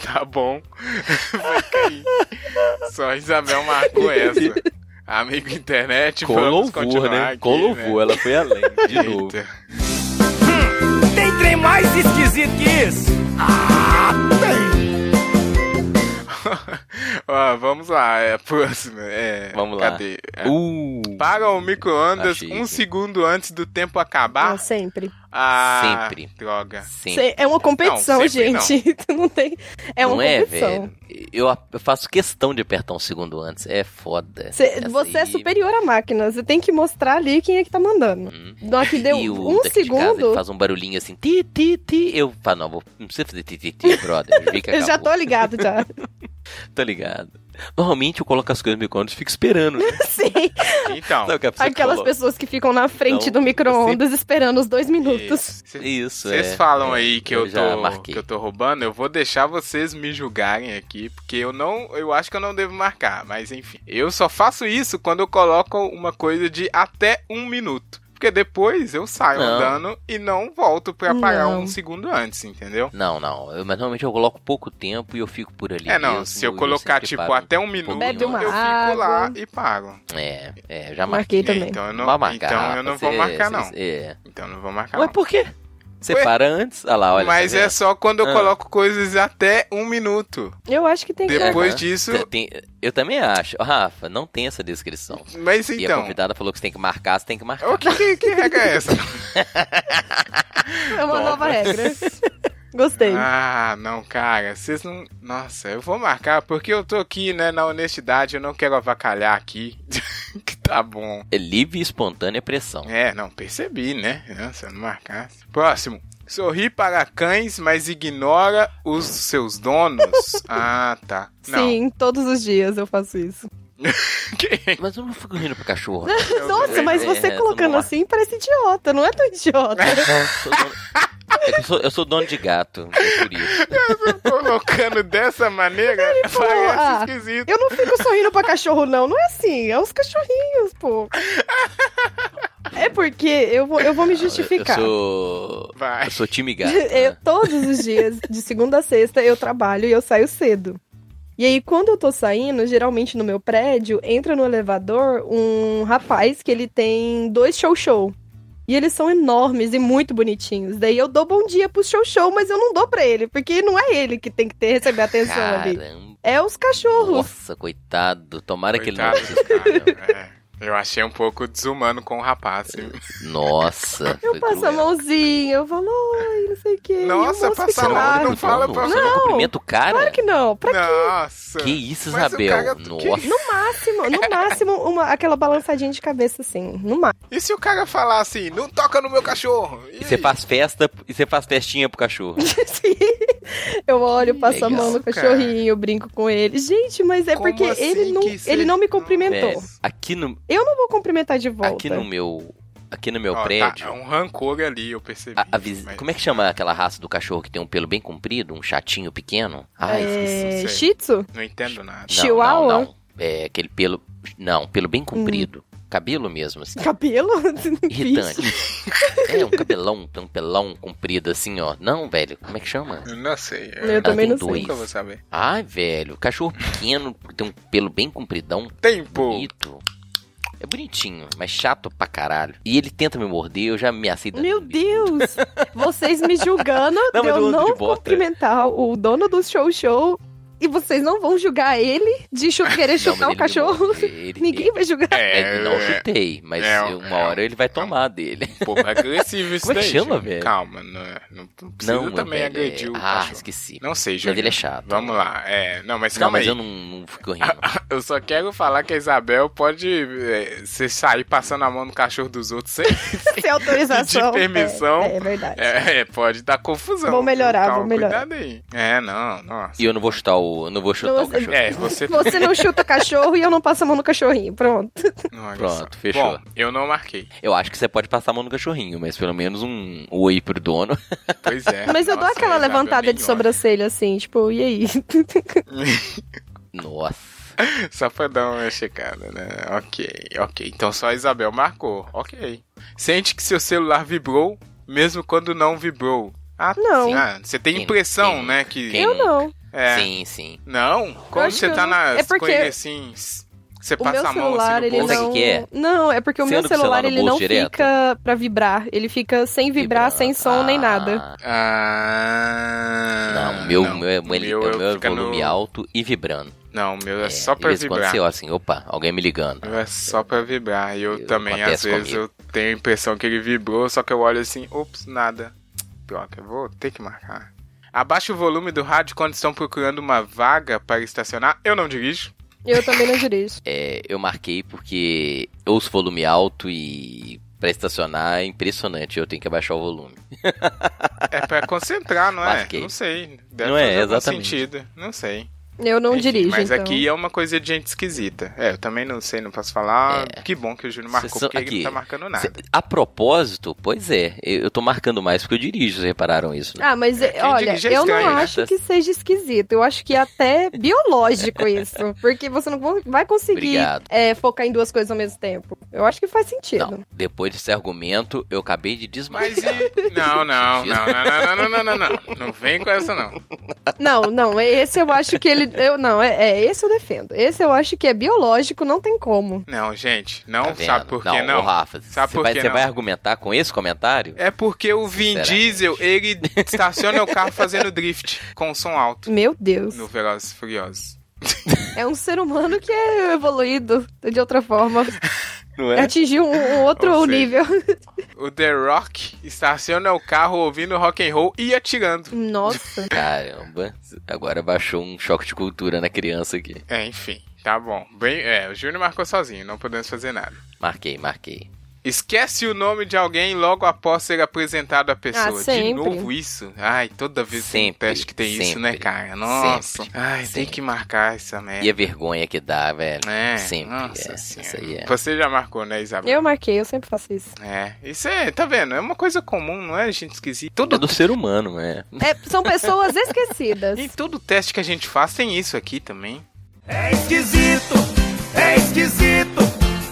Speaker 1: Tá bom. Vai cair. Só a Isabel marcou essa. Amigo internet,
Speaker 2: Com
Speaker 1: vamos
Speaker 2: louvor,
Speaker 1: continuar
Speaker 2: né?
Speaker 1: aqui,
Speaker 2: Com louvor, ela foi além, de
Speaker 1: Né?
Speaker 2: novo.
Speaker 1: Eita.
Speaker 7: Tem trem mais esquisito que isso? Ah, tem!
Speaker 1: Ó, vamos lá, é a próxima. É,
Speaker 2: Vamos lá. Tá
Speaker 1: Cadê? É,
Speaker 2: Uh,
Speaker 1: Para o micro-ondas
Speaker 2: Achei.
Speaker 1: um segundo antes do tempo acabar.
Speaker 3: Não, sempre.
Speaker 1: Ah,
Speaker 2: Sempre.
Speaker 1: Droga.
Speaker 2: sempre.
Speaker 3: Se- É uma competição,
Speaker 1: Não, sempre
Speaker 3: gente. Não. tem. É
Speaker 2: não
Speaker 3: uma
Speaker 2: é,
Speaker 3: competição.
Speaker 2: velho? Eu, eu faço questão de apertar um segundo antes. É assim. foda.
Speaker 3: Cê-
Speaker 2: Essa
Speaker 3: você é
Speaker 2: aí-
Speaker 3: superior à máquina. Você tem que mostrar ali quem é que tá mandando.
Speaker 2: Hum.
Speaker 3: Não que deu
Speaker 2: E o
Speaker 3: um
Speaker 2: daqui de casa, ele
Speaker 3: segundo.
Speaker 2: faz um barulhinho assim, ti, ti, ti. Eu falo, não, vou, não precisa fazer ti, ti, ti, brother. vi que
Speaker 3: Eu já
Speaker 2: acabou.
Speaker 3: tô ligado já.
Speaker 2: Tá ligado. Normalmente eu coloco as coisas no micro-ondas e fico esperando, né?
Speaker 3: Sim.
Speaker 1: Então.
Speaker 2: Sabe o que é a pessoa
Speaker 3: Aquelas
Speaker 2: coloca?
Speaker 3: pessoas que ficam na frente
Speaker 2: Então,
Speaker 3: do micro-ondas esperando os dois minutos.
Speaker 1: Vocês
Speaker 2: Isso, é.
Speaker 1: falam
Speaker 2: É,
Speaker 1: aí que
Speaker 2: eu
Speaker 1: eu,
Speaker 2: já
Speaker 1: tô,
Speaker 2: marquei.
Speaker 1: que eu tô roubando, eu vou deixar vocês me julgarem aqui, porque eu não. Eu acho que eu não devo marcar, mas enfim. Eu só faço isso quando eu coloco uma coisa de até um minuto. Porque depois eu saio
Speaker 2: Não.
Speaker 1: andando e não volto pra parar
Speaker 3: Não.
Speaker 1: um segundo antes, entendeu?
Speaker 2: Não, não. Eu- mas normalmente eu coloco pouco tempo e eu fico por ali.
Speaker 1: É, não.
Speaker 2: mesmo,
Speaker 1: Se eu colocar,
Speaker 2: sempre
Speaker 1: tipo,
Speaker 2: paro.
Speaker 1: até um minuto,
Speaker 3: Bebe
Speaker 1: eu
Speaker 3: uma
Speaker 1: fico lá
Speaker 3: água.
Speaker 1: e pago.
Speaker 2: É, é, já marquei.
Speaker 3: Marquei também.
Speaker 1: Então eu não,
Speaker 2: Vai marcar,
Speaker 1: então eu não vou
Speaker 2: você-
Speaker 1: marcar, não.
Speaker 2: você- É.
Speaker 1: Então eu não vou marcar,
Speaker 2: Mas
Speaker 1: não.
Speaker 2: por quê? Você
Speaker 1: Ué?
Speaker 2: para antes? Olha lá, olha.
Speaker 1: Mas
Speaker 2: tá
Speaker 1: é
Speaker 2: vendo?
Speaker 1: só quando eu
Speaker 2: Ah.
Speaker 1: coloco coisas até um minuto.
Speaker 2: então.
Speaker 3: Eu acho que tem que.
Speaker 1: Depois
Speaker 2: Aham.
Speaker 1: disso,
Speaker 2: Você tem- Eu também acho. Ô, Rafa, não tem essa descrição.
Speaker 1: Mas
Speaker 2: E a
Speaker 1: então.
Speaker 2: convidada falou que você tem que marcar, você tem que marcar.
Speaker 1: O que, que, que regra é essa?
Speaker 3: É uma nova regra. Gostei.
Speaker 1: Ah, não, cara, vocês não. Nossa, eu vou marcar porque eu tô aqui, né, na honestidade, eu não quero avacalhar aqui. que tá bom.
Speaker 2: É livre e espontânea pressão.
Speaker 1: É, não, percebi, né? Não, Se eu não marcar. Próximo. Sorri para cães, mas ignora os seus donos. ah, tá. Não.
Speaker 3: Sim, todos os dias eu faço isso.
Speaker 1: Que-
Speaker 2: Mas eu não fico rindo pro cachorro.
Speaker 3: Nossa, mas você
Speaker 2: É, vamos
Speaker 3: colocando
Speaker 2: lá.
Speaker 3: assim parece idiota, não é tão idiota.
Speaker 2: Eu sou dono- É que eu sou, eu sou dono de gato, é por isso.
Speaker 1: Colocando dessa maneira
Speaker 3: falou,
Speaker 1: parece
Speaker 3: ah,
Speaker 1: esquisito.
Speaker 3: Eu não fico sorrindo pra cachorro, não. Não é assim, é os cachorrinhos, pô. É porque eu vou, eu vou me justificar.
Speaker 2: Eu sou.
Speaker 1: Vai.
Speaker 2: Eu sou time gato.
Speaker 3: Eu-
Speaker 2: né?
Speaker 3: todos os dias, de segunda a sexta, eu trabalho e eu saio cedo. E aí, quando eu tô saindo, geralmente no meu prédio, entra no elevador um rapaz que ele tem dois show-show. E eles são enormes e muito bonitinhos. Daí eu dou bom dia pro show-show, mas eu não dou pra ele, porque não é ele que tem que ter, receber atenção ali.
Speaker 2: Caramba.
Speaker 3: É os cachorros.
Speaker 2: Nossa, coitado. Tomara
Speaker 1: Coitado
Speaker 2: que ele
Speaker 1: do cara, é. Eu achei um pouco desumano com o rapaz. viu?
Speaker 2: não. Nossa.
Speaker 3: Eu
Speaker 2: foi
Speaker 3: passo a
Speaker 2: cruel.
Speaker 3: mãozinha, eu falo, oi, não sei o quê. e
Speaker 1: Nossa,
Speaker 3: o moço
Speaker 1: passa
Speaker 3: fica
Speaker 1: a mão
Speaker 3: lá.
Speaker 1: e não
Speaker 2: Claro,
Speaker 1: fala
Speaker 2: não,
Speaker 1: pra-
Speaker 2: Você não cumprimenta o cara?
Speaker 3: Claro que não, pra
Speaker 1: Nossa.
Speaker 2: Que isso,
Speaker 1: Mas o
Speaker 2: Isabel?
Speaker 1: cara- é que
Speaker 2: Nossa.
Speaker 1: isso?
Speaker 3: No máximo, no máximo, uma, aquela balançadinha de cabeça, assim. No máximo.
Speaker 1: E se o cara falar assim, não toca no meu cachorro?
Speaker 2: E você
Speaker 1: aí?
Speaker 2: faz festa, e você faz festinha pro cachorro.
Speaker 3: Assim, eu olho, passo a
Speaker 2: Legal,
Speaker 3: mão no
Speaker 1: cara.
Speaker 3: cachorrinho, brinco com ele. Gente, mas é
Speaker 1: Como
Speaker 3: porque
Speaker 1: assim
Speaker 3: ele, não,
Speaker 1: que é? cê-
Speaker 3: ele não me cumprimentou.
Speaker 2: Velho, É, aqui no,
Speaker 3: Eu não vou cumprimentar de volta.
Speaker 2: aqui no meu, aqui no meu
Speaker 1: Ó, tá,
Speaker 2: prédio,
Speaker 1: é um rancor ali, eu percebi.
Speaker 2: a- a vis-
Speaker 1: Mas-
Speaker 2: como é que chama aquela raça do cachorro que tem um pelo bem comprido, um chatinho pequeno? Ah, esqueci.
Speaker 3: é...
Speaker 1: sei.
Speaker 3: Shih Tzu?
Speaker 1: Não entendo nada.
Speaker 2: Não,
Speaker 3: Chihuahua?
Speaker 2: Não, não. É aquele pelo, não, pelo bem comprido, cabelo mesmo, assim.
Speaker 3: Cabelo?
Speaker 2: Irritante. é um cabelão, um pelão comprido assim, ó. Não, velho, como é que chama? Ah,
Speaker 1: Eu não sei. é
Speaker 3: Eu também não
Speaker 1: nunca
Speaker 2: sei.
Speaker 1: vou saber.
Speaker 2: Ai, velho, cachorro pequeno, tem um pelo bem compridão,
Speaker 1: Tempo.
Speaker 2: bonito. É bonitinho, mas chato pra caralho. E ele tenta me morder, eu já ameacei. dando
Speaker 3: Meu
Speaker 2: bico.
Speaker 3: Deus! Vocês me julgando
Speaker 2: Não, mas
Speaker 3: de
Speaker 2: eu
Speaker 3: eu
Speaker 2: ando
Speaker 3: não
Speaker 2: de bota.
Speaker 3: cumprimentar o dono do show show e vocês não vão julgar ele de chu-
Speaker 2: Não,
Speaker 3: querer
Speaker 2: mas ele
Speaker 3: chutar o
Speaker 2: me
Speaker 3: é um cachorro?
Speaker 2: morde, ele-
Speaker 3: Ninguém vai julgar.
Speaker 2: É, não
Speaker 1: é,
Speaker 2: chutei, mas
Speaker 1: é,
Speaker 2: eu- uma
Speaker 1: é,
Speaker 2: hora ele vai tomar dele.
Speaker 1: um pouco agressivo isso
Speaker 2: Como é
Speaker 1: daí.
Speaker 2: que chama,
Speaker 1: gente.
Speaker 2: velho?
Speaker 1: Calma, não, é- não precisa
Speaker 2: não, meu
Speaker 1: também
Speaker 2: velho, é-
Speaker 1: agredir o
Speaker 2: Ah,
Speaker 1: cachorro.
Speaker 2: esqueci.
Speaker 1: Não sei,
Speaker 2: Mas
Speaker 1: Júlio.
Speaker 2: ele é chato.
Speaker 1: Vamos lá, é. Não, mas
Speaker 2: Não,
Speaker 1: calma aí.
Speaker 2: mas eu não, não fico rindo.
Speaker 1: Eu só quero falar que a Isabel pode é, você sair passando a mão no cachorro dos outros sem,
Speaker 3: Sem autorização.
Speaker 1: Pedir permissão.
Speaker 3: É, é verdade.
Speaker 1: é, é, pode dar confusão.
Speaker 3: Vou melhorar,
Speaker 1: Calma,
Speaker 3: vou melhorar.
Speaker 1: Cuidado aí. É, não, nossa.
Speaker 2: E eu não vou chutar o. Não vou chutar o
Speaker 3: Nossa,
Speaker 2: cachorro.
Speaker 1: É, você.
Speaker 3: Você não chuta cachorro e eu não passo a mão no cachorrinho. Pronto.
Speaker 1: Olha só.
Speaker 2: Pronto, fechou.
Speaker 1: Bom, eu não marquei.
Speaker 2: Eu acho que você pode passar a mão no cachorrinho, mas pelo menos um oi pro dono.
Speaker 1: Pois é.
Speaker 3: Mas eu dou
Speaker 1: Nossa,
Speaker 3: aquela
Speaker 1: a Isabel
Speaker 3: levantada
Speaker 2: é
Speaker 1: nem
Speaker 3: de
Speaker 1: olha.
Speaker 3: sobrancelha assim, tipo, e aí?
Speaker 2: Nossa.
Speaker 1: Só pra dar uma checada, né? Ok, ok. Então só a Isabel marcou. Ok. Sente que seu celular vibrou, mesmo quando não vibrou. Ah,
Speaker 3: Não.
Speaker 1: sim. Ah, você tem
Speaker 2: Quem-
Speaker 1: impressão,
Speaker 2: quem-
Speaker 1: né? Que.
Speaker 2: quem-
Speaker 3: Eu não.
Speaker 1: É.
Speaker 2: Sim, sim.
Speaker 1: Não? Como
Speaker 3: acho
Speaker 1: você
Speaker 3: que
Speaker 1: tá
Speaker 3: eu não-
Speaker 1: na.
Speaker 3: é porque
Speaker 1: com ele assim. s- Você
Speaker 3: O meu
Speaker 1: passa a mão
Speaker 3: celular,
Speaker 1: assim no
Speaker 3: ele
Speaker 1: bolso.
Speaker 2: Sabe
Speaker 3: não...
Speaker 2: o que que é?
Speaker 3: Não, é porque o
Speaker 2: Você
Speaker 3: meu
Speaker 2: anda com o celular
Speaker 3: celular,
Speaker 2: no
Speaker 3: ele
Speaker 2: bolso
Speaker 3: não
Speaker 2: direto?
Speaker 3: fica pra vibrar. Ele fica sem vibrar, sem som, nem
Speaker 2: Ah.
Speaker 3: nada.
Speaker 1: Ah.
Speaker 2: Não, o meu, meu, é-
Speaker 1: O
Speaker 2: ele-
Speaker 1: meu
Speaker 2: é o meu
Speaker 1: fica
Speaker 2: volume
Speaker 1: no-
Speaker 2: alto e vibrando.
Speaker 1: Não, o meu é, só pra
Speaker 2: de vez em quando
Speaker 1: vibrar.
Speaker 2: você olha assim, opa, alguém me ligando.
Speaker 1: É só pra vibrar. E eu,
Speaker 2: Eu-
Speaker 1: também, às
Speaker 2: acontece
Speaker 1: vezes,
Speaker 2: comigo.
Speaker 1: eu tenho a impressão que ele vibrou, só que eu olho assim, ops, nada. Droga, eu vou ter que marcar. Abaixa o volume do rádio quando estão procurando uma vaga para estacionar. Eu não dirijo.
Speaker 3: Eu também não dirijo.
Speaker 2: É, eu marquei porque eu ouço volume alto e pra estacionar é impressionante, eu tenho que abaixar o volume.
Speaker 1: É pra concentrar, não é?
Speaker 2: Marquei.
Speaker 1: Não sei. Deve
Speaker 2: Não é,
Speaker 1: fazer algum
Speaker 2: exatamente.
Speaker 1: sentido. Não sei.
Speaker 3: Eu não
Speaker 1: Enfim,
Speaker 3: dirijo,
Speaker 1: Mas
Speaker 3: então.
Speaker 1: aqui é uma coisa de gente esquisita. É, eu também não sei, não posso falar. Que bom que o Júnior marcou,
Speaker 2: É. Vocês são-
Speaker 1: porque ele
Speaker 2: aqui.
Speaker 1: não tá marcando nada.
Speaker 2: Cê- a propósito, pois é, eu eu tô marcando mais porque eu dirijo, vocês repararam isso, né?
Speaker 3: Ah, mas
Speaker 1: É, quem
Speaker 3: olha,
Speaker 1: dirige é
Speaker 3: eu não
Speaker 1: estranho, né?
Speaker 3: acho que seja esquisito. Eu acho que é até biológico isso. Porque você não vai conseguir
Speaker 2: Obrigado.
Speaker 3: é, focar em duas coisas ao mesmo tempo. Eu acho que faz sentido.
Speaker 2: Não, depois desse argumento, eu acabei de desmaiar.
Speaker 1: Mas e. Não, não, não, não, não, não, não, não, não. Não vem com essa, não.
Speaker 3: Não, não, é, esse eu acho que ele. Eu, não, é, é, esse eu defendo. Esse eu acho que é biológico, não tem como.
Speaker 1: Não, gente, não
Speaker 2: Tá vendo?
Speaker 1: sabe por que
Speaker 2: ô,
Speaker 1: não.
Speaker 2: Rafa,
Speaker 1: Sabe
Speaker 2: você
Speaker 1: por
Speaker 2: vai,
Speaker 1: que
Speaker 2: você
Speaker 1: não?
Speaker 2: vai argumentar com esse comentário?
Speaker 1: É porque o Vin
Speaker 2: Sinceramente.
Speaker 1: Diesel, ele estaciona o carro fazendo drift com som alto
Speaker 3: Meu Deus.
Speaker 1: no Velozes e Furiosos.
Speaker 3: É um ser humano que é evoluído de outra forma.
Speaker 2: Não
Speaker 3: Atingiu um, um outro
Speaker 1: é? Ou seja,
Speaker 3: nível.
Speaker 1: O The Rock estaciona o carro ouvindo rock and roll e atirando.
Speaker 3: Nossa.
Speaker 2: Caramba, agora baixou um choque de cultura na criança aqui.
Speaker 1: É, enfim, tá bom. Bem, é, o Júnior marcou sozinho, não podemos fazer nada.
Speaker 2: Marquei, marquei.
Speaker 1: Esquece o nome de alguém logo após ser apresentado à pessoa.
Speaker 3: Ah,
Speaker 1: de
Speaker 3: sempre.
Speaker 1: novo isso? Ai, toda vez tem um
Speaker 2: Sempre,
Speaker 1: teste que tem isso,
Speaker 2: sempre,
Speaker 1: né, cara? Nossa.
Speaker 2: sempre,
Speaker 1: Ai, tem
Speaker 2: sempre.
Speaker 1: que marcar essa merda.
Speaker 2: E a vergonha que dá, velho.
Speaker 1: É,
Speaker 2: Sempre,
Speaker 1: nossa
Speaker 2: é,
Speaker 1: senhora.
Speaker 2: isso aí é.
Speaker 1: Você já marcou, né, Isabel?
Speaker 3: Eu marquei, eu sempre faço isso.
Speaker 1: É, isso é, tá vendo? É uma coisa comum, não é, gente esquisita?
Speaker 2: É
Speaker 1: Todo,
Speaker 2: do ser humano, é.
Speaker 3: É, são pessoas esquecidas.
Speaker 1: em todo teste que a gente faz tem isso aqui também.
Speaker 7: É esquisito, é esquisito,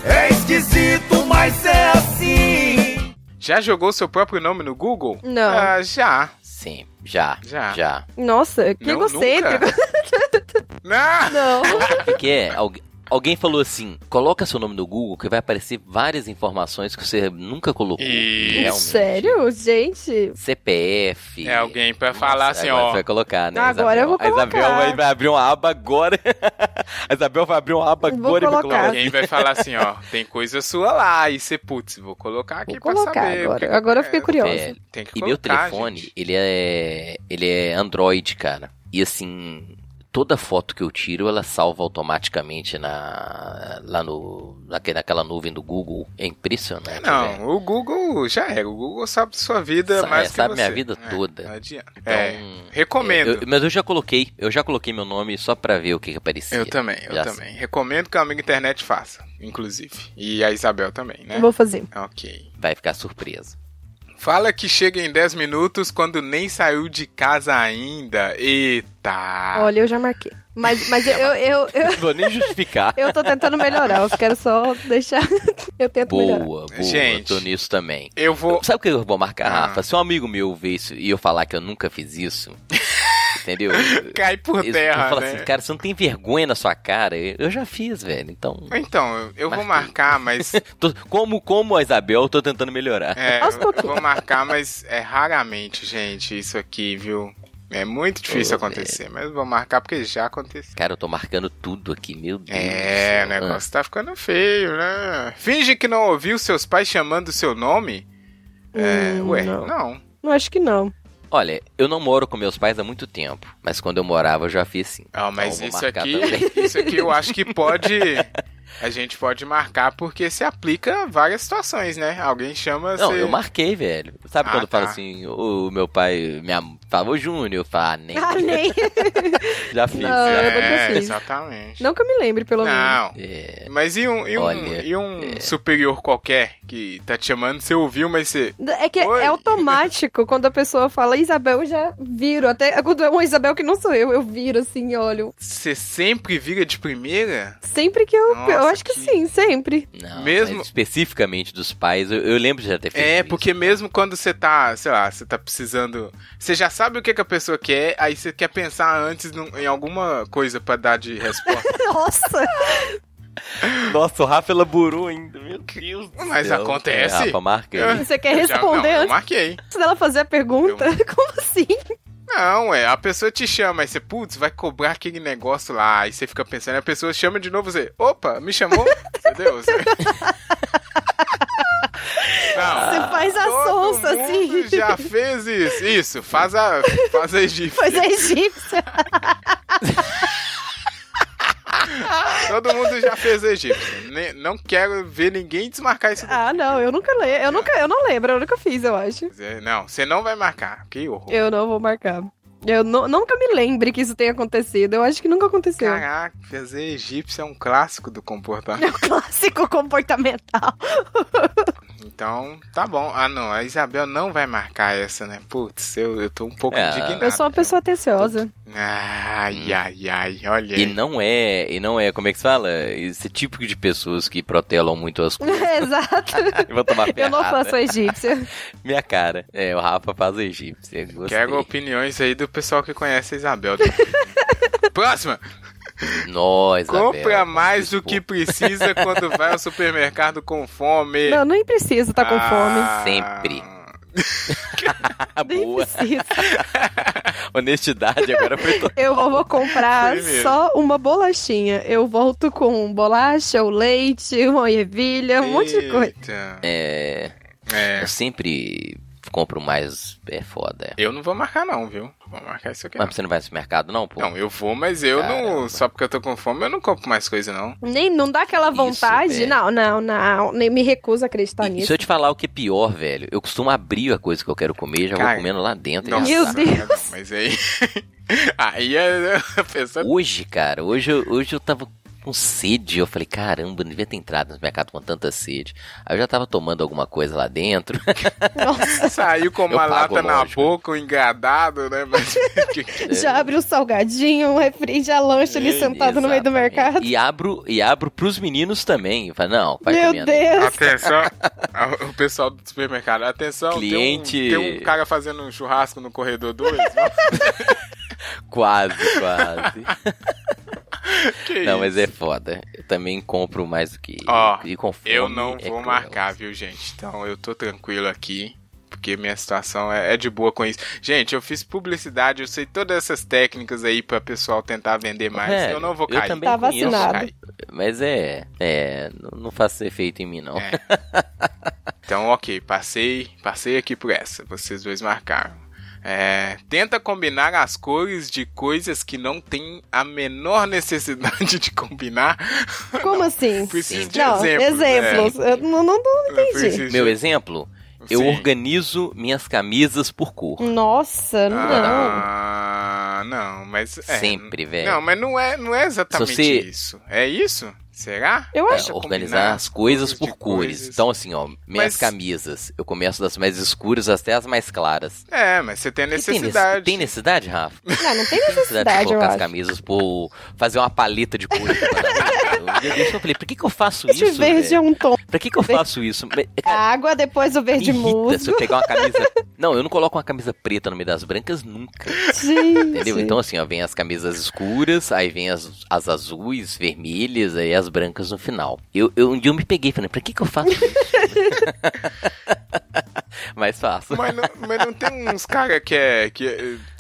Speaker 7: é esquisito, mas é assim.
Speaker 1: Já jogou seu próprio nome no Google?
Speaker 3: Não.
Speaker 1: Ah, já.
Speaker 2: Sim, já,
Speaker 1: Já.
Speaker 2: já.
Speaker 3: Nossa, que
Speaker 1: não,
Speaker 3: egocêntrico.
Speaker 1: nunca. Não!
Speaker 3: Não.
Speaker 2: O que, que é? Algu- alguém falou assim, coloca seu nome no Google que vai aparecer várias informações que você nunca colocou.
Speaker 1: Isso.
Speaker 2: Realmente.
Speaker 3: Sério, gente?
Speaker 2: CPF.
Speaker 1: É alguém pra
Speaker 2: Nossa,
Speaker 1: falar assim,
Speaker 2: agora Você
Speaker 1: ó.
Speaker 2: vai colocar, né? Isabel?
Speaker 3: Agora eu vou
Speaker 2: A Isabel
Speaker 3: colocar.
Speaker 2: vai, vai abrir uma aba agora. a Isabel vai abrir uma aba
Speaker 3: Vou
Speaker 2: agora e vai
Speaker 3: colocar.
Speaker 2: colocar.
Speaker 1: Alguém vai falar assim, ó, tem coisa sua lá, e você, putz, vou colocar aqui
Speaker 3: Vou
Speaker 1: pra
Speaker 3: colocar
Speaker 1: saber. o que
Speaker 3: agora. Agora eu fiquei
Speaker 1: é,
Speaker 3: curiosa.
Speaker 2: Velho,
Speaker 1: Tem que
Speaker 2: E
Speaker 1: colocar,
Speaker 2: meu telefone,
Speaker 1: gente.
Speaker 2: ele é. Ele é Android, cara. E assim, toda foto que eu tiro, ela salva automaticamente na. lá no. naque- naquela nuvem do Google. É impressionante, velho.
Speaker 1: Não, o Google já era. O Google sabe sua vida
Speaker 2: Sabe-
Speaker 1: mais que
Speaker 2: sabe
Speaker 1: você.
Speaker 2: minha vida
Speaker 1: É,
Speaker 2: toda.
Speaker 1: Não adianta.
Speaker 2: Então,
Speaker 1: é, recomendo.
Speaker 2: Eu- mas eu já coloquei, eu já coloquei meu nome só pra ver o que, que aparecia.
Speaker 1: Eu também, eu
Speaker 2: Já
Speaker 1: também. Recomendo que a amiga internet faça, inclusive. E a Isabel também, né?
Speaker 3: Vou fazer.
Speaker 1: Ok.
Speaker 2: Vai ficar surpreso.
Speaker 1: Fala que chega em 10 minutos quando nem saiu de casa ainda. Eita!
Speaker 3: Olha, eu já marquei. Mas, mas eu, eu, eu,
Speaker 2: Não vou nem justificar.
Speaker 3: eu tô tentando melhorar. Eu quero só deixar. Eu tento
Speaker 2: Boa,
Speaker 3: melhorar.
Speaker 2: boa,
Speaker 1: Gente.
Speaker 2: eu tô nisso também.
Speaker 1: Eu vou.
Speaker 2: Sabe o que eu vou marcar,
Speaker 1: Ah.
Speaker 2: Rafa? Se um amigo meu ver isso e eu falar que eu nunca fiz isso, entendeu?
Speaker 1: Cai por
Speaker 2: Eles-
Speaker 1: terra,
Speaker 2: eu falo
Speaker 1: né?
Speaker 2: assim, cara, você não tem vergonha na sua cara. Eu eu já fiz, velho. Então,
Speaker 1: Então, eu- eu vou
Speaker 2: Marquei.
Speaker 1: marcar, mas.
Speaker 2: tô- como, como a Isabel, eu tô tentando melhorar.
Speaker 1: É,
Speaker 3: Aos
Speaker 1: eu vou marcar, mas é raramente, gente, isso aqui, viu? É muito difícil
Speaker 2: Ô,
Speaker 1: acontecer, mas eu vou marcar porque já aconteceu.
Speaker 2: Cara, eu tô marcando tudo aqui, meu Deus.
Speaker 1: É, o
Speaker 2: do céu.
Speaker 1: negócio tá ficando feio, né? Finge que não ouviu seus pais chamando o seu nome? É,
Speaker 3: Hum,
Speaker 1: ué,
Speaker 3: não.
Speaker 1: não.
Speaker 3: Não acho que não.
Speaker 2: Ah, Olha, eu não moro com meus pais há muito tempo, mas quando eu morava eu já fiz sim.
Speaker 1: Ah, mas
Speaker 2: Então, vou
Speaker 1: isso
Speaker 2: marcar
Speaker 1: aqui,
Speaker 2: também.
Speaker 1: isso aqui eu acho que pode. A gente pode marcar porque se aplica a várias situações, né? Alguém chama.
Speaker 2: Não,
Speaker 1: você-
Speaker 2: eu marquei, velho. Sabe
Speaker 1: Ah,
Speaker 2: quando eu falo
Speaker 1: tá.
Speaker 2: assim, o meu pai minha, fala, ô Júnior, eu falo, ah, nem,
Speaker 3: Ah, nem.
Speaker 2: já fiz.
Speaker 3: Não,
Speaker 2: já.
Speaker 3: eu não
Speaker 1: É,
Speaker 3: preciso.
Speaker 1: exatamente.
Speaker 3: Não que eu me lembre, pelo menos.
Speaker 1: Não.
Speaker 2: É,
Speaker 1: Mas e um, e um,
Speaker 2: Olha, é.
Speaker 1: e um superior qualquer que tá te chamando, você ouviu, mas você.
Speaker 3: É que
Speaker 1: Oi.
Speaker 3: é automático quando a pessoa fala Isabel, eu já viro. Até quando é uma Isabel que não sou eu, eu viro assim, olho.
Speaker 1: Você sempre vira de primeira?
Speaker 3: Sempre que eu.
Speaker 1: Nossa,
Speaker 3: eu acho que,
Speaker 1: que-
Speaker 3: sim, sempre.
Speaker 2: Não,
Speaker 1: Mesmo-
Speaker 2: mas especificamente dos pais, eu, eu lembro de já ter feito
Speaker 1: É,
Speaker 2: isso.
Speaker 1: porque mesmo quando você tá, sei lá, você tá precisando. Você já sabe o que, que a pessoa quer, aí você quer pensar antes num- em alguma coisa pra dar de resposta.
Speaker 3: Nossa!
Speaker 2: Nossa, o Rafa elaborou ainda, meu Deus do
Speaker 1: Mas
Speaker 2: céu.
Speaker 1: acontece.
Speaker 2: É, Rafa, marca aí.
Speaker 3: Você quer
Speaker 1: Eu já-
Speaker 3: responder
Speaker 1: não, eu
Speaker 3: antes
Speaker 1: marquei.
Speaker 3: dela fazer a pergunta? Como assim?
Speaker 1: Não, é, a pessoa te chama, aí você, putz, vai cobrar aquele negócio lá, aí você fica pensando, a pessoa chama de novo, você, opa, me chamou? Entendeu? Você- Não.
Speaker 3: Você faz a
Speaker 1: Todo
Speaker 3: sonsa,
Speaker 1: mundo
Speaker 3: assim.
Speaker 1: já fez isso. Isso, faz a, faz a egípcia.
Speaker 3: Faz a é, egípcia.
Speaker 1: Todo mundo já fez a egípcia. Ne- não quero ver ninguém desmarcar isso.
Speaker 3: Ah, não, eu nunca lembro. Eu, nunca, eu não lembro, eu nunca fiz, eu acho.
Speaker 1: É, Não, você não vai marcar. Que horror.
Speaker 3: Eu não vou marcar. Eu nu- nunca me lembre que isso tenha acontecido. Eu acho que nunca aconteceu.
Speaker 1: Caraca, fazer egípcia é um clássico do comportamento.
Speaker 3: É o clássico comportamental.
Speaker 1: Então, tá bom. Ah, não, a Isabel não vai marcar essa, né? Putz, eu, eu tô um pouco
Speaker 2: É,
Speaker 1: indignado.
Speaker 3: Eu sou uma pessoa atenciosa.
Speaker 1: Ai, ai, ai, olha
Speaker 2: E
Speaker 1: aí.
Speaker 2: não é, e não é, como é que se fala? Esse é típico de pessoas que protelam muito as coisas.
Speaker 3: Exato.
Speaker 2: Eu Vou tomar
Speaker 3: Eu não
Speaker 2: ferrada.
Speaker 3: faço a egípcia.
Speaker 2: Minha cara. É, o Rafa faz egípcio. é eu Gostei.
Speaker 1: Quero opiniões aí do pessoal que conhece a Isabel. né? Próxima!
Speaker 2: Nós,
Speaker 1: Compra
Speaker 2: Isabel,
Speaker 1: mais do
Speaker 2: vamos
Speaker 1: que
Speaker 2: expor.
Speaker 1: precisa quando vai ao supermercado com fome.
Speaker 3: Não, nem preciso tá com fome.
Speaker 1: É. Ah, tá
Speaker 2: Sempre.
Speaker 3: Nem
Speaker 2: Boa.
Speaker 3: preciso.
Speaker 2: Honestidade agora foi total.
Speaker 3: Eu vou comprar
Speaker 1: Foi mesmo.
Speaker 3: só uma bolachinha. Eu volto com bolacha, o leite, uma ervilha, um monte de coisa.
Speaker 1: Eita.
Speaker 2: É,
Speaker 1: É,
Speaker 2: eu sempre compro mais. É foda. é.
Speaker 1: Eu não vou marcar, não, viu? Vou marcar isso aqui. Não,
Speaker 2: Mas você não vai no mercado, não, pô?
Speaker 1: Não, eu vou, mas eu não.
Speaker 2: Caramba.
Speaker 1: Só porque eu tô com fome, eu não compro mais coisa, não.
Speaker 3: Nem, não dá aquela
Speaker 2: Isso,
Speaker 3: vontade?
Speaker 2: velho.
Speaker 3: não, não, não. Nem me recuso a acreditar
Speaker 2: E
Speaker 3: Tá nisso.
Speaker 2: se eu te falar o que é pior, velho, eu costumo abrir a coisa que eu quero comer e já
Speaker 1: Cara,
Speaker 2: vou comendo lá dentro.
Speaker 1: Nossa,
Speaker 3: Meu
Speaker 2: já sabe.
Speaker 3: Deus.
Speaker 1: não, Mas aí. aí é- a pessoa.
Speaker 2: Hoje, cara, hoje, eu- hoje eu tava com sede. Eu falei, caramba, não devia ter entrado no mercado com tanta sede. Aí eu já tava tomando alguma coisa lá dentro.
Speaker 1: Saiu com uma
Speaker 2: Eu pago,
Speaker 1: lata na
Speaker 2: lógico. É.
Speaker 1: boca, um engadado, né? Mas.
Speaker 3: Já abre um salgadinho, um refri, já lancha ali sentado no meio do
Speaker 2: Exatamente.
Speaker 3: mercado.
Speaker 2: E abro, e abro pros meninos também. Eu falo, não, vai
Speaker 3: Meu
Speaker 2: comendo.
Speaker 3: Deus.
Speaker 1: Atenção, o pessoal do supermercado, atenção,
Speaker 2: Cliente-
Speaker 1: tem, um, tem um cara fazendo um churrasco no corredor né? 2.
Speaker 2: Quase, quase.
Speaker 1: que
Speaker 2: não, mas
Speaker 1: isso?
Speaker 2: é foda. Eu também compro mais do que.
Speaker 1: Ó,
Speaker 2: e com fome
Speaker 1: Eu não
Speaker 2: é
Speaker 1: vou
Speaker 2: cruel.
Speaker 1: marcar, viu, gente? Então eu tô tranquilo aqui. Porque minha situação é, é de boa com isso. Gente, eu fiz publicidade, eu sei todas essas técnicas aí pra pessoal tentar vender mais.
Speaker 2: Velho,
Speaker 1: eu não vou
Speaker 2: É, eu
Speaker 1: cair.
Speaker 2: também
Speaker 3: Tá
Speaker 2: conheço.
Speaker 1: Não vou
Speaker 3: vacinado.
Speaker 1: cair.
Speaker 2: Mas é. É. Não, não faça efeito em mim, não.
Speaker 1: É. Então, ok, passei, passei aqui por essa. Vocês dois marcaram. É, tenta combinar as cores de coisas que não tem a menor necessidade de combinar.
Speaker 3: Como assim?
Speaker 1: Preciso de
Speaker 3: Não,
Speaker 1: exemplos.
Speaker 3: exemplos. Eu não, não, não
Speaker 1: né?
Speaker 3: entendi.
Speaker 2: Meu exemplo, eu
Speaker 1: Sim.
Speaker 2: organizo minhas camisas por cor.
Speaker 3: Nossa, não.
Speaker 1: Ah, não, mas. É,
Speaker 2: Sempre, velho.
Speaker 1: Não, mas não é, não é exatamente
Speaker 2: Se você-
Speaker 1: isso. É isso? Será?
Speaker 3: Eu
Speaker 2: É,
Speaker 3: acho.
Speaker 2: organizar
Speaker 1: combinar
Speaker 2: as coisas
Speaker 1: cores
Speaker 2: por
Speaker 1: de
Speaker 2: cores.
Speaker 1: coisas.
Speaker 2: Então, assim, ó, minhas
Speaker 1: Mas-
Speaker 2: camisas. Eu começo das mais escuras até as mais claras.
Speaker 1: É, mas você tem a
Speaker 2: E tem nece-
Speaker 1: necessidade.
Speaker 2: Tem necessidade, Rafa?
Speaker 3: Não, não tem
Speaker 2: Tem necessidade de
Speaker 3: necessidade, eu
Speaker 2: colocar as
Speaker 3: acho.
Speaker 2: camisas por. fazer uma paleta de cores. Eu, eu só falei, por que, que eu faço
Speaker 3: Esse
Speaker 2: isso?
Speaker 3: verde
Speaker 2: velho?
Speaker 3: é um tom
Speaker 2: Pra que, que eu
Speaker 3: verde-
Speaker 2: faço isso? Me-
Speaker 3: da
Speaker 2: cara,
Speaker 3: água, depois o
Speaker 2: me
Speaker 3: verde
Speaker 2: irrita se eu
Speaker 3: musgo.
Speaker 2: pegar uma camisa. Não, eu não coloco uma camisa preta no meio das brancas nunca. Entendeu?
Speaker 3: Gente.
Speaker 2: Então, assim, ó, vem as camisas escuras, aí vem as, as azuis, vermelhas, aí as brancas no final. Eu, eu, um dia eu me peguei falei, pra que que eu faço isso? Mas faço.
Speaker 1: Mas não, mas não tem uns caras que, é, que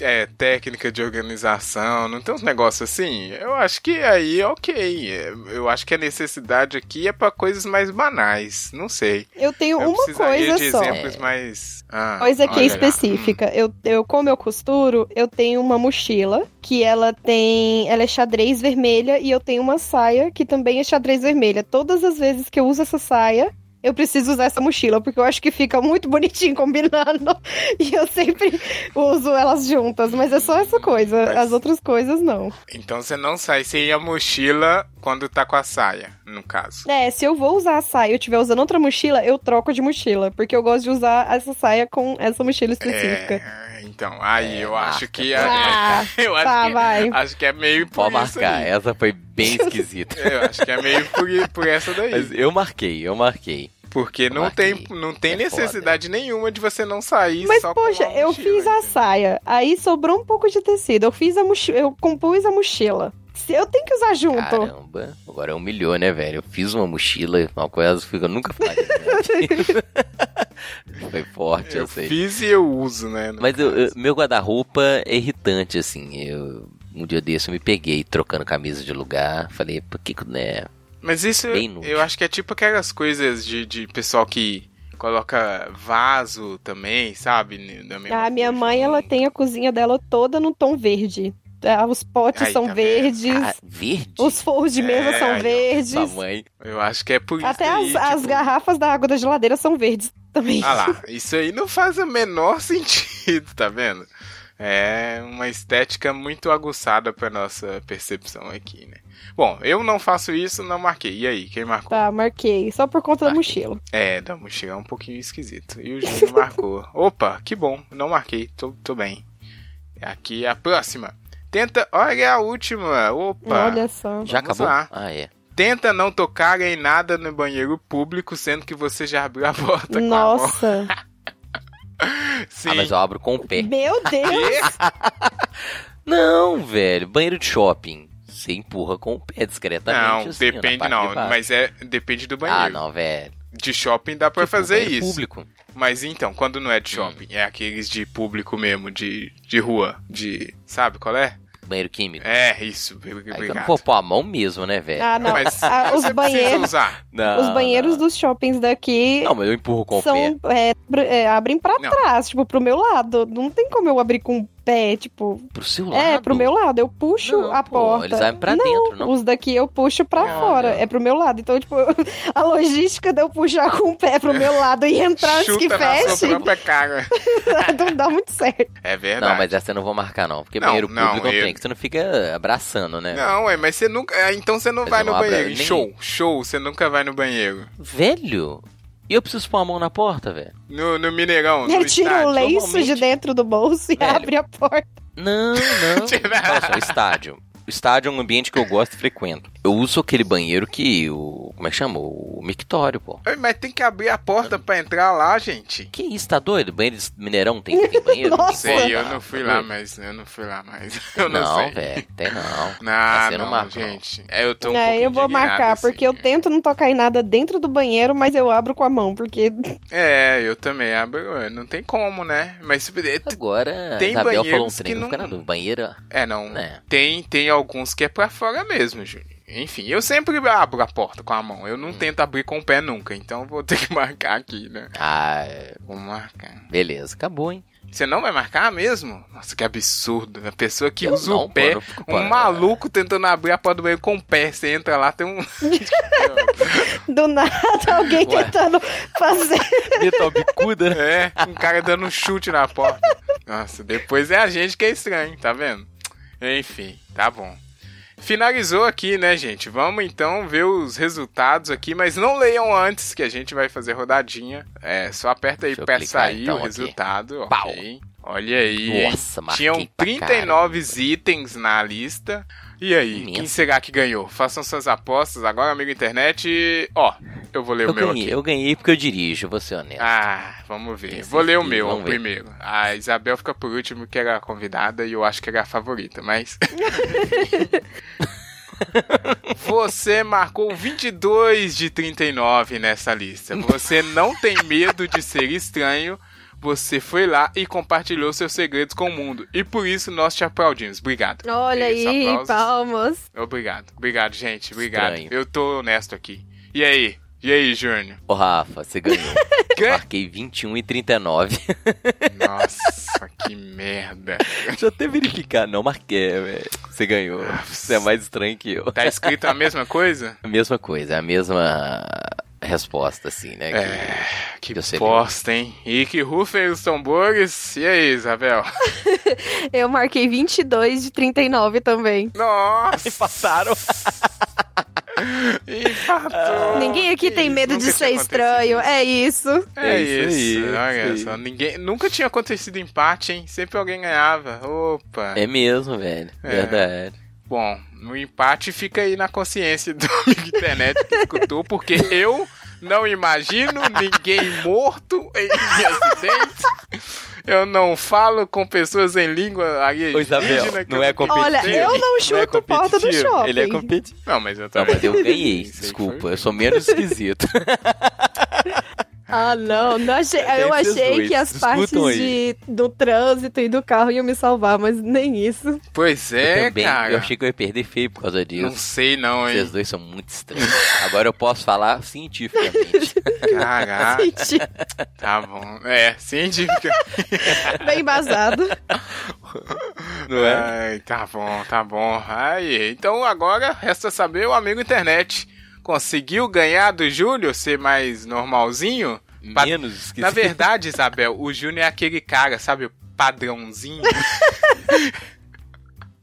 Speaker 1: é, é técnica de organização, não tem uns negócios assim? Eu acho que aí é ok. É, Eu acho que a necessidade aqui é pra coisas mais banais, não sei.
Speaker 3: Eu tenho
Speaker 1: eu
Speaker 3: uma
Speaker 1: precisaria
Speaker 3: coisa
Speaker 1: de
Speaker 3: só.
Speaker 1: exemplos mais... Ah,
Speaker 3: Coisa que
Speaker 1: olha
Speaker 3: é
Speaker 1: lá.
Speaker 3: específica. Eu, eu, como eu costuro, eu tenho uma mochila que ela tem. Ela é xadrez vermelha e eu tenho uma saia que também é xadrez vermelha. Todas as vezes que eu uso essa saia, eu preciso usar essa mochila, porque eu acho que fica muito bonitinho combinando. E eu sempre uso elas juntas. Mas é só essa coisa.
Speaker 1: Mas-
Speaker 3: As outras coisas não.
Speaker 1: Então você não sai sem a mochila quando tá com a saia, no caso.
Speaker 3: É, se eu vou usar a saia e eu estiver usando outra mochila, eu troco de mochila. Porque eu gosto de usar essa saia com essa mochila específica.
Speaker 1: É, então, aí
Speaker 2: É,
Speaker 1: eu
Speaker 2: marca.
Speaker 1: acho que...
Speaker 3: Ah,
Speaker 1: eu acho
Speaker 3: tá,
Speaker 1: que...
Speaker 3: vai.
Speaker 1: Acho que é meio por
Speaker 2: Pode
Speaker 1: isso
Speaker 2: marcar, é.
Speaker 1: aí.
Speaker 2: essa foi bem esquisita.
Speaker 1: Eu acho que é meio por, por essa daí.
Speaker 2: Mas eu marquei, eu marquei.
Speaker 1: Porque não
Speaker 2: Marquei.
Speaker 1: tem, não tem
Speaker 2: É
Speaker 1: necessidade nenhuma de você não sair
Speaker 3: Mas,
Speaker 1: só
Speaker 3: poxa,
Speaker 1: com um né? uma
Speaker 3: eu
Speaker 1: mochila, então.
Speaker 3: fiz a
Speaker 1: entendeu?
Speaker 3: saia, aí sobrou um pouco de tecido. Eu fiz a mochila, eu compus a mochila. Se eu tenho que usar junto.
Speaker 2: Caramba, agora humilhou, né, velho? Eu fiz uma mochila, uma coisa que eu nunca faria. né? foi forte, eu,
Speaker 1: Eu
Speaker 2: sei.
Speaker 1: fiz e eu uso, né? no
Speaker 2: Mas eu-
Speaker 1: caso.
Speaker 2: eu- meu guarda-roupa é irritante, assim. Eu, um dia desse eu me peguei trocando camisa de lugar. Falei, por que que, né?
Speaker 1: Mas isso
Speaker 2: Bem inútil.
Speaker 1: eu acho que é tipo aquelas coisas de, de pessoal que coloca vaso também, sabe? N- na mesma
Speaker 3: A Ah, minha
Speaker 1: coisa.
Speaker 3: mãe, ela tem a cozinha dela toda no tom verde. Ah, Os potes
Speaker 1: Aí,
Speaker 3: são
Speaker 1: tá vendo?
Speaker 3: verdes,
Speaker 2: Ah, verde?
Speaker 3: os forros de mesa
Speaker 1: É,
Speaker 3: são
Speaker 1: aí, ó,
Speaker 2: Sua
Speaker 3: verdes.
Speaker 2: mãe.
Speaker 1: Eu acho que é por isso.
Speaker 3: Até as,
Speaker 1: aí,
Speaker 3: as
Speaker 1: tipo,
Speaker 3: garrafas da água da geladeira são verdes também.
Speaker 1: Ah lá, isso aí não faz o menor sentido, tá vendo? É uma estética muito aguçada pra nossa percepção aqui, né? Bom, eu não faço isso, não marquei. E aí, quem marcou?
Speaker 3: Tá, marquei. Só por conta da
Speaker 2: Marquei.
Speaker 3: mochila.
Speaker 1: É, da mochila é um pouquinho esquisito. E o Júnior marcou. Opa, que bom, não marquei, tô, tô bem. Aqui é a próxima. Tenta. Olha a última! Opa!
Speaker 3: Olha só.
Speaker 2: Já
Speaker 1: Vamos
Speaker 2: acabou?
Speaker 1: lá.
Speaker 2: Ah, é.
Speaker 1: Tenta não tocar em nada no banheiro público, sendo que você já abriu a porta Tá com a mão.
Speaker 3: Nossa.
Speaker 1: Sim.
Speaker 2: Ah, mas eu abro com o pé.
Speaker 3: Meu Deus.
Speaker 2: Não, velho. Banheiro de shopping. Você empurra com o pé discretamente.
Speaker 1: Não,
Speaker 2: assim, ó, na
Speaker 1: depende
Speaker 2: parte
Speaker 1: não,
Speaker 2: de baixo.
Speaker 1: mas é depende do banheiro.
Speaker 2: Ah, não, velho.
Speaker 1: De shopping dá pra
Speaker 2: Tipo,
Speaker 1: fazer
Speaker 2: banheiro
Speaker 1: isso.
Speaker 2: público. Hum.
Speaker 1: Mas então, quando não é de shopping, é aqueles de público mesmo, de, de rua, de. Sabe qual é?
Speaker 2: Banheiro químico.
Speaker 1: É, isso.
Speaker 2: Aí então, eu não
Speaker 1: Obrigado.
Speaker 2: vou pôr a mão mesmo, né, velho?
Speaker 3: Ah, não.
Speaker 1: Mas
Speaker 3: Ah, os
Speaker 1: você precisa
Speaker 3: banheiros,
Speaker 1: usar.
Speaker 2: Não,
Speaker 3: os banheiros
Speaker 2: não.
Speaker 3: dos shoppings daqui
Speaker 2: Não, mas eu empurro com o pé.
Speaker 3: são é, br- é, abrem pra
Speaker 1: Não.
Speaker 3: trás, tipo, pro meu lado. Não tem como eu abrir com o pé, tipo.
Speaker 2: Pro seu Um lado?
Speaker 3: É, pro meu lado. Eu puxo
Speaker 2: Não,
Speaker 3: a
Speaker 2: pô,
Speaker 3: porta.
Speaker 2: Eles abrem pra
Speaker 3: não,
Speaker 2: dentro, não?
Speaker 3: os daqui eu puxo pra
Speaker 1: Olha.
Speaker 3: fora. É pro meu lado. Então, tipo, a logística de eu puxar com o pé pro meu lado e entrar antes que
Speaker 1: Chuta na
Speaker 3: feche,
Speaker 1: sua própria cara.
Speaker 3: não dá muito certo.
Speaker 1: É verdade.
Speaker 2: Não, mas essa eu não vou marcar, não. Porque
Speaker 1: Não,
Speaker 2: banheiro
Speaker 1: não,
Speaker 2: público não
Speaker 1: eu-
Speaker 2: tem, que você não fica abraçando, né?
Speaker 1: Não, é, mas você nunca. ah, Então você não
Speaker 2: Mas
Speaker 1: vai
Speaker 2: eu
Speaker 1: no
Speaker 2: não abro
Speaker 1: banheiro.
Speaker 2: nem-
Speaker 1: Show, show, você nunca vai no banheiro.
Speaker 2: Velho! E eu preciso pôr a mão na porta, velho?
Speaker 1: No, no Mineirão, no
Speaker 3: Ele tira o
Speaker 1: estádio.
Speaker 3: lenço de
Speaker 2: normalmente-
Speaker 3: dentro do bolso e
Speaker 2: tá, Velho.
Speaker 3: abre a porta.
Speaker 2: Não, não. Olha só, estádio. O estádio é um ambiente que eu gosto e frequento. Eu uso aquele banheiro que o. Como é que chama? O mictório, pô.
Speaker 1: Ai, Mas tem que abrir a porta pra entrar lá, gente.
Speaker 2: Que isso, tá doido? Banheiro de Mineirão tem, tem banheiro?
Speaker 3: Nossa.
Speaker 1: Não
Speaker 2: Tem porta,
Speaker 1: Sei, eu não fui
Speaker 2: tá
Speaker 1: lá,
Speaker 2: doido?
Speaker 1: mas eu não fui lá, mas eu não,
Speaker 2: Não,
Speaker 1: sei.
Speaker 2: velho, Tá tem não.
Speaker 1: Não,
Speaker 2: Mas você não
Speaker 1: não,
Speaker 2: marca,
Speaker 1: gente. É, eu tô um
Speaker 3: É,
Speaker 1: pouco
Speaker 3: eu vou
Speaker 1: indignado,
Speaker 3: marcar,
Speaker 1: assim.
Speaker 3: porque eu
Speaker 2: né?
Speaker 3: tento não tocar em nada dentro do banheiro, mas eu abro com a mão, porque
Speaker 1: É, eu também abro. Não tem como, né? Mas é, t-
Speaker 2: Agora,
Speaker 1: Tem
Speaker 2: Isabel falou um
Speaker 1: banheiros que
Speaker 2: trem, não fica
Speaker 1: não-
Speaker 2: na dúvida. Banheiro,
Speaker 1: é não.
Speaker 2: né?
Speaker 1: Tem, tem alguns que é pra fora mesmo, Júnior. Enfim, eu sempre abro a porta com a mão. Eu não
Speaker 2: Hum.
Speaker 1: tento abrir com o pé nunca, então vou ter que marcar aqui, né?
Speaker 2: Ah,
Speaker 1: Vou marcar.
Speaker 2: beleza, acabou, hein?
Speaker 1: Você não vai marcar mesmo? Nossa, que absurdo. A pessoa que
Speaker 2: Eu
Speaker 1: usa
Speaker 2: não,
Speaker 1: o pé.
Speaker 2: mano, eu fico
Speaker 1: um
Speaker 2: parado.
Speaker 1: maluco tentando abrir a porta do banheiro com o pé. Você entra lá, tem um.
Speaker 3: Do nada, alguém
Speaker 2: Ué.
Speaker 3: tentando fazer.
Speaker 2: Vitor Bicuda, né?
Speaker 1: É, um cara dando um chute na porta. Nossa, depois é a gente que é estranho, tá vendo? Enfim, tá bom. Finalizou aqui, né, gente? Vamos então ver os resultados aqui, mas não leiam antes que a gente vai fazer rodadinha. É, só aperta aí
Speaker 2: Deixa eu
Speaker 1: pra
Speaker 2: clicar,
Speaker 1: sair
Speaker 2: então,
Speaker 1: o
Speaker 2: aqui.
Speaker 1: resultado,
Speaker 2: Pau.
Speaker 1: ok? Olha aí. hein?
Speaker 2: Nossa, marquei
Speaker 1: Tinham
Speaker 2: pra
Speaker 1: 39 itens na lista. E aí,
Speaker 2: Imenso.
Speaker 1: quem será que ganhou? Façam suas apostas agora, amigo internet. e, Ó, eu vou ler
Speaker 2: Eu
Speaker 1: o meu
Speaker 2: ganhei,
Speaker 1: aqui.
Speaker 2: eu ganhei porque eu dirijo, vou ser honesto.
Speaker 1: Ah, vamos ver.
Speaker 2: Tem
Speaker 1: Vou ler o
Speaker 2: certeza,
Speaker 1: meu
Speaker 2: vamos ver.
Speaker 1: primeiro. A Isabel fica por último, que era a convidada, e eu acho que era a favorita, mas. Você marcou 22 de 39 nessa lista. Você não tem medo de ser estranho. Você foi lá e compartilhou seus segredos com o mundo. E por isso nós te aplaudimos. Obrigado.
Speaker 3: Olha
Speaker 1: Isso,
Speaker 3: aí,
Speaker 1: aplausos.
Speaker 3: palmas.
Speaker 1: Obrigado. Obrigado, gente. Obrigado.
Speaker 2: Estranho.
Speaker 1: Eu tô honesto aqui. E aí? E aí, Júnior?
Speaker 2: Ô, Rafa, você ganhou.
Speaker 1: Quê?
Speaker 2: Marquei 21 e 39.
Speaker 1: Nossa, que merda.
Speaker 2: Deixa eu até verificar. Não marquei, velho. Você ganhou. Você é mais estranho que eu.
Speaker 1: Tá escrito a mesma coisa?
Speaker 2: A mesma coisa, a mesma resposta, assim, né?
Speaker 1: É. Que
Speaker 2: Eu sei
Speaker 1: bosta, hein? E que rufem os tambores. E aí, Isabel?
Speaker 3: Eu marquei 22 de 39 também.
Speaker 1: Nossa!
Speaker 2: Que... Passaram.
Speaker 1: Empatou!
Speaker 3: Ah, Ninguém aqui
Speaker 1: Que
Speaker 3: tem
Speaker 1: isso,
Speaker 3: medo
Speaker 1: nunca
Speaker 3: de
Speaker 1: tinha
Speaker 3: ser estranho,
Speaker 1: acontecido
Speaker 3: é isso.
Speaker 1: isso. É,
Speaker 2: É
Speaker 1: isso,
Speaker 2: isso aí, é
Speaker 1: olha
Speaker 2: isso aí.
Speaker 1: só. Ninguém, nunca tinha acontecido empate, hein? Sempre alguém ganhava. Opa!
Speaker 2: É mesmo, velho.
Speaker 1: É.
Speaker 2: Verdade.
Speaker 1: Bom, no empate fica aí na consciência do amigo internet que escutou, porque eu não imagino ninguém morto em acidente. Eu não falo com pessoas em língua
Speaker 2: Ô,
Speaker 1: alienígena.
Speaker 2: Isabel,
Speaker 1: que
Speaker 2: não
Speaker 1: eu
Speaker 2: é competitivo.
Speaker 3: Olha,
Speaker 1: tenho.
Speaker 3: eu não
Speaker 2: Não é
Speaker 3: chuto porta do
Speaker 2: competitivo,
Speaker 3: shopping.
Speaker 2: Ele é competitivo.
Speaker 1: Não, mas eu
Speaker 2: Não,
Speaker 1: também.
Speaker 2: mas eu ganhei.
Speaker 1: Isso aí
Speaker 2: Desculpa,
Speaker 1: foi-
Speaker 2: eu sou menos esquisito.
Speaker 3: Ah, não. não achei-
Speaker 2: Tem
Speaker 3: eu
Speaker 2: esses
Speaker 3: achei
Speaker 2: dois.
Speaker 3: que as partes
Speaker 2: Discutam
Speaker 3: de, do trânsito e do carro iam me salvar, mas nem isso.
Speaker 1: Pois
Speaker 2: eu
Speaker 1: é,
Speaker 2: também.
Speaker 1: cara.
Speaker 2: Eu achei que eu ia perder feio por causa disso.
Speaker 1: Não sei não,
Speaker 2: Vocês
Speaker 1: hein.
Speaker 2: dois são muito estranhos. Agora eu posso falar cientificamente.
Speaker 1: Caraca,
Speaker 3: Senti
Speaker 1: tá bom. É, científica.
Speaker 3: bem embasado.
Speaker 2: Não é?
Speaker 1: Ai, tá bom, tá bom. Aí, então agora resta saber o amigo internet. Conseguiu ganhar do Júlio ser mais normalzinho? Pa-
Speaker 2: Menos esquisito.
Speaker 1: Na verdade, Isabel, o Júnior é aquele cara, sabe, o padrãozinho.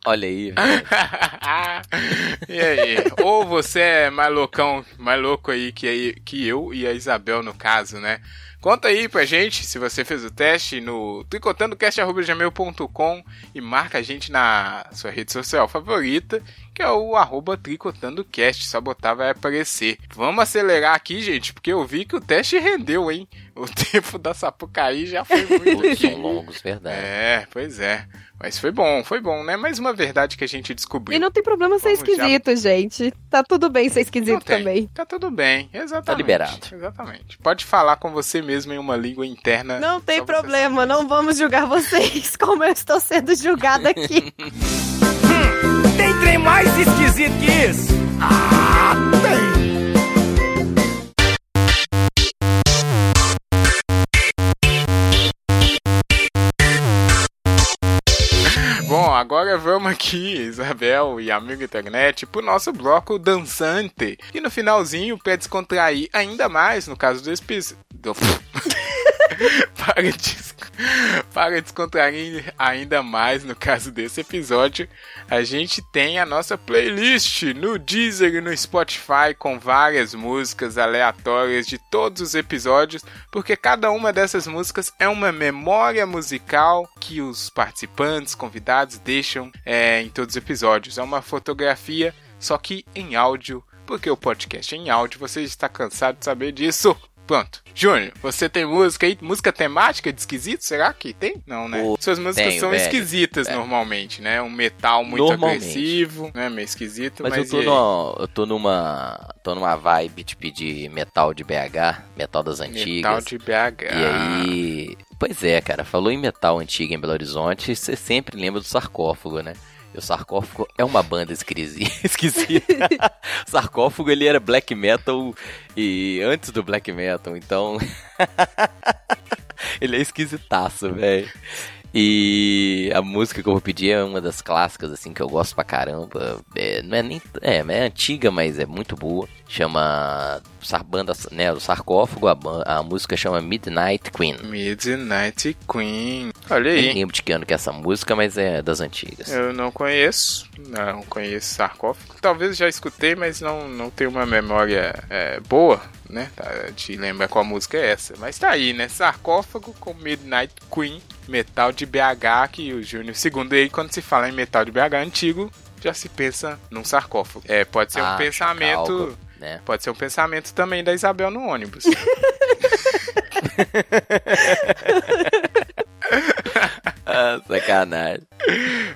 Speaker 2: Olha aí, velho.
Speaker 1: e aí? Ou você é mais loucão, mais louco aí que, que eu e a Isabel, no caso, né? Conta aí pra gente se você fez o teste no tricotandocast.gmail.com e marca a gente na sua rede social favorita, que é o arroba tricotandocast, só botar vai aparecer. Vamos acelerar aqui, gente, porque eu vi que o teste rendeu, hein? O tempo da Sapucaí já foi muito
Speaker 2: Todos
Speaker 1: aqui.
Speaker 2: são longos, verdade.
Speaker 1: É, pois é. Mas foi bom, foi bom, né? Mais uma verdade que a gente descobriu.
Speaker 3: E não tem problema ser
Speaker 1: Vamos já.
Speaker 3: esquisito, gente. Tá tudo bem ser
Speaker 1: Não
Speaker 3: esquisito
Speaker 1: tem.
Speaker 3: também.
Speaker 1: Tá tudo bem, exatamente.
Speaker 2: Tá liberado.
Speaker 1: Exatamente. Pode falar com você mesmo em uma língua interna.
Speaker 3: Não tem
Speaker 1: Só você
Speaker 3: problema, não vamos julgar vocês como eu estou sendo julgada aqui.
Speaker 7: Tem trem mais esquisito que isso? Ah, tem!
Speaker 1: Bom, agora vamos aqui, Isabel e amigo internet, pro nosso bloco dançante. E no finalzinho, pra descontrair ainda mais, no caso do espírito. Do... para, des... para descontrair ainda mais, no caso desse episódio, a gente tem a nossa playlist no Deezer e no Spotify com várias músicas aleatórias de todos os episódios, porque cada uma dessas músicas é uma memória musical que os participantes, convidados deixam é, em todos os episódios. É uma fotografia, só que em áudio, porque o podcast é em áudio, você está cansado de saber disso. Pronto. Júnior, você tem música aí? Música temática de esquisito? Será que tem? Não, né?
Speaker 2: Pô,
Speaker 1: Suas músicas
Speaker 2: tenho,
Speaker 1: são
Speaker 2: velho.
Speaker 1: esquisitas
Speaker 2: É.
Speaker 1: normalmente, né? Um metal muito
Speaker 2: Normalmente.
Speaker 1: agressivo, né? Meio esquisito, mas,
Speaker 2: Mas, eu, tô
Speaker 1: e aí?
Speaker 2: no, eu tô numa. tô numa vibe tipo, de pedir metal de BH, metal das
Speaker 1: metal
Speaker 2: antigas.
Speaker 1: de BH.
Speaker 2: E aí. Pois é, cara, falou em metal antigo em Belo Horizonte, você sempre lembra do sarcófago, né? E o sarcófago é uma banda esquisi- esquisita. o sarcófago ele era black metal e antes do black metal, então. ele é esquisitaço, velho. E a música que eu vou pedir é uma das clássicas, assim, que eu gosto pra caramba. É, não é nem. É, é antiga, mas é muito boa. Chama. sar- Banda, né? O sarcófago, a, ban- a música chama Midnight Queen.
Speaker 1: Midnight Queen. Olha
Speaker 2: Nem
Speaker 1: aí.
Speaker 2: lembro de que ano que é essa música, mas é das antigas.
Speaker 1: Eu não conheço, não conheço sarcófago. Talvez já escutei, mas não, não tenho uma memória é, boa, né? tá, De lembrar qual música é essa. Mas tá aí, né? Sarcófago com Midnight Queen, metal de BH, que o Júnior, segundo ele, quando se fala em metal de BH antigo, já se pensa num sarcófago. É, pode ser
Speaker 2: Ah,
Speaker 1: um pensamento.
Speaker 2: chacalca, né?
Speaker 1: Pode ser um pensamento também da Isabel no ônibus.
Speaker 2: Ah, sacanagem.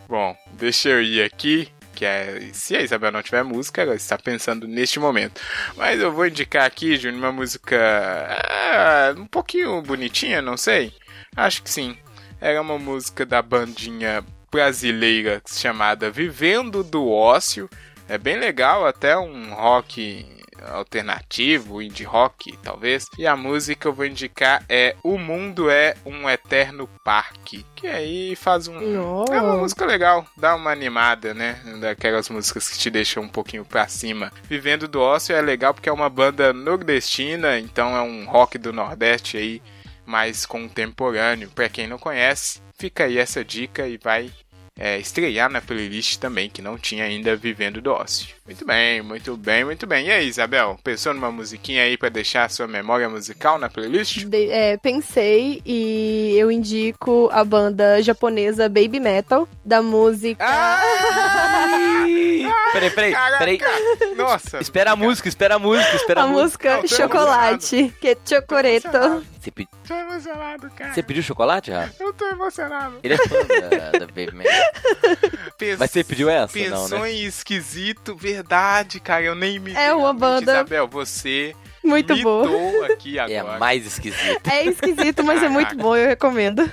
Speaker 1: Bom, deixa eu ir aqui. Que é, se a Isabel não tiver música, ela está pensando neste momento. Mas eu vou indicar aqui, Júnior, uma música ah, um pouquinho bonitinha, não sei. Acho que sim. Era uma música da bandinha brasileira chamada Vivendo do Ócio. É bem legal, até um rock alternativo, indie rock, talvez. E a música que eu vou indicar é O Mundo é um Eterno Parque. Que aí faz um, é uma
Speaker 3: Nossa.
Speaker 1: música legal, dá uma animada, né? Daquelas músicas que te deixam um pouquinho pra cima. Vivendo do Ócio é legal porque é uma banda nordestina, então é um rock do Nordeste aí, mais contemporâneo. Pra quem não conhece, fica aí essa dica e vai é, estrear na playlist também, que não tinha ainda Vivendo do Ócio. Muito bem, muito bem, muito bem. E aí, Isabel, pensou numa musiquinha aí pra deixar a sua memória musical na playlist?
Speaker 3: De- é, pensei e eu indico a banda japonesa Baby Metal, da música.
Speaker 1: Ah,
Speaker 2: Peraí, peraí, peraí.
Speaker 1: Caraca! Nossa!
Speaker 2: Espera a música, espera a música, espera a
Speaker 3: a
Speaker 2: música.
Speaker 1: Não,
Speaker 3: música
Speaker 1: tô
Speaker 3: Chocolate, que é Chocoreto.
Speaker 2: Você, pe-
Speaker 1: Tô emocionado, cara.
Speaker 2: você pediu chocolate, Rafa?
Speaker 1: Eu tô emocionado.
Speaker 2: Ele é fã da, da Baby Metal.
Speaker 1: Pens-
Speaker 2: Mas você pediu essa?
Speaker 1: Pensou
Speaker 2: Não, né?
Speaker 1: em esquisito, verdade, cara. Eu nem me.
Speaker 3: É uma
Speaker 1: realmente,
Speaker 3: banda
Speaker 1: Isabel, você
Speaker 3: Muito
Speaker 1: mitou
Speaker 3: boa.
Speaker 1: aqui
Speaker 2: É a
Speaker 1: agora.
Speaker 2: mais esquisita.
Speaker 3: É esquisito, mas é muito bom, eu recomendo.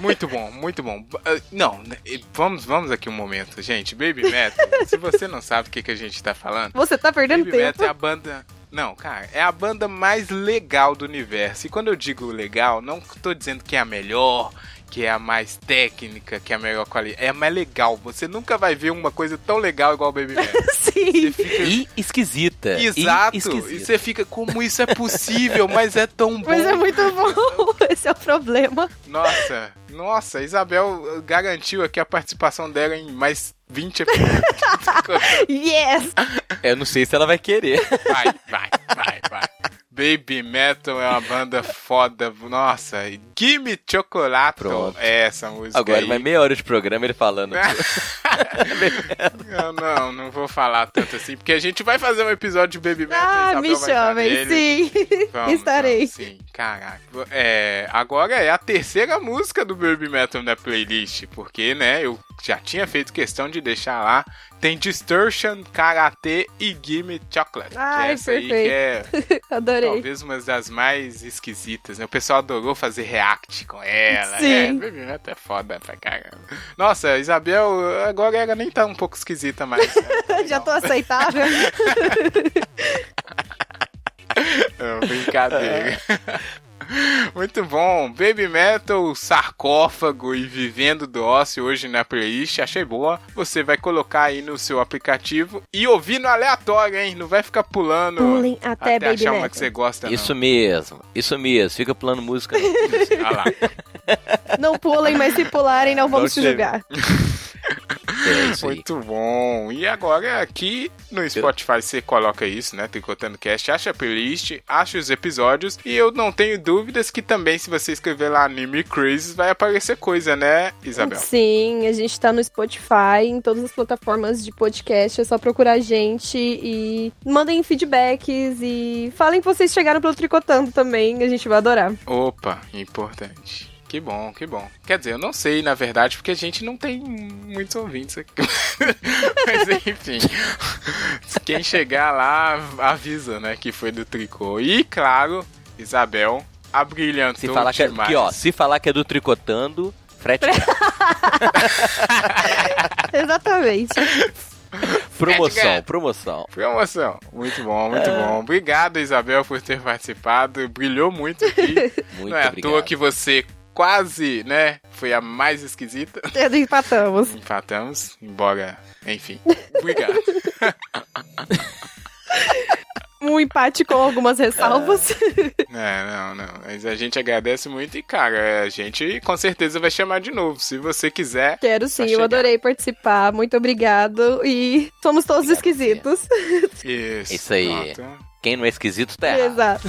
Speaker 1: Muito bom, muito bom. B- ah, Não, né, vamos, vamos aqui um momento, gente. Baby Metal, se você não sabe o que, que a gente tá falando,
Speaker 3: Você tá perdendo
Speaker 1: Baby
Speaker 3: tempo.
Speaker 1: Metal é a banda. Não, cara, é a banda mais legal do universo. E quando eu digo legal, não tô dizendo que é a melhor, que é a mais técnica, que é a melhor qualidade. É a mais legal. Você nunca vai ver uma coisa tão legal igual o Baby Metal. Você
Speaker 3: Sim.
Speaker 1: fica assim,
Speaker 2: E esquisita. É. e
Speaker 1: Exato. E
Speaker 2: esquisita.
Speaker 1: você fica, como isso é possível, mas é tão bom.
Speaker 3: Mas é muito bom. Esse é o problema.
Speaker 1: Nossa, nossa, Isabel uh, garantiu aqui a participação dela em mais 20 episódios.
Speaker 3: Yes!
Speaker 1: é-
Speaker 2: Eu não sei se ela vai querer.
Speaker 1: vai, vai, vai, vai. Baby Metal é uma banda foda. Nossa, e Gimme Chocolato
Speaker 2: Pronto.
Speaker 1: é essa música.
Speaker 2: Agora
Speaker 1: aí. Ah,
Speaker 2: vai meia hora de programa ele falando.
Speaker 1: Eu não, não vou falar tanto assim, porque a gente vai fazer um episódio de Baby Metal.
Speaker 3: Ah,
Speaker 1: Isabel
Speaker 3: me
Speaker 1: vai estar
Speaker 3: chamem,
Speaker 1: nele.
Speaker 3: sim.
Speaker 1: Vamos,
Speaker 3: Estarei.
Speaker 1: vamos, sim, caraca. É, agora é a terceira música do Baby Metal na playlist, porque, né, eu já tinha feito questão de deixar lá. Tem Distortion, Karate e Gimme Chocolate. que é
Speaker 3: Ai,
Speaker 1: essa aí
Speaker 3: perfeito.
Speaker 1: que é
Speaker 3: Adorei.
Speaker 1: talvez uma das mais esquisitas, né? O pessoal adorou fazer react com ela.
Speaker 3: Sim.
Speaker 1: É, Baby Metal é foda pra caramba. Nossa, Isabel, agora ela nem tá um pouco esquisita mais. né?
Speaker 3: Já tô aceitável.
Speaker 1: É, brincadeira. Muito bom. Baby Metal, sarcófago e vivendo do ócio hoje na playlist. Achei boa. Você vai colocar aí no seu aplicativo e ouvir no aleatório, hein? Não vai ficar pulando
Speaker 3: Pulem até,
Speaker 1: até,
Speaker 3: Baby
Speaker 1: achar uma
Speaker 3: Metal.
Speaker 1: que você gosta,
Speaker 2: Isso mesmo, isso mesmo. Fica pulando música.
Speaker 1: não. Ah lá.
Speaker 3: Não pulem, mas se pularem, não vamos
Speaker 2: Não
Speaker 3: te
Speaker 2: sei.
Speaker 3: julgar.
Speaker 2: É isso aí.
Speaker 1: Muito bom. E agora aqui no Spotify você coloca isso, né? Tricotando Cast, acha a playlist, acha os episódios. E eu não tenho dúvidas que também, se você escrever lá Anime Crazes, vai aparecer coisa, né, Isabel?
Speaker 3: Sim, a gente tá no Spotify, em todas as plataformas de podcast. É só procurar a gente e mandem feedbacks e falem que vocês chegaram pelo Tricotando também. A gente vai adorar.
Speaker 1: Opa, importante. Que bom, que bom. Quer dizer, eu não sei, na verdade, porque a gente não tem muitos ouvintes aqui. Mas enfim. Quem chegar lá avisa, né? Que foi do tricô. E claro, Isabel, a brilhante.
Speaker 2: Se falar que é, que, ó, se falar que é do tricotando, frete
Speaker 3: Exatamente.
Speaker 2: promoção,
Speaker 1: grátis.
Speaker 2: promoção.
Speaker 1: Promoção. Muito bom, muito bom. Obrigado, Isabel, por ter participado. Brilhou muito aqui.
Speaker 2: Muito
Speaker 1: não é à toa
Speaker 2: obrigado.
Speaker 1: que você quase, né? Foi a mais esquisita.
Speaker 3: Empatamos.
Speaker 1: Empatamos, embora. Enfim. Obrigado.
Speaker 3: Um empate com algumas ressalvas.
Speaker 1: É, não, não. Mas a gente agradece muito e, cara, a gente com certeza vai chamar de novo. Se você quiser,
Speaker 3: Quero
Speaker 1: Só
Speaker 3: sim, eu
Speaker 1: chegar.
Speaker 3: adorei participar. Muito obrigado. E somos todos
Speaker 2: Obrigado,
Speaker 3: esquisitos.
Speaker 1: isso.
Speaker 2: Isso aí.
Speaker 1: Pronto. É.
Speaker 2: Quem não é esquisito tá errado.
Speaker 3: Exato.